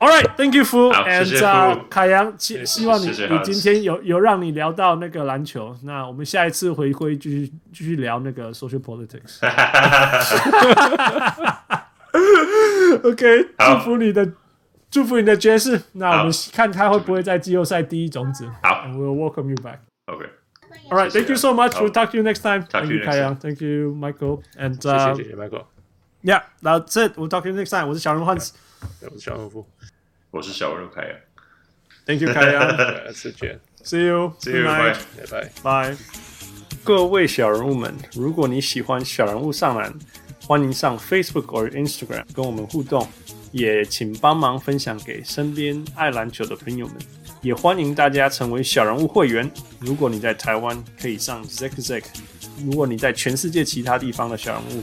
Speaker 1: All right, thank you, Fu
Speaker 2: 好谢
Speaker 1: and
Speaker 2: 谢
Speaker 1: uh,
Speaker 2: Fu
Speaker 1: 凯阳，希
Speaker 2: 谢
Speaker 1: 希望你
Speaker 2: 谢谢
Speaker 1: 你
Speaker 2: Hans
Speaker 1: 今天有有让你聊到那个篮球。那我们下一次回归继续继续聊那个 social politics。OK，
Speaker 2: 好
Speaker 1: 祝福你的祝福你的爵士。那我们看他会不会在季后赛第一种子。
Speaker 2: 好
Speaker 1: And we'll welcome you back.
Speaker 2: OK，
Speaker 1: All right,
Speaker 2: 谢谢
Speaker 1: thank you so much.
Speaker 2: 好
Speaker 1: We'll talk to you next time.
Speaker 2: Talk to
Speaker 1: Thank
Speaker 2: you
Speaker 1: you, Kai
Speaker 2: next
Speaker 1: Yang. Thank you, Michael. And
Speaker 3: 谢
Speaker 1: uh,
Speaker 3: 谢谢谢 Michael，
Speaker 1: yeah, that's it. We'll talk to you next time. 我是小人 Hans.
Speaker 3: 我是小农夫，
Speaker 2: 我是小肉凯啊呀
Speaker 1: Thank you, Kai Yang.
Speaker 3: 下次见，
Speaker 1: See you.
Speaker 2: See
Speaker 1: Good
Speaker 2: you,
Speaker 1: night.
Speaker 2: bye.
Speaker 3: 拜拜。
Speaker 1: Bye.
Speaker 4: 各位小人物们，如果你喜欢小人物上篮，欢迎上 Facebook 或 Instagram 跟我们互动，也请帮忙分享给身边爱篮球的朋友们。也欢迎大家成为小人物会员。如果你在台湾，可以上 Zack Zack；如果你在全世界其他地方的小人物，